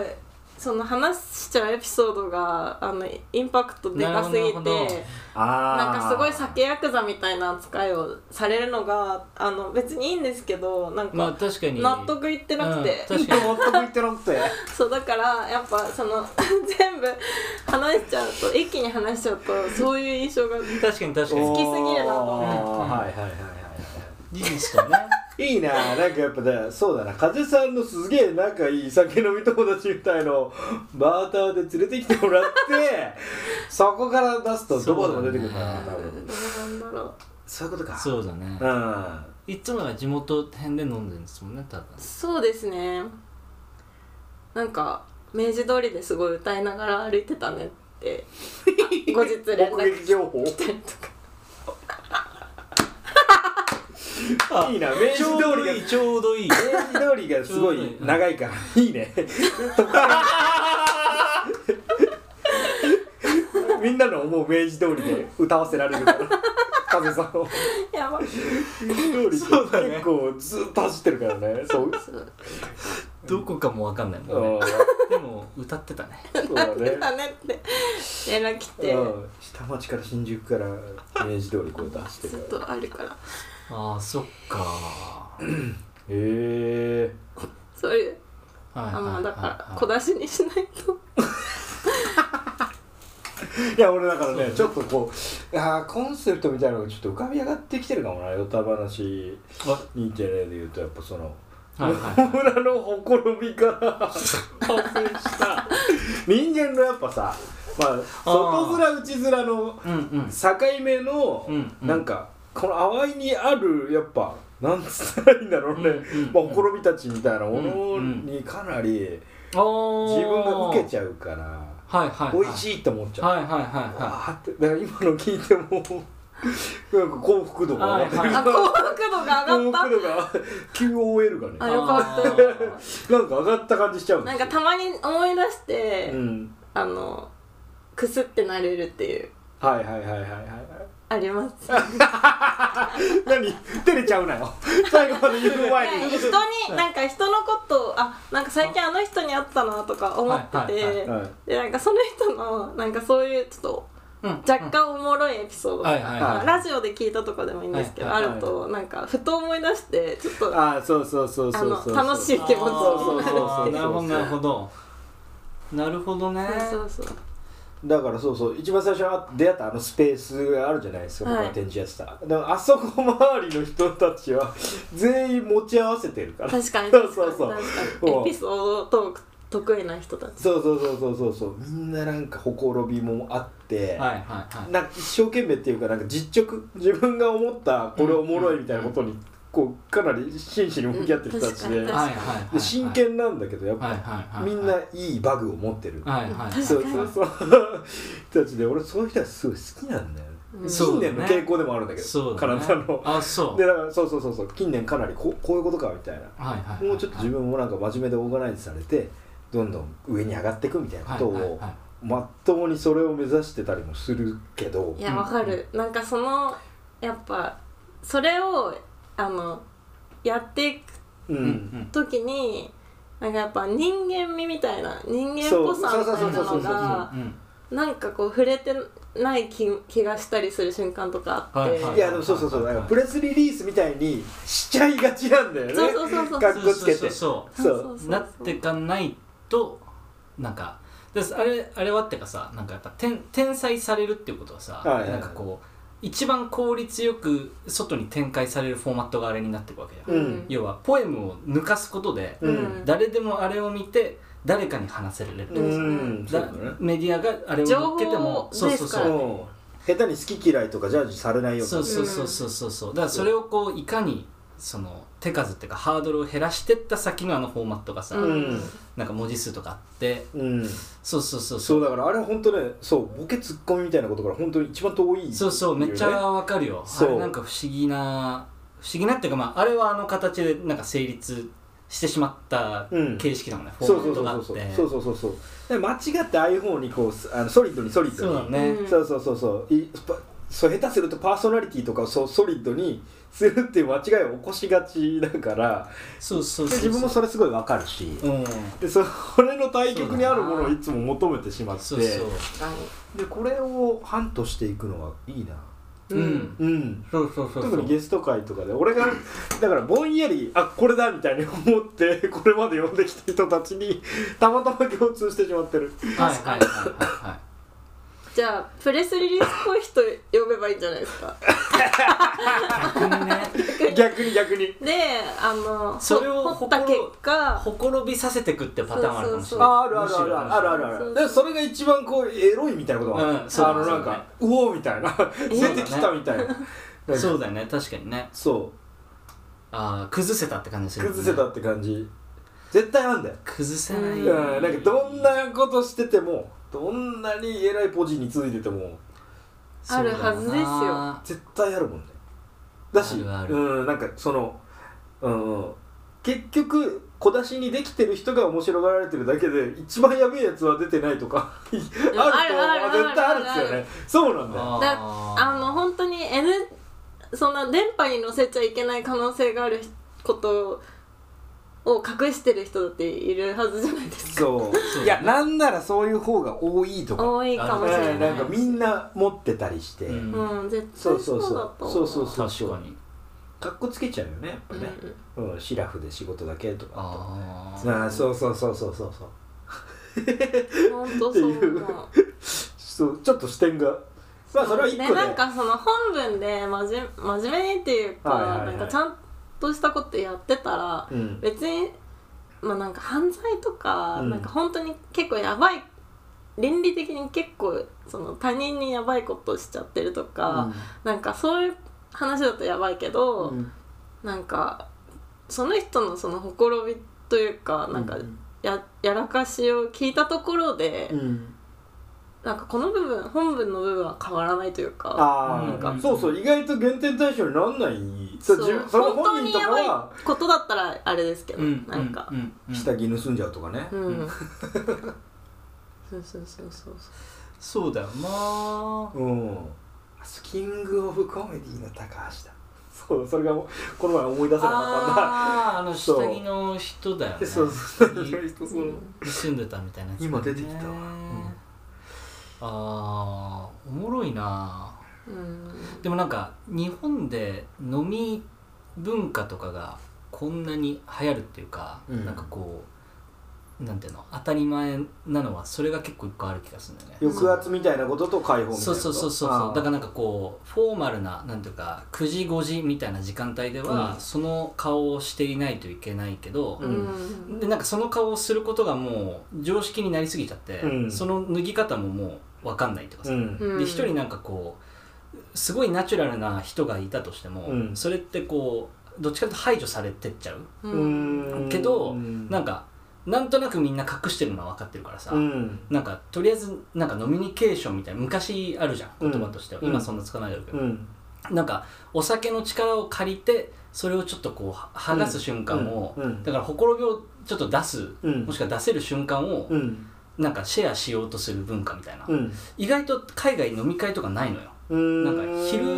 Speaker 5: その話しちゃうエピソードがあのインパクトでかすぎ
Speaker 6: なるほどなるほど
Speaker 5: て。
Speaker 4: あ
Speaker 5: なんかすごい酒ヤクザみたいな扱いをされるのがあの別にいいんですけどなん
Speaker 6: まあ
Speaker 5: か
Speaker 6: 確かに
Speaker 5: 納得いってなくて、
Speaker 6: うん確かに
Speaker 4: 全く言ってなくて
Speaker 5: そうだからやっぱその 全部話しちゃうと一気に話しちゃうとそういう印象が
Speaker 6: 確かに確か
Speaker 4: お
Speaker 6: に
Speaker 4: ー
Speaker 5: 好きすぎるなと
Speaker 6: 思う
Speaker 4: はいはいはいはい
Speaker 6: いいですかね
Speaker 4: いいななんかやっぱねそうだな風さんのすげえ仲いい酒飲み友達みたいのをバーターで連れてきても らってそこから出すとどこでも出てくるから
Speaker 6: そ
Speaker 4: 多
Speaker 5: ど
Speaker 4: 分
Speaker 5: うなんだろ
Speaker 4: そういうことか
Speaker 6: そうだね
Speaker 4: うん
Speaker 6: いつもは地元編で飲んでるんですもんね多分
Speaker 5: うそうですねなんか明治通りですごい歌いながら歩いてたねって後日 連
Speaker 4: 目
Speaker 5: 絡
Speaker 4: 撃情報
Speaker 5: したりとか
Speaker 4: いいな明治
Speaker 6: ち
Speaker 4: 通
Speaker 6: ょうどい
Speaker 4: り
Speaker 6: いちょうどいい
Speaker 4: が明治通りがすごい長いから いいねみんなの思う明治通りで歌わせられるから風さんを
Speaker 5: やばい
Speaker 4: 明治通りって結構ずっと走ってるからねそう
Speaker 5: そう
Speaker 6: どこかもわかんないもんねでも歌ってたね
Speaker 4: そうだね
Speaker 5: 出たねって連絡来て
Speaker 4: うん下町から新宿から明治通りこうやって走って
Speaker 5: ずっ
Speaker 4: るから
Speaker 5: とあるから
Speaker 6: ああそっか
Speaker 4: へえ
Speaker 5: そういう
Speaker 6: は
Speaker 5: あ
Speaker 6: いはい
Speaker 5: ま
Speaker 6: は
Speaker 5: あ
Speaker 6: い
Speaker 5: だから小
Speaker 6: はい
Speaker 5: 出しにしないと
Speaker 4: いや俺だからねちょっとこうあーコンセプトみたいなのがちょっと浮かび上がってきてるかもなヨタ話
Speaker 6: あ
Speaker 4: インテレで言うとやっぱその
Speaker 6: はいはい
Speaker 4: 野村のほころびから発生した人間のやっぱさ、まあ、外面内面の
Speaker 6: うんうん
Speaker 4: 境目の、
Speaker 6: うんうん
Speaker 4: なんかこの淡いにあるやっぱなんつったらいいんだろうね、
Speaker 6: うんうん
Speaker 4: まあ、ほころびたちみたいなも
Speaker 6: う
Speaker 4: の
Speaker 6: んうん
Speaker 4: にかなり
Speaker 6: 自
Speaker 4: 自分が受けちゃうから、
Speaker 6: はいはい
Speaker 4: 美味しいと思っちゃう、
Speaker 6: はいはいはいはい
Speaker 4: あーってだから今の聞いてもなんか幸福度が上がってる、
Speaker 6: はいはい
Speaker 5: あ幸福度が上
Speaker 4: 幸
Speaker 5: がっ
Speaker 4: 福度が QOL がね
Speaker 5: たあよか
Speaker 6: あ
Speaker 5: っ
Speaker 4: なんか上がった感じしちゃう
Speaker 5: た
Speaker 4: んで
Speaker 5: な
Speaker 4: す
Speaker 5: ん
Speaker 4: よ
Speaker 5: かたまに思い出して、
Speaker 4: うん
Speaker 5: あのくすってなれるっていう
Speaker 4: はいはいはいはいはいはい
Speaker 5: あります
Speaker 4: 何照れちゃうな よ最後まで言う前に
Speaker 5: 人になんか人のことをあなんか最近あの人に会ったなとか思って
Speaker 6: はいはい
Speaker 5: て
Speaker 4: はい
Speaker 5: でなんかその人のなんかそういうちょっと
Speaker 6: うん
Speaker 5: 若干おもろいエピソード
Speaker 6: はいはい
Speaker 5: ま
Speaker 6: は
Speaker 5: あ
Speaker 6: い
Speaker 5: ラジオで聞いたとかでもいいんですけど、
Speaker 6: はい
Speaker 4: はい
Speaker 5: あるとなんかふと思い出してちょっとあ
Speaker 4: ああそうそうそうそうそうそう
Speaker 5: の楽しい気持ちに
Speaker 4: そうそうそうそう
Speaker 6: あーなるほどなるほどなるほどね
Speaker 5: そうそう
Speaker 4: だからそうそう一番最初に出会ったあのスペースがあるじゃないですか、
Speaker 5: はい
Speaker 4: 僕が展示やってただからあそこ周りの人たちは全員持ち合わせてるから
Speaker 5: 確かに
Speaker 4: そう
Speaker 5: 確か
Speaker 4: そ
Speaker 5: に
Speaker 4: うそう
Speaker 5: 確かにエピソードトーク得意な人たち
Speaker 4: そうそうそうそうそうそうみんななんかほころびもあって、
Speaker 6: はいはいはい
Speaker 4: なんか一生懸命っていうかなんか実直自分が思ったこれおもろいみたいなことにこうかなり真摯に向き合ってる人たちで,、
Speaker 5: うん確かに確か
Speaker 6: はいはいはいはい
Speaker 4: で真剣なんだけどやっぱ、
Speaker 6: はいはいはい
Speaker 4: みんないいバグを持ってる、
Speaker 6: はいはいはい
Speaker 4: そうそうそう人たちで俺そういう人はすごい好きなんだよね、
Speaker 5: うん
Speaker 6: そう
Speaker 4: 近
Speaker 6: だね
Speaker 4: 年の傾向でもあるんだけど
Speaker 6: そうだね
Speaker 4: 体の
Speaker 6: あそう
Speaker 4: でだからそうそうそうそう近年かなりこうこういうことかみたいな
Speaker 6: はいはいはい
Speaker 4: もうちょっと自分もなんか真面目でオーガナイズされてどんどん上に上がっていくみたいなこと
Speaker 6: はいはい
Speaker 4: を
Speaker 6: はい
Speaker 4: まっとうにそれを目指してたりもするけど
Speaker 5: いやわかる、なんかそのやっぱそれをあのやっていく
Speaker 4: うん、
Speaker 6: うんうん
Speaker 5: 時になんかやっぱ人間味みたいな人間っぽさみたい
Speaker 4: そうそう
Speaker 5: な
Speaker 4: そうそう
Speaker 5: の
Speaker 4: そう
Speaker 5: が
Speaker 6: うん
Speaker 5: なんかこう触れてない気気がしたりする瞬間とかあって、
Speaker 6: はいはい
Speaker 4: やでもそうそうそうだからプレスリリースみたいにしちゃいがちなんだよね
Speaker 5: そうそうそうそう
Speaker 4: かっこつけ
Speaker 6: そう
Speaker 4: て
Speaker 6: そうそう
Speaker 5: そう
Speaker 4: そう
Speaker 6: なってかないとなんかですあれあれはってかさなんかやっぱ転転載されるっていうことはさ、
Speaker 4: はいはいはい
Speaker 6: なんかこう一番効率よく外に展開されるフォーマットがあれになっていくわけじゃん、
Speaker 4: うん
Speaker 6: 要はポエムを抜かすことで、
Speaker 4: うん
Speaker 6: 誰でもあれを見て誰かに話せられる、
Speaker 4: うんそう
Speaker 6: だ
Speaker 4: だね
Speaker 6: メディアがあれを乗っけても
Speaker 5: 情報
Speaker 6: そう
Speaker 5: ベー
Speaker 6: そう
Speaker 5: ス
Speaker 6: そ
Speaker 5: か
Speaker 6: う
Speaker 5: らね
Speaker 4: うん下手に好き嫌いとかジャッジされないように
Speaker 6: そうそうそうそうそうそうだからそれをこういかにその手数っていうかハードルを減らしてった先のあのフォーマットがさ、
Speaker 5: う
Speaker 4: うん
Speaker 6: なんか文字数とかあって
Speaker 4: うん、
Speaker 6: そうそうそうそう
Speaker 4: そうだからあれ本当ねそうボケツッコミみたいなことから本当に一番遠い
Speaker 6: そうそうめっちゃわかるよ
Speaker 4: そう
Speaker 6: あれなんか不思議な不思議なっていうか、まあ、あれはあの形でなんか成立してしまった
Speaker 4: うん
Speaker 6: 形式だもんね、フ
Speaker 4: そ
Speaker 6: ォ
Speaker 4: う
Speaker 6: ーマ
Speaker 4: そ
Speaker 6: ッ
Speaker 4: うそ
Speaker 6: ト
Speaker 4: う
Speaker 6: が
Speaker 4: そう
Speaker 6: あって
Speaker 4: そうそうそうそうで間違ってああいう方にこうすあのソリッドにソリッド
Speaker 6: そう
Speaker 4: に
Speaker 6: だね、
Speaker 5: うん
Speaker 4: そうそうそうそういパそう下手するとパーソナリティとかをそうソリッドにするっていう間違いを起こしがちだから
Speaker 6: そうそう
Speaker 4: で
Speaker 6: そ
Speaker 4: 自
Speaker 6: う
Speaker 4: 分もそれすごいわかるし
Speaker 6: うん
Speaker 4: でそれの対極にあるものをいつも求めてしまって
Speaker 6: そうそう
Speaker 4: でこれをハントしていくのはいいな
Speaker 6: うん、
Speaker 4: うん
Speaker 6: そうそうそう
Speaker 4: 特
Speaker 6: そ
Speaker 4: に
Speaker 6: う
Speaker 4: ゲスト会とかで俺がだからぼんやりあこれだみたいに思って これまで呼んできた人たちにたまたま共通してしまってる
Speaker 6: はいはいはいはいはい
Speaker 5: じゃあプレスリリースっぽい人呼べばいいんじゃないですか
Speaker 6: 逆にね
Speaker 4: 逆に逆に
Speaker 5: であの
Speaker 6: それを
Speaker 5: 掘った結果
Speaker 6: ほころびさせてくってパターンあるかもしれない
Speaker 4: ああるあるあるあるあるあ
Speaker 5: そうそ
Speaker 4: る
Speaker 5: う
Speaker 4: でそれが一番こうエロいみたいなことがある、
Speaker 6: うんそう
Speaker 4: あのなんかうおーみたいな出てきたみたいな
Speaker 6: むしろそうだよね確かにね
Speaker 4: そ
Speaker 6: ああ崩せたって感じす
Speaker 4: う
Speaker 6: るよね、
Speaker 4: 崩せたって感じ絶対なんだよ、
Speaker 6: 崩せない、
Speaker 4: うん、なんかどんなことしててもどんなに偉いポジに続いてても
Speaker 5: あるはずですよ
Speaker 6: そうだな
Speaker 4: 絶対あるもんねだし
Speaker 6: あるある
Speaker 4: うんなんかそのうんうん結局小出しにできてる人が面白がられてるだけで一番やべえやつは出てないとかあると
Speaker 5: るあるある
Speaker 4: 絶対あるっすよ
Speaker 5: あるあ
Speaker 4: ねそうなんだよ
Speaker 5: だ
Speaker 6: あー
Speaker 5: あの本当に N そんな電波に乗せちゃいけない可能性があることを隠してる人だっているはずじゃないですか
Speaker 4: そう。いや、なんならそういう方が多いとか。
Speaker 5: 多いかもしれな
Speaker 4: え
Speaker 5: い
Speaker 4: えなんかみんな持ってたりして。
Speaker 6: うん
Speaker 5: うん絶
Speaker 4: そ
Speaker 5: 対
Speaker 4: うそ
Speaker 5: そう
Speaker 4: う
Speaker 5: だ
Speaker 4: そう。
Speaker 5: と思
Speaker 4: そうそうそう。
Speaker 6: 確かに
Speaker 4: かっこつけちゃうよね、やっぱね。うん、シラフで仕事だけとか。
Speaker 6: あー
Speaker 4: ああ、そうそうそうそうそうそう。
Speaker 5: 本当そう思う
Speaker 4: そう、ちょっと視点が。 まあ、それは一個
Speaker 5: で
Speaker 4: で。
Speaker 5: なんかその本文で真面真面目にっていうか、
Speaker 4: はいはいはい
Speaker 5: なんかちゃんとしたことやってたら
Speaker 4: うん
Speaker 5: 別にまあなんか犯罪とか、
Speaker 4: うん
Speaker 5: なんか本当に結構やばい倫理的に結構その他人にやばいことしちゃってるとか、なんかそういう話だとやばいけど、
Speaker 4: うん
Speaker 5: なんかその人のそのほころびというかなんかや,、やらかしを聞いたところで、
Speaker 4: うん
Speaker 5: なんかこの部分本文の部分は変わらないというか。
Speaker 4: あ
Speaker 3: う
Speaker 4: あ
Speaker 3: ん
Speaker 4: そうそう意外と減点対象になんない
Speaker 5: そ
Speaker 4: そうう自分それ
Speaker 5: 本当
Speaker 4: 本
Speaker 5: に
Speaker 4: 人と
Speaker 5: や
Speaker 4: か
Speaker 5: ばい
Speaker 4: は
Speaker 5: ことだったらあれですけど、
Speaker 6: うん
Speaker 5: なんか
Speaker 6: う、んうん
Speaker 4: 下着盗んじゃうとかね
Speaker 5: うんそうそうそうそう
Speaker 6: そうだよな
Speaker 4: うんスキングオブコメディの高橋だそうそれがもうこの前思い出せなかったんだ
Speaker 6: あああの下着の人だよね
Speaker 4: そうそう
Speaker 6: に住んでたみたいなやつだね
Speaker 4: 今出てきたわうん
Speaker 6: あーおもろいな
Speaker 5: うん
Speaker 6: でもなんか日本で飲み文化とかがこんなに流行るっていうか、
Speaker 4: うん
Speaker 6: なんかこうなんていうの当たり前なのはそれが結構一個ある気がするんだよね
Speaker 4: 抑圧みたいなことと解放みたいなこ
Speaker 6: そう
Speaker 4: と
Speaker 6: そうそうそう
Speaker 4: あー
Speaker 6: だからなんかこうフォーマルななんていうか9時5時みたいな時間帯では、
Speaker 4: うん
Speaker 6: その顔をしていないといけないけど、
Speaker 5: うんうん
Speaker 6: でなんかその顔をすることがもう常識になりすぎちゃって、
Speaker 4: うん
Speaker 6: その脱ぎ方ももう分かんないとかさ、
Speaker 4: うん
Speaker 5: うん
Speaker 6: で一人なんかこうすごいナチュラルな人がいたとしても、
Speaker 4: うん
Speaker 6: それってこうどっちかというと排除されてっちゃう、
Speaker 5: う
Speaker 4: うんーん
Speaker 6: けど
Speaker 4: な
Speaker 6: なんかなんとなくみんな隠してるのは分かってるからさ、
Speaker 4: うん
Speaker 6: なんかとりあえずなんかノミニケーションみたいな昔あるじゃん言葉としては、
Speaker 4: うん
Speaker 6: 今そんなつかないだろうけ
Speaker 4: う
Speaker 6: ど、
Speaker 4: ん
Speaker 6: なんかお酒の力を借りてそれをちょっとこうは剥がす瞬間を、
Speaker 4: うんうん
Speaker 6: だからほころびをちょっと出す、
Speaker 4: うん
Speaker 6: もしくは出せる瞬間を
Speaker 4: うん
Speaker 6: なんかシェアしようとする文化みたいな、
Speaker 4: うん
Speaker 6: 意外と海外飲み会とかないのよ
Speaker 4: うん
Speaker 6: なんか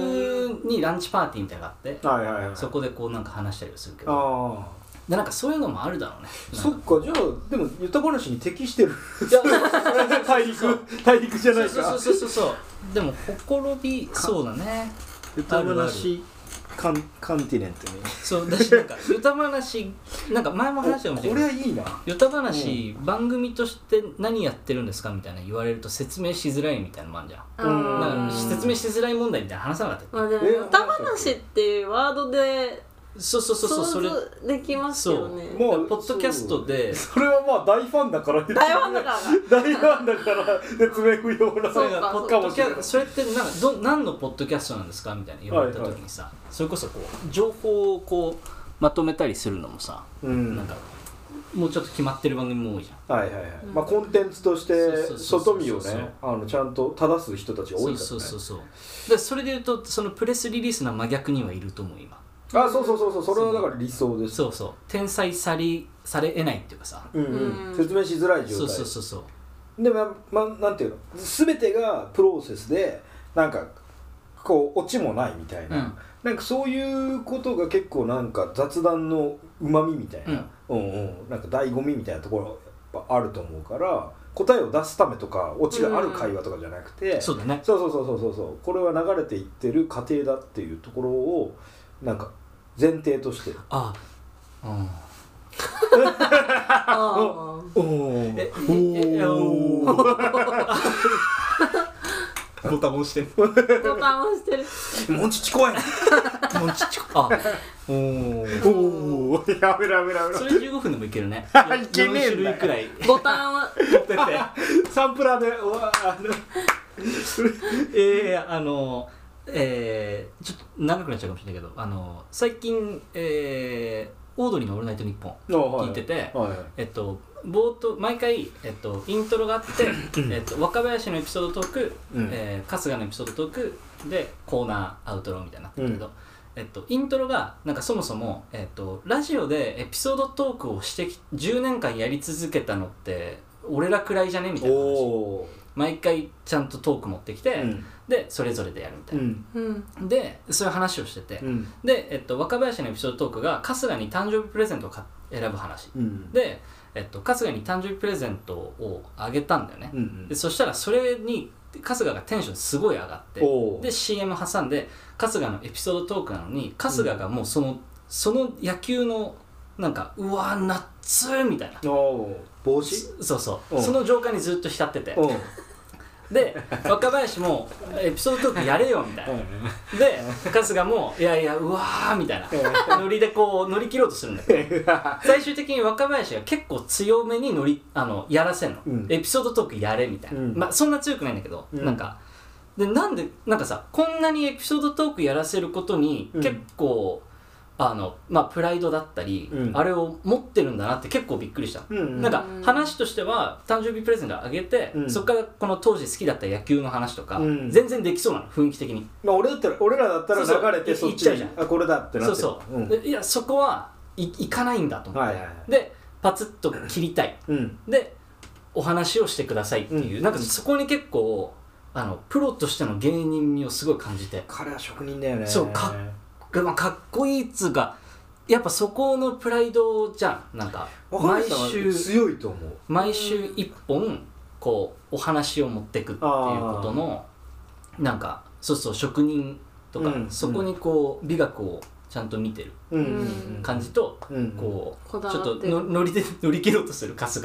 Speaker 6: 昼にランチパーティーみたいなのがあって
Speaker 4: はいはいはい
Speaker 6: そこでこうなんか話したりするけど
Speaker 4: ああ
Speaker 6: でなんかそういうのもあるだろうね
Speaker 4: そっかじゃあでもユタ話に適してる
Speaker 6: いや
Speaker 4: それが大陸大陸じゃない
Speaker 6: そうそ
Speaker 4: か
Speaker 6: うそうそうそうでもほころびそうだね
Speaker 4: ユタ話カンカンティネントね
Speaker 6: そうだしなんか歌話なんか前も話したかもしれ
Speaker 4: こ
Speaker 6: な
Speaker 4: れ
Speaker 6: いけ
Speaker 4: は
Speaker 6: ど
Speaker 4: いいな
Speaker 6: 歌話、番組として何やってるんですかみたいな言われると説明しづらいみたいなのもあるじゃん
Speaker 4: うん
Speaker 6: だか
Speaker 5: あ
Speaker 6: ら
Speaker 5: ー
Speaker 6: 説明しづらい問題みたいなの話さなかった
Speaker 5: まあでも
Speaker 4: え
Speaker 5: 歌話っていうワードで
Speaker 6: そうそうそうそうそ
Speaker 5: 想
Speaker 6: れ
Speaker 5: 像できますよね
Speaker 4: も
Speaker 6: ポッドキャストで
Speaker 4: それはまあ大ファンだから大
Speaker 5: 台湾だ から
Speaker 4: 大ファンだから説明不要な
Speaker 5: そ
Speaker 6: そう
Speaker 5: か
Speaker 6: ポッ
Speaker 5: か
Speaker 6: ドキャそれってなんかど何のポッドキャストなんですかみたいな言われた時にさ、それこそこう情報をこうまとめたりするのもさ、
Speaker 4: うん
Speaker 6: なんかもうちょっと決まってる番組も多いじゃん
Speaker 4: はいはいはい、まあコンテンツとして
Speaker 6: そうそうそうそう
Speaker 4: 外見をねあのちゃんと正す人たちが多いからね
Speaker 6: そうそうそうそうだからそれで言うとそのプレスリリースの真逆にはいると思う今
Speaker 4: あそうそうそうそうそれはだから理想です
Speaker 6: そうそう天才さりされえないっていうかさ
Speaker 4: うんうん、説明しづらい状態
Speaker 6: そうそうそうそう
Speaker 4: でも、まあ、なんていうの全てがプロセスでなんかこうオチもないみたいな、
Speaker 6: うん
Speaker 4: なんかそういうことが結構なんか雑談のうまみみたいな、うんうんなんか醍醐味みたいなところやっぱあると思うから答えを出すためとかオチがある会話とかじゃなくて、
Speaker 6: そうだね
Speaker 4: そうそうそうそうそうそうこれは流れていってる過程だっていうところをなんか前提として
Speaker 6: ああうん
Speaker 5: あ
Speaker 4: おお
Speaker 6: えええおーボタン押してる
Speaker 5: ーボタン押してる
Speaker 4: もちちこい
Speaker 6: もうちっちゃくあ
Speaker 4: おおおやめろやめろやめろ
Speaker 6: それ15分でもいけるね
Speaker 4: いけねえんだよ
Speaker 6: 4種類くらい
Speaker 5: ボタンは
Speaker 6: 撮ってて
Speaker 4: サンプラーでうわあの
Speaker 6: ええあのえー、ちょっと長くなっちゃうかもしれないけどあの最近、えー、オードリーの「オールナイトニッポン」聞いてて、
Speaker 4: はいはい
Speaker 6: えっと冒頭毎回、えっと、イントロがあって、えっと、若林のエピソードトーク、
Speaker 4: うん
Speaker 6: えー春日のエピソードトークでコーナーアウトローみたいになってるけど、えっと、イントロがなんかそもそも、えっと、ラジオでエピソードトークをしてき10年間やり続けたのって俺らくらいじゃねみたいな話
Speaker 4: おお
Speaker 6: 毎回ちゃんとトーク持ってきて、
Speaker 4: うん
Speaker 6: でそれぞれでやるみた
Speaker 4: う
Speaker 6: いな、
Speaker 4: ん
Speaker 5: うん
Speaker 6: でそういう話をしてて、
Speaker 4: うん
Speaker 6: で、えっと、若林のエピソードトークが春日に誕生日プレゼントを買っ選ぶ話、
Speaker 4: うん
Speaker 6: で、えっと、春日に誕生日プレゼントをあげたんだよね、
Speaker 4: うんうん
Speaker 6: でそしたらそれに春日がテンションすごい上がって
Speaker 4: おう
Speaker 6: で CM 挟んで春日のエピソードトークなのに春日がもうその,、その野球のなんかうわーナッツーみたい
Speaker 4: お
Speaker 6: な
Speaker 4: お帽子
Speaker 6: そそうそううんその状態にずっと浸ってて
Speaker 4: うん
Speaker 6: で若林もエピソードトークやれよみたいなで春日もいやいやうわーみたいなノリでこう乗り切ろうとするんだけど最終的に若林が結構強めに乗りあのやらせんの、
Speaker 4: うん
Speaker 6: エピソードトークやれみたいな、
Speaker 4: うん
Speaker 6: まあそんな強くないんだけど、
Speaker 4: うん
Speaker 6: なんかでなんでなんかさこんなにエピソードトークやらせることに
Speaker 4: うん
Speaker 6: 結構、あのまあプライドだったり、
Speaker 4: うん
Speaker 6: あれを持ってるんだなって結構びっくりしたの、
Speaker 4: うん
Speaker 6: なんか話としては誕生日プレゼントあげて、
Speaker 4: うん
Speaker 6: そこからこの当時好きだった野球の話とか、
Speaker 4: うん
Speaker 6: 全然できそうなの雰囲気的に
Speaker 4: まあ俺だったら俺らだった
Speaker 6: そうそ
Speaker 4: ら
Speaker 6: う
Speaker 4: 流れてそっち
Speaker 6: い行っちゃうじ
Speaker 4: あこれだってなって
Speaker 6: そう
Speaker 4: る
Speaker 6: そう、
Speaker 4: うん
Speaker 6: でいやそこはい行かないんだと思って、
Speaker 4: はいはいはい
Speaker 6: でパツッと切りたい
Speaker 4: うん
Speaker 6: でお話をしてくださいっていう、
Speaker 4: うん
Speaker 6: なんかそこに結構あのプロとしての芸人味をすごい感じて
Speaker 4: 彼は職人だよね
Speaker 6: そうかまあかっこいいっつうかやっぱそこのプライドじゃんなんか毎
Speaker 4: 毎週
Speaker 6: 週
Speaker 4: 強いと思う
Speaker 6: 毎週一本こうお話を持ってくっていうことのなんかそうそう職人とか、
Speaker 4: うん
Speaker 6: そこにこう美学をちゃんと見てる
Speaker 4: うん
Speaker 5: うん
Speaker 6: 感じと、
Speaker 4: うん
Speaker 6: こう
Speaker 5: こだわ
Speaker 6: ちょ
Speaker 5: っ
Speaker 6: って
Speaker 5: る
Speaker 6: との乗りで乗り切ろうとする春日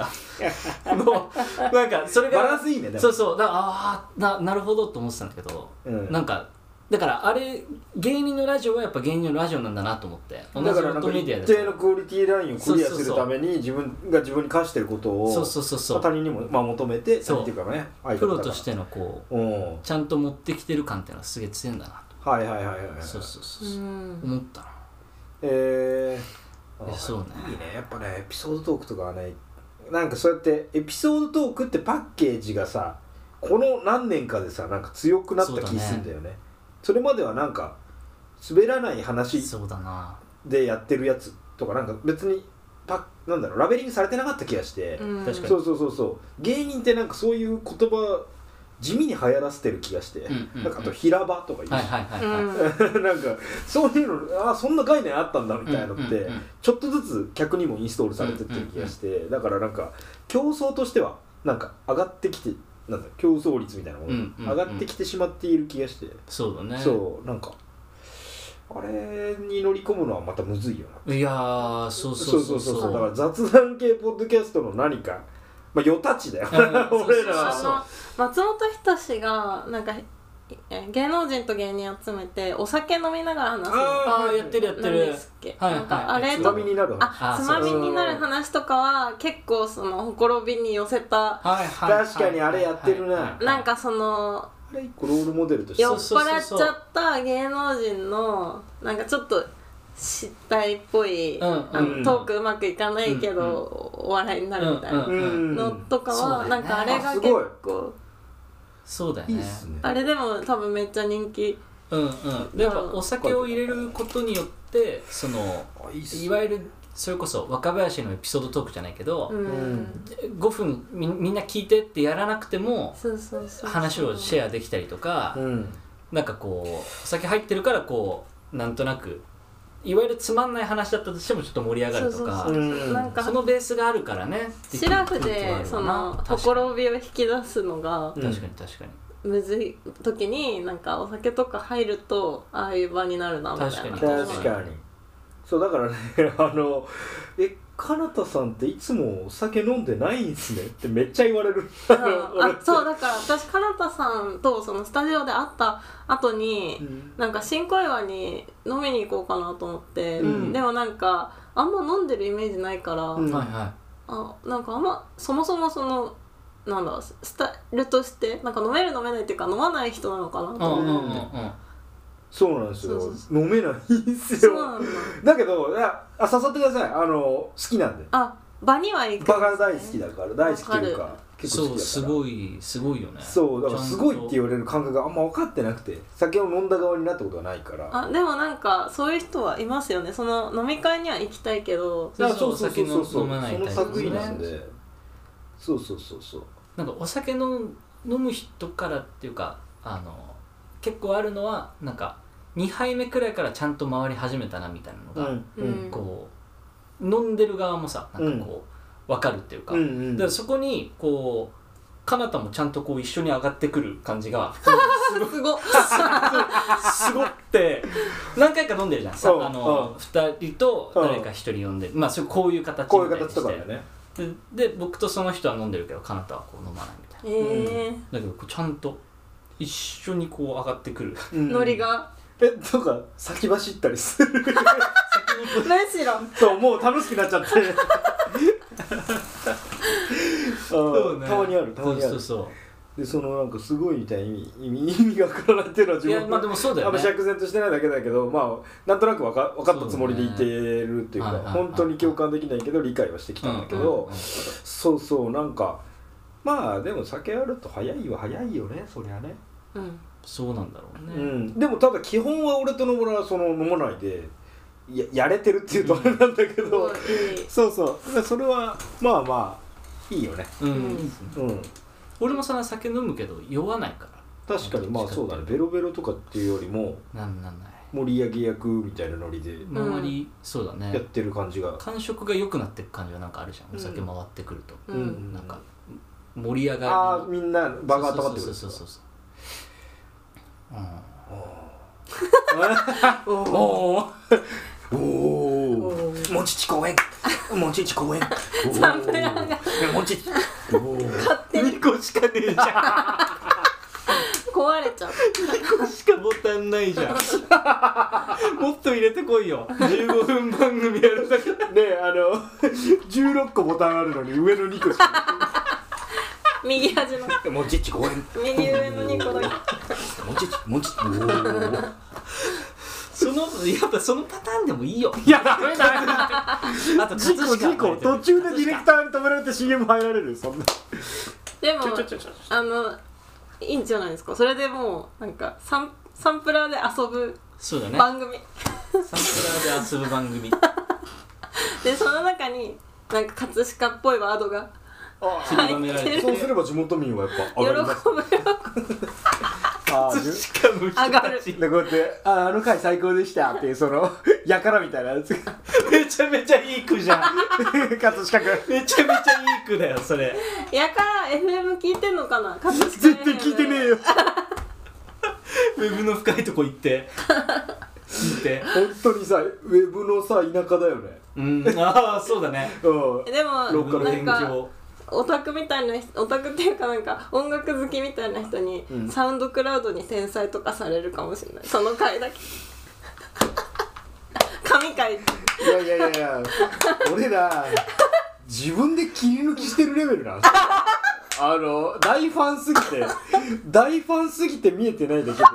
Speaker 6: のなんかそれが
Speaker 4: バランスいいねでも
Speaker 6: そうそうだからああななるほどと思ってたんだけど、
Speaker 4: うん
Speaker 6: なんかだからあれ芸人のラジオはやっぱ芸人のラジオなんだなと思って同じ
Speaker 4: だ
Speaker 6: ロ
Speaker 4: からな
Speaker 6: ッ
Speaker 4: ん
Speaker 6: ト
Speaker 4: か
Speaker 6: メ
Speaker 4: 一
Speaker 6: ディア
Speaker 4: 定のクオリティラインをクリアするために自分が自分に課してることを
Speaker 6: そうそうそうそう
Speaker 4: まあ他人にもまあ求めて
Speaker 6: そう
Speaker 4: なんていうかね
Speaker 6: プロとしててのこう
Speaker 4: うん
Speaker 6: ちゃんと持ってきてる感っていうのはすげえ強いんだな
Speaker 4: はいはいはいはい
Speaker 6: そうそうそううそう、
Speaker 5: ん
Speaker 6: 思ったな
Speaker 4: え
Speaker 6: いや
Speaker 4: ー
Speaker 6: そうね
Speaker 4: いいねやっぱねエピソードトークとかはねなんかそうやってエピソードトークってパッケージがさこの何年かでさなんか強くなった気すんだよねそれまではなんか滑らない話
Speaker 6: そうだな
Speaker 4: でやってるやつとかなんか別にパッなんだろうラベリングされてなかった気がして、
Speaker 5: うん
Speaker 6: 確かに
Speaker 4: そうそうそうそう芸人ってなんかそういう言葉地味に流行らせてる気がして、
Speaker 6: んうんうん
Speaker 4: なんかあと平場とか言うし、
Speaker 6: はいはいはいはい、
Speaker 5: うん
Speaker 4: なんかそういうのあーそんな概念あったんだみたいなのって、
Speaker 6: うんうんうん
Speaker 4: ちょっとずつ客にもインストールされてってる気がして、だからなんか競争としてはなんか上がってきてなんだ競争率みたいなもの、
Speaker 6: うんうんうん
Speaker 4: 上がってきてしまっている気がして、
Speaker 6: そうだね
Speaker 4: そうなんかあれに乗り込むのはまたむずいよない
Speaker 6: やーそうそうそうそう
Speaker 4: だから雑談系ポッドキャストの何かまあ与太ちだよ
Speaker 6: うん
Speaker 4: 俺ら
Speaker 6: そうそうそう
Speaker 4: は
Speaker 5: あの松本人志がなんかえ芸能人と芸人集めてお酒飲みながら話す
Speaker 4: あ
Speaker 6: ああやってるやって
Speaker 5: なんで
Speaker 6: る
Speaker 5: すっけ、
Speaker 6: はい
Speaker 5: なんか
Speaker 6: は
Speaker 5: あ
Speaker 6: い
Speaker 5: れ
Speaker 4: つ
Speaker 5: と
Speaker 4: まみになる話
Speaker 5: あつまみになる話とかは結構そのほころびに寄せた
Speaker 6: はいはいはい
Speaker 4: 確かにあれやってるな
Speaker 6: はいはい
Speaker 5: なんかその
Speaker 4: あれ一個ロールモデルとして
Speaker 5: 酔っ
Speaker 6: よ
Speaker 5: 払っちゃった芸能人のなんかちょっと失態っぽい、
Speaker 6: うん
Speaker 5: あ
Speaker 4: うん
Speaker 5: のトークうまくいかないけど、お笑いになるみたいな
Speaker 6: うん
Speaker 4: うん
Speaker 5: のとか
Speaker 6: そうだ
Speaker 5: は、
Speaker 6: よね
Speaker 5: なんかあれ
Speaker 4: あ
Speaker 5: が
Speaker 4: す
Speaker 5: 結
Speaker 4: ごい
Speaker 5: 構
Speaker 6: そうだよ
Speaker 4: い
Speaker 6: ね
Speaker 4: いっすね
Speaker 5: あれでも多分めっちゃ人気
Speaker 6: うんうんでやっぱお酒を入れることによってその
Speaker 4: あいいっすね
Speaker 6: いわゆるそれこそ若林のエピソードトークじゃないけど、
Speaker 5: うん、
Speaker 4: ん
Speaker 6: 5分みみんな聞いてってやらなくても
Speaker 5: そうそうそう
Speaker 6: 話をシェアできたりとか、
Speaker 4: うん
Speaker 6: なんかこうお酒入ってるからこうなんとなくいわゆるつまんない話だったとしてもちょっと盛り上がるとか
Speaker 5: そうそ
Speaker 6: そ
Speaker 5: うう
Speaker 4: うん
Speaker 5: なんか
Speaker 6: のベースがあるからね
Speaker 5: シラフ
Speaker 6: できる
Speaker 5: で
Speaker 6: ってい
Speaker 5: そうの
Speaker 6: はある
Speaker 5: ほこ
Speaker 6: よ
Speaker 5: ろびを引き出すのが
Speaker 6: な確かに確かに
Speaker 5: むずい時になんかお酒とか入るとああいう場になるなみたいな
Speaker 6: 確
Speaker 4: 確かにそうだからねあの「えかなたさんっていつもお酒飲んでないんすね」ってめっちゃ言われるあの
Speaker 5: あそうだから私かなたさんとそのスタジオで会った後に、
Speaker 4: うん
Speaker 5: なんか新小岩に飲みに行こうかなと思って、
Speaker 4: うん
Speaker 5: でもなんかあんま飲んでるイメージないから、
Speaker 4: うん
Speaker 6: はいは
Speaker 5: あなんかあんまそもそもそのなんだろうスタイルとしてなんか飲める飲めないっていうか飲まない人なのかないと
Speaker 6: うんうん
Speaker 5: 思って、
Speaker 6: うんうん
Speaker 4: そうなんですよ
Speaker 5: そうそう
Speaker 4: 飲めないんす
Speaker 5: そうな
Speaker 4: よ
Speaker 5: んだ
Speaker 4: だけどいやあ誘ってくださいあの好きなんで
Speaker 5: あ場には行く
Speaker 4: バカ大好きだから大好きという
Speaker 5: わ
Speaker 4: か結構好きだ
Speaker 6: そ
Speaker 4: から
Speaker 6: うすごいすごいよね
Speaker 4: そうだからすごいって言
Speaker 6: う
Speaker 4: われる感覚があんま分かってなくて酒を飲んだ側になったことがないから
Speaker 5: あでもなんかそういう人はいますよねその飲み会には行きたいけど
Speaker 6: そうそうそうそうお酒飲ま
Speaker 4: そ
Speaker 6: ないタイプ
Speaker 4: の
Speaker 6: ね
Speaker 4: 作品なんでそうそうそうそう
Speaker 6: なんかお酒の飲む人からっていうかあの結構あるのはなんか2杯目くらいからちゃんと回り始めたなみたいなのが、
Speaker 5: うん
Speaker 6: こう飲んでる側もさなんかこう、わかるっていうか、
Speaker 4: うんうん
Speaker 6: だからそこにこうかなたもちゃんとこう一緒に上がってくる感じ が
Speaker 5: すごっ
Speaker 6: すごって何回か飲んでるじゃんさ
Speaker 4: うん
Speaker 6: あの、
Speaker 4: うん
Speaker 6: 2人と誰か1人呼んで、まあそれこういう形
Speaker 4: こうい
Speaker 6: み
Speaker 4: う
Speaker 6: たいに
Speaker 4: 形
Speaker 6: し
Speaker 4: と
Speaker 6: て
Speaker 4: かだよね
Speaker 6: でで僕とその人は飲んでるけどかなたはこう飲まないみたいな
Speaker 5: ええ
Speaker 6: だけどこうちゃんと一緒にこう上がってくる
Speaker 5: ノリが
Speaker 4: えとか先走ったりする
Speaker 5: 何しろ
Speaker 4: そうもう楽しくなっちゃってそう
Speaker 6: ね
Speaker 4: たまにあるた
Speaker 6: そ
Speaker 4: ま
Speaker 6: う
Speaker 4: にあ
Speaker 6: そ
Speaker 4: る
Speaker 6: うそ
Speaker 4: でそのなんかすごいみたいな意味意味意味がわからないっていうのは
Speaker 6: う
Speaker 4: 自
Speaker 6: い
Speaker 4: 分
Speaker 6: やまあでもそうだよ
Speaker 4: あんま
Speaker 6: ね
Speaker 4: 釈然としてないだけだけどまあなんとなくわか分かったつもりでいてるっていう
Speaker 6: そう
Speaker 4: か
Speaker 6: だねはいはいはい
Speaker 4: 本当に共感できないけど理解はしてきたんだけど、そうそうなんかまあでも酒あると早いは早いよねそりゃね
Speaker 5: うん
Speaker 6: そうなんだろうね、
Speaker 4: うん、でもただ基本は俺と野村はその飲まないでややれてるっていうとあれなんだけ
Speaker 5: す
Speaker 4: ど、
Speaker 5: ごいいい
Speaker 4: そうそうだからそれはまあまあいいよね
Speaker 6: うん
Speaker 5: うん
Speaker 6: いいですね
Speaker 4: うん
Speaker 6: 俺もそんな酒飲むけど酔わないか
Speaker 4: 確かにまあそうだねベロベロとかっていうよりも
Speaker 6: らなんなんない
Speaker 4: 盛り上げ役みたいなノリで
Speaker 6: 周り、そうだ
Speaker 4: やっ
Speaker 6: ね
Speaker 4: てる感じが、
Speaker 6: 感触が良くなっていく感じはなんかあるじゃん
Speaker 5: うん
Speaker 6: お酒回ってくると、
Speaker 5: うん
Speaker 4: うん
Speaker 6: なんか盛り上がり
Speaker 4: ああみんな場が温まってくる
Speaker 6: そうそうそうそうそううん
Speaker 4: おおお
Speaker 5: お
Speaker 4: お
Speaker 5: ー
Speaker 4: もちち公園もちち公園
Speaker 5: サンプラーが
Speaker 4: もちち
Speaker 5: 勝手に
Speaker 6: 2個しかねえじゃ
Speaker 5: 壊れちゃうん
Speaker 6: しかボタンないじゃん もっと入れてこいよ15分番組やるだけ
Speaker 4: ねえあの16個ボタンあるのに上の2個しか
Speaker 5: 右端の
Speaker 4: もちち公園
Speaker 5: 右上の2個だけ
Speaker 4: もちちもちおー
Speaker 6: そのやっぱそのパターンでもいいよ
Speaker 4: いやダメだよ
Speaker 6: あと
Speaker 4: 事故事故途中でディレクターに止められて CM 入られるそんな
Speaker 5: でもあのいいんじゃないですかそれでもうなんかサンサンプラーで遊ぶ
Speaker 6: そうだねサ
Speaker 5: 番
Speaker 6: ン
Speaker 5: 組、
Speaker 6: プラーで遊ぶ番組
Speaker 5: でその中になんか葛飾っぽいワードが
Speaker 6: 散りばめられて
Speaker 4: そうすれば地元民は やっぱ
Speaker 5: 喜ぶ
Speaker 4: 上
Speaker 5: よ
Speaker 4: がりますああじゅ
Speaker 6: しかも人
Speaker 5: 上がる
Speaker 4: でこうやって「あーあの回最高でした」っていうその やからみたいなやつ が
Speaker 6: めちゃめちゃいい句じゃん
Speaker 4: 葛飾君
Speaker 6: めちゃめちゃいい句だよそれ
Speaker 5: やから FM 聞いてんのかな葛飾
Speaker 4: 絶対聞いてねえよ
Speaker 6: ウェブの深いとこ行って聞いて
Speaker 4: 本当にさウェブのさ田舎だよね
Speaker 6: うんああそうだね
Speaker 4: うん
Speaker 5: でも
Speaker 6: ロッカの
Speaker 5: なん
Speaker 6: 勉
Speaker 5: か
Speaker 6: 強
Speaker 5: オタクみたいな人オタクっていうかなんか音楽好きみたいな人に、
Speaker 4: うん
Speaker 5: サウンドクラウドに転載とかされるかもしれないその回だけ 神回
Speaker 4: いやいやいやいや俺ら自分で切り抜きしてるレベル なんですよあの大ファンすぎて大ファンすぎて見えてないだけで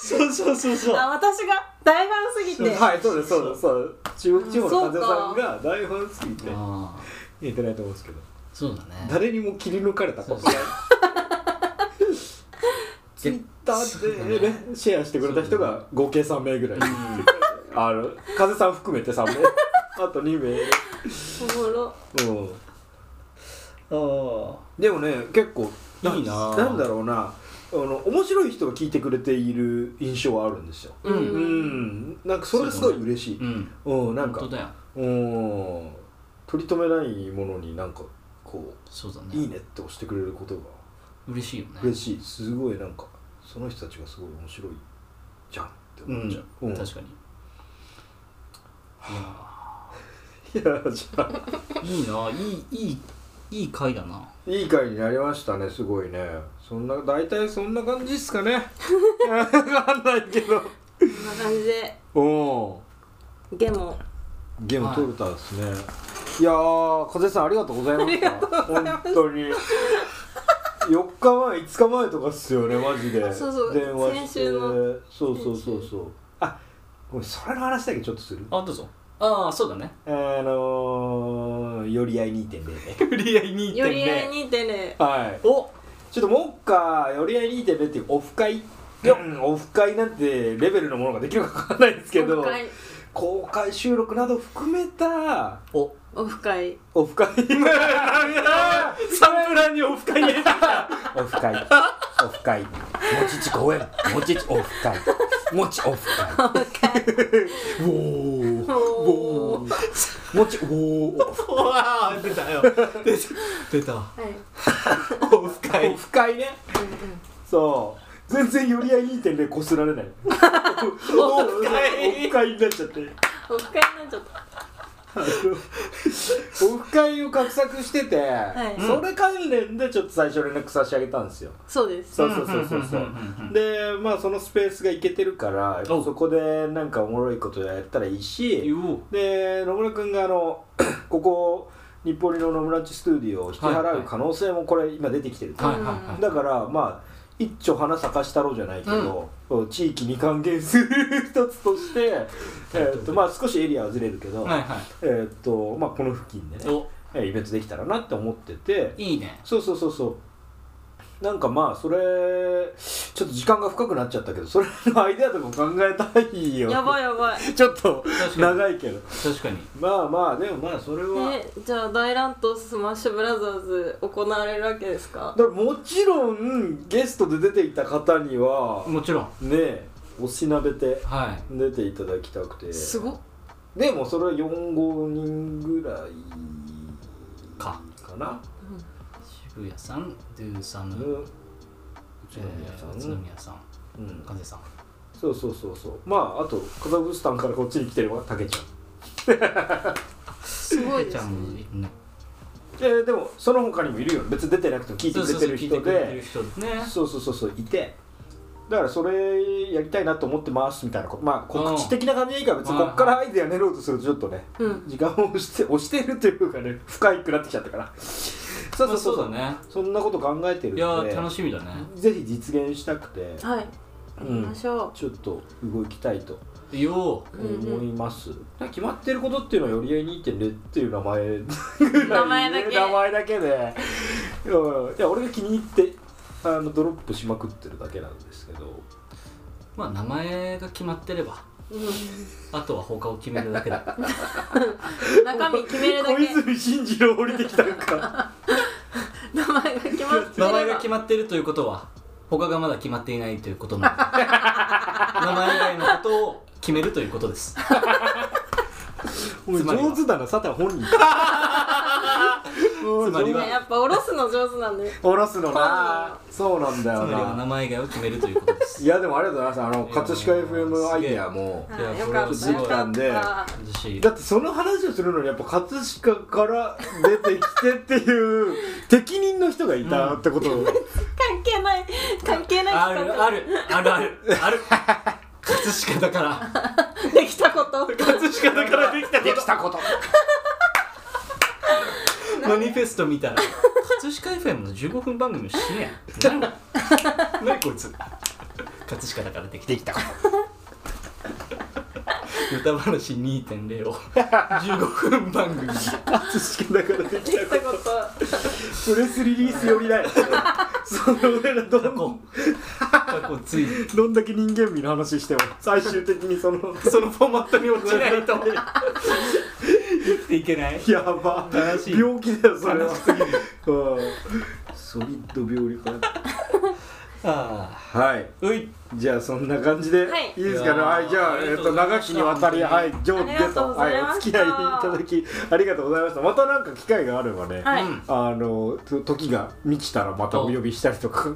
Speaker 6: そうそうそうそう
Speaker 5: あ私が大ファンすぎて
Speaker 4: はい、そうです、そうです、そうです。中国地方の患者さんが大ファンすぎて
Speaker 6: ああ
Speaker 4: 見えてないと思うんですけど、
Speaker 6: そうだね
Speaker 4: 誰にも切り抜かれたことない。 ツイッターでね、シェアしてくれた人が合計3名ぐらい。 あの、風さん含めて3名。あ と2名。
Speaker 5: おもろ
Speaker 4: うん。
Speaker 6: あ
Speaker 4: でもね、結構、
Speaker 6: いいな
Speaker 4: なんだろうな。あの面白い人が聞いてくれている印象はあるんですよ。
Speaker 6: うん
Speaker 4: う
Speaker 5: うん
Speaker 4: ん、なんかそれがすごい嬉しい。
Speaker 6: うん
Speaker 4: うん、なん
Speaker 6: 本
Speaker 4: か
Speaker 6: 当だよ
Speaker 4: うん取り留めないものになんかこ
Speaker 6: そうだ
Speaker 4: う「いいね」
Speaker 6: ね
Speaker 4: って押してくれることが
Speaker 6: 嬉しいよね
Speaker 4: 嬉しいすごいなんかその人たちがすごい面白いじゃんって
Speaker 6: う
Speaker 4: 思っちゃ
Speaker 6: ん
Speaker 4: う、うん、
Speaker 6: 確かに
Speaker 4: いやじゃあ
Speaker 6: いいないいいいいい回だない
Speaker 4: い回になりましたねすごいねそんな大体そんな感じっす かねわかんないけど
Speaker 5: こんな感じで
Speaker 4: お
Speaker 5: ゲモ
Speaker 4: ゲーム取れたですね、い、やー風さんありがとうございました本当に4日前5日前とかっすよねマジで
Speaker 5: そうそう
Speaker 4: 電話して
Speaker 5: 先週の
Speaker 4: そうそうそうそうあごめんそれの話だけちょっとする
Speaker 6: あどうぞああそうだね
Speaker 4: あのー、寄り合い2.0ね
Speaker 6: 振り合いに
Speaker 5: より合いにてね
Speaker 4: はい
Speaker 6: お
Speaker 4: ちょっともっか寄り合い2.0っていうオフ会うんオフ会なんてレベルのものができるかわかんないですけ
Speaker 5: オ
Speaker 4: ど
Speaker 5: フ会
Speaker 4: 公開収録など含めた
Speaker 6: お
Speaker 5: オフ会
Speaker 4: オ フ会
Speaker 6: サンプラーにオフ会入れた
Speaker 4: オフ会オフ会もちち公園もちちオフ会もちオフ会
Speaker 5: オフ会
Speaker 4: ウォーウ
Speaker 5: おー
Speaker 4: ォーもちウォーオフ
Speaker 6: わあ出たよ出た出た
Speaker 5: はい
Speaker 6: オフ
Speaker 4: 会
Speaker 6: 会
Speaker 4: オフ会ねそう全然寄り合い2.0こすられないオフ
Speaker 6: 会
Speaker 4: オフ会になっちゃって
Speaker 5: オフ会になっちゃった
Speaker 4: オフ会を画策してて、
Speaker 5: い
Speaker 4: それ関連でちょっと最初連絡差し上げたんですよ
Speaker 5: そうです
Speaker 4: そうそうそうそうそうでまあそのスペースがいけてるから
Speaker 6: お
Speaker 4: そこでなんかおもろいことやったらいいし
Speaker 6: 言おう
Speaker 4: で野村君があの ここ日暮里の野村っちスタジオを引き
Speaker 6: はいは
Speaker 4: 払
Speaker 6: いう
Speaker 4: 可能性もこれ今出てきてるから、
Speaker 6: はいはいはい
Speaker 4: だからまあ一丁花咲かしたろうじゃないけど、地域に還元する一つと して、えーっとまあ、少しエリアはずれるけど、
Speaker 6: はいは
Speaker 4: えーっとまあ、この付近で
Speaker 6: い
Speaker 4: ね
Speaker 6: お
Speaker 4: えーイベントできたらなって思ってて
Speaker 6: いいね
Speaker 4: そうそうそうそうなんかまあそれちょっと時間が深くなっちゃったけどそれのアイデアとかも考えたいよ
Speaker 5: やばいやばい
Speaker 4: ちょっと
Speaker 6: 確かに
Speaker 4: 長いけど
Speaker 6: 確かに
Speaker 4: まあまあでもまあそれは、
Speaker 5: えじゃあ大乱闘スマッシュブラザーズ行われるわけですか
Speaker 4: だからもちろんゲストで出ていた方には
Speaker 6: もちろん
Speaker 4: ねえおしなべて
Speaker 6: は
Speaker 4: 出ていただきたくて
Speaker 5: すごっ
Speaker 4: でもそれは45人ぐらい
Speaker 6: いか
Speaker 4: かな
Speaker 6: 渋谷さんドゥーサ
Speaker 4: うん、
Speaker 6: ム、えー宇
Speaker 4: 宇都
Speaker 6: 都宮さん
Speaker 4: うん、
Speaker 6: 風さん
Speaker 4: そうそうそうそうまああとカザフスタンからこっちに来てるわたけちゃん
Speaker 5: すごいで
Speaker 6: ちゃ
Speaker 5: す
Speaker 6: んもい
Speaker 5: ね
Speaker 6: るね
Speaker 4: えーでもその他にもいるよ別に出てなくても聞いて
Speaker 6: そう
Speaker 4: く
Speaker 6: そ
Speaker 4: れてる
Speaker 6: うそう聞い
Speaker 4: 人
Speaker 6: てくれてる
Speaker 4: で
Speaker 6: 人ね
Speaker 4: そうそうそうそういてだからそれやりたいなと思ってますみたいなことまあ告知的な感じでいいから別にこっからアイデア練ろうとするとちょっとね
Speaker 5: うん
Speaker 4: 時間を押して押してるというかね 深いくなってきちゃったからそ
Speaker 6: まあそうだね
Speaker 4: そんなこと考えてるん
Speaker 6: い
Speaker 4: で
Speaker 6: やー楽しみだね
Speaker 4: ぜひ実現したくて
Speaker 5: はい行きましょ
Speaker 4: ちょっと動きたいと
Speaker 6: よ
Speaker 5: うんうん
Speaker 4: 思います、決まってることっていうのは「よりえい2.0」っていう名前
Speaker 5: う名前だけ
Speaker 4: 名前だけでうんいや俺が気に入ってあのドロップしまくってるだけなんですけど
Speaker 6: うまあ名前が決まってればあとは他を決めるだ けだ
Speaker 5: うん中身決めるだ
Speaker 4: 小
Speaker 5: け
Speaker 4: 泉進次郎降りてきたんか
Speaker 5: 名前が決まってれば
Speaker 6: 名前が決まってるということは他がまだ決まっていないという ことなので名前以外のことを決めるということです
Speaker 4: お前
Speaker 6: つまりは
Speaker 4: 上手だなサタン本 人
Speaker 6: つまりは
Speaker 5: ねやっぱおろすの上手なんで
Speaker 4: おろすのなそうなんだ
Speaker 6: つ
Speaker 4: よ
Speaker 6: まりは名
Speaker 4: な
Speaker 6: 前以外を決めるということです
Speaker 4: いやでもありがとうございますあの
Speaker 6: いや
Speaker 4: 葛飾 FM アイデアも
Speaker 5: あ
Speaker 6: いや
Speaker 5: ーよか
Speaker 6: これ
Speaker 5: っ
Speaker 6: す
Speaker 5: た
Speaker 6: ごい
Speaker 5: よかっ
Speaker 4: なんで
Speaker 5: た
Speaker 6: 私
Speaker 4: だってその話をするのにやっぱ葛飾から出てきてっていう適任の人がいたってことを、
Speaker 5: 関係ない関係ない
Speaker 6: あ
Speaker 5: 企
Speaker 6: る
Speaker 5: 画
Speaker 6: あるあるあるある葛飾だから
Speaker 5: できたこと
Speaker 6: 葛飾だからできた
Speaker 4: できたこと
Speaker 6: マニフェスト見たら葛飾 FM の15分番組死ねやん何何こいつ葛飾だからできてきた歌話2.0を15分番組
Speaker 4: 葛飾だからでき
Speaker 5: で
Speaker 4: た
Speaker 5: きたこと
Speaker 4: プレスリリース寄りだよその俺らど
Speaker 6: 過去
Speaker 4: ん
Speaker 6: 過去つい
Speaker 4: どんだけ人間味の話しても最終的にその
Speaker 6: そのフォーマットに落ちないと生きていけない
Speaker 4: やば
Speaker 6: 悲しい
Speaker 4: 病気だよそれは
Speaker 6: 悲しすぎる
Speaker 4: うんソリッド病理か
Speaker 6: あ
Speaker 4: はい
Speaker 6: あうい
Speaker 4: じゃあそんな感じで、
Speaker 5: はい
Speaker 4: い、いですかね
Speaker 6: いやー
Speaker 4: はいじゃあ
Speaker 6: あり
Speaker 4: え
Speaker 6: が
Speaker 4: っ
Speaker 6: とうご
Speaker 4: と
Speaker 6: ざい
Speaker 4: 長
Speaker 6: まし
Speaker 4: き
Speaker 6: た
Speaker 4: にわたりはい上
Speaker 5: ありが
Speaker 4: 下
Speaker 5: とう
Speaker 4: と
Speaker 5: ございました
Speaker 4: はいお付き合いいただきありがとうございましたまたなんか機会があればね、
Speaker 5: はい
Speaker 6: うん
Speaker 4: あのと時が満ちたらまたお呼びしたりとか
Speaker 6: ね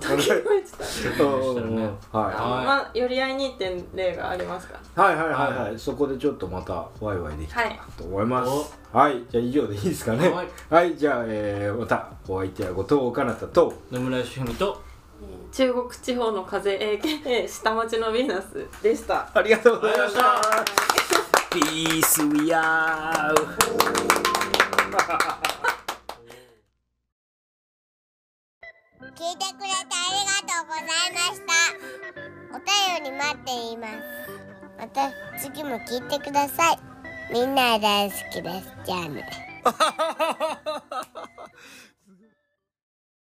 Speaker 4: は
Speaker 5: まあ、寄り合い2.0がありますか
Speaker 4: い、はいはいはいはいそこでちょっとまたワイワイできたらなと思いますはい、じゃあ以上でいいですかね
Speaker 6: は
Speaker 4: はいい、じゃあ、えーまたお相手は後藤岡なたと
Speaker 6: 野村義文と
Speaker 5: 中国地方の風 AKA 下町のヴィーナスでした
Speaker 4: ありがとうございました
Speaker 3: Peace, we out.
Speaker 2: 「聞いてくれてありがとうございました」お便り待っていますまた次も聞いてくださいみんな大好きですじゃあね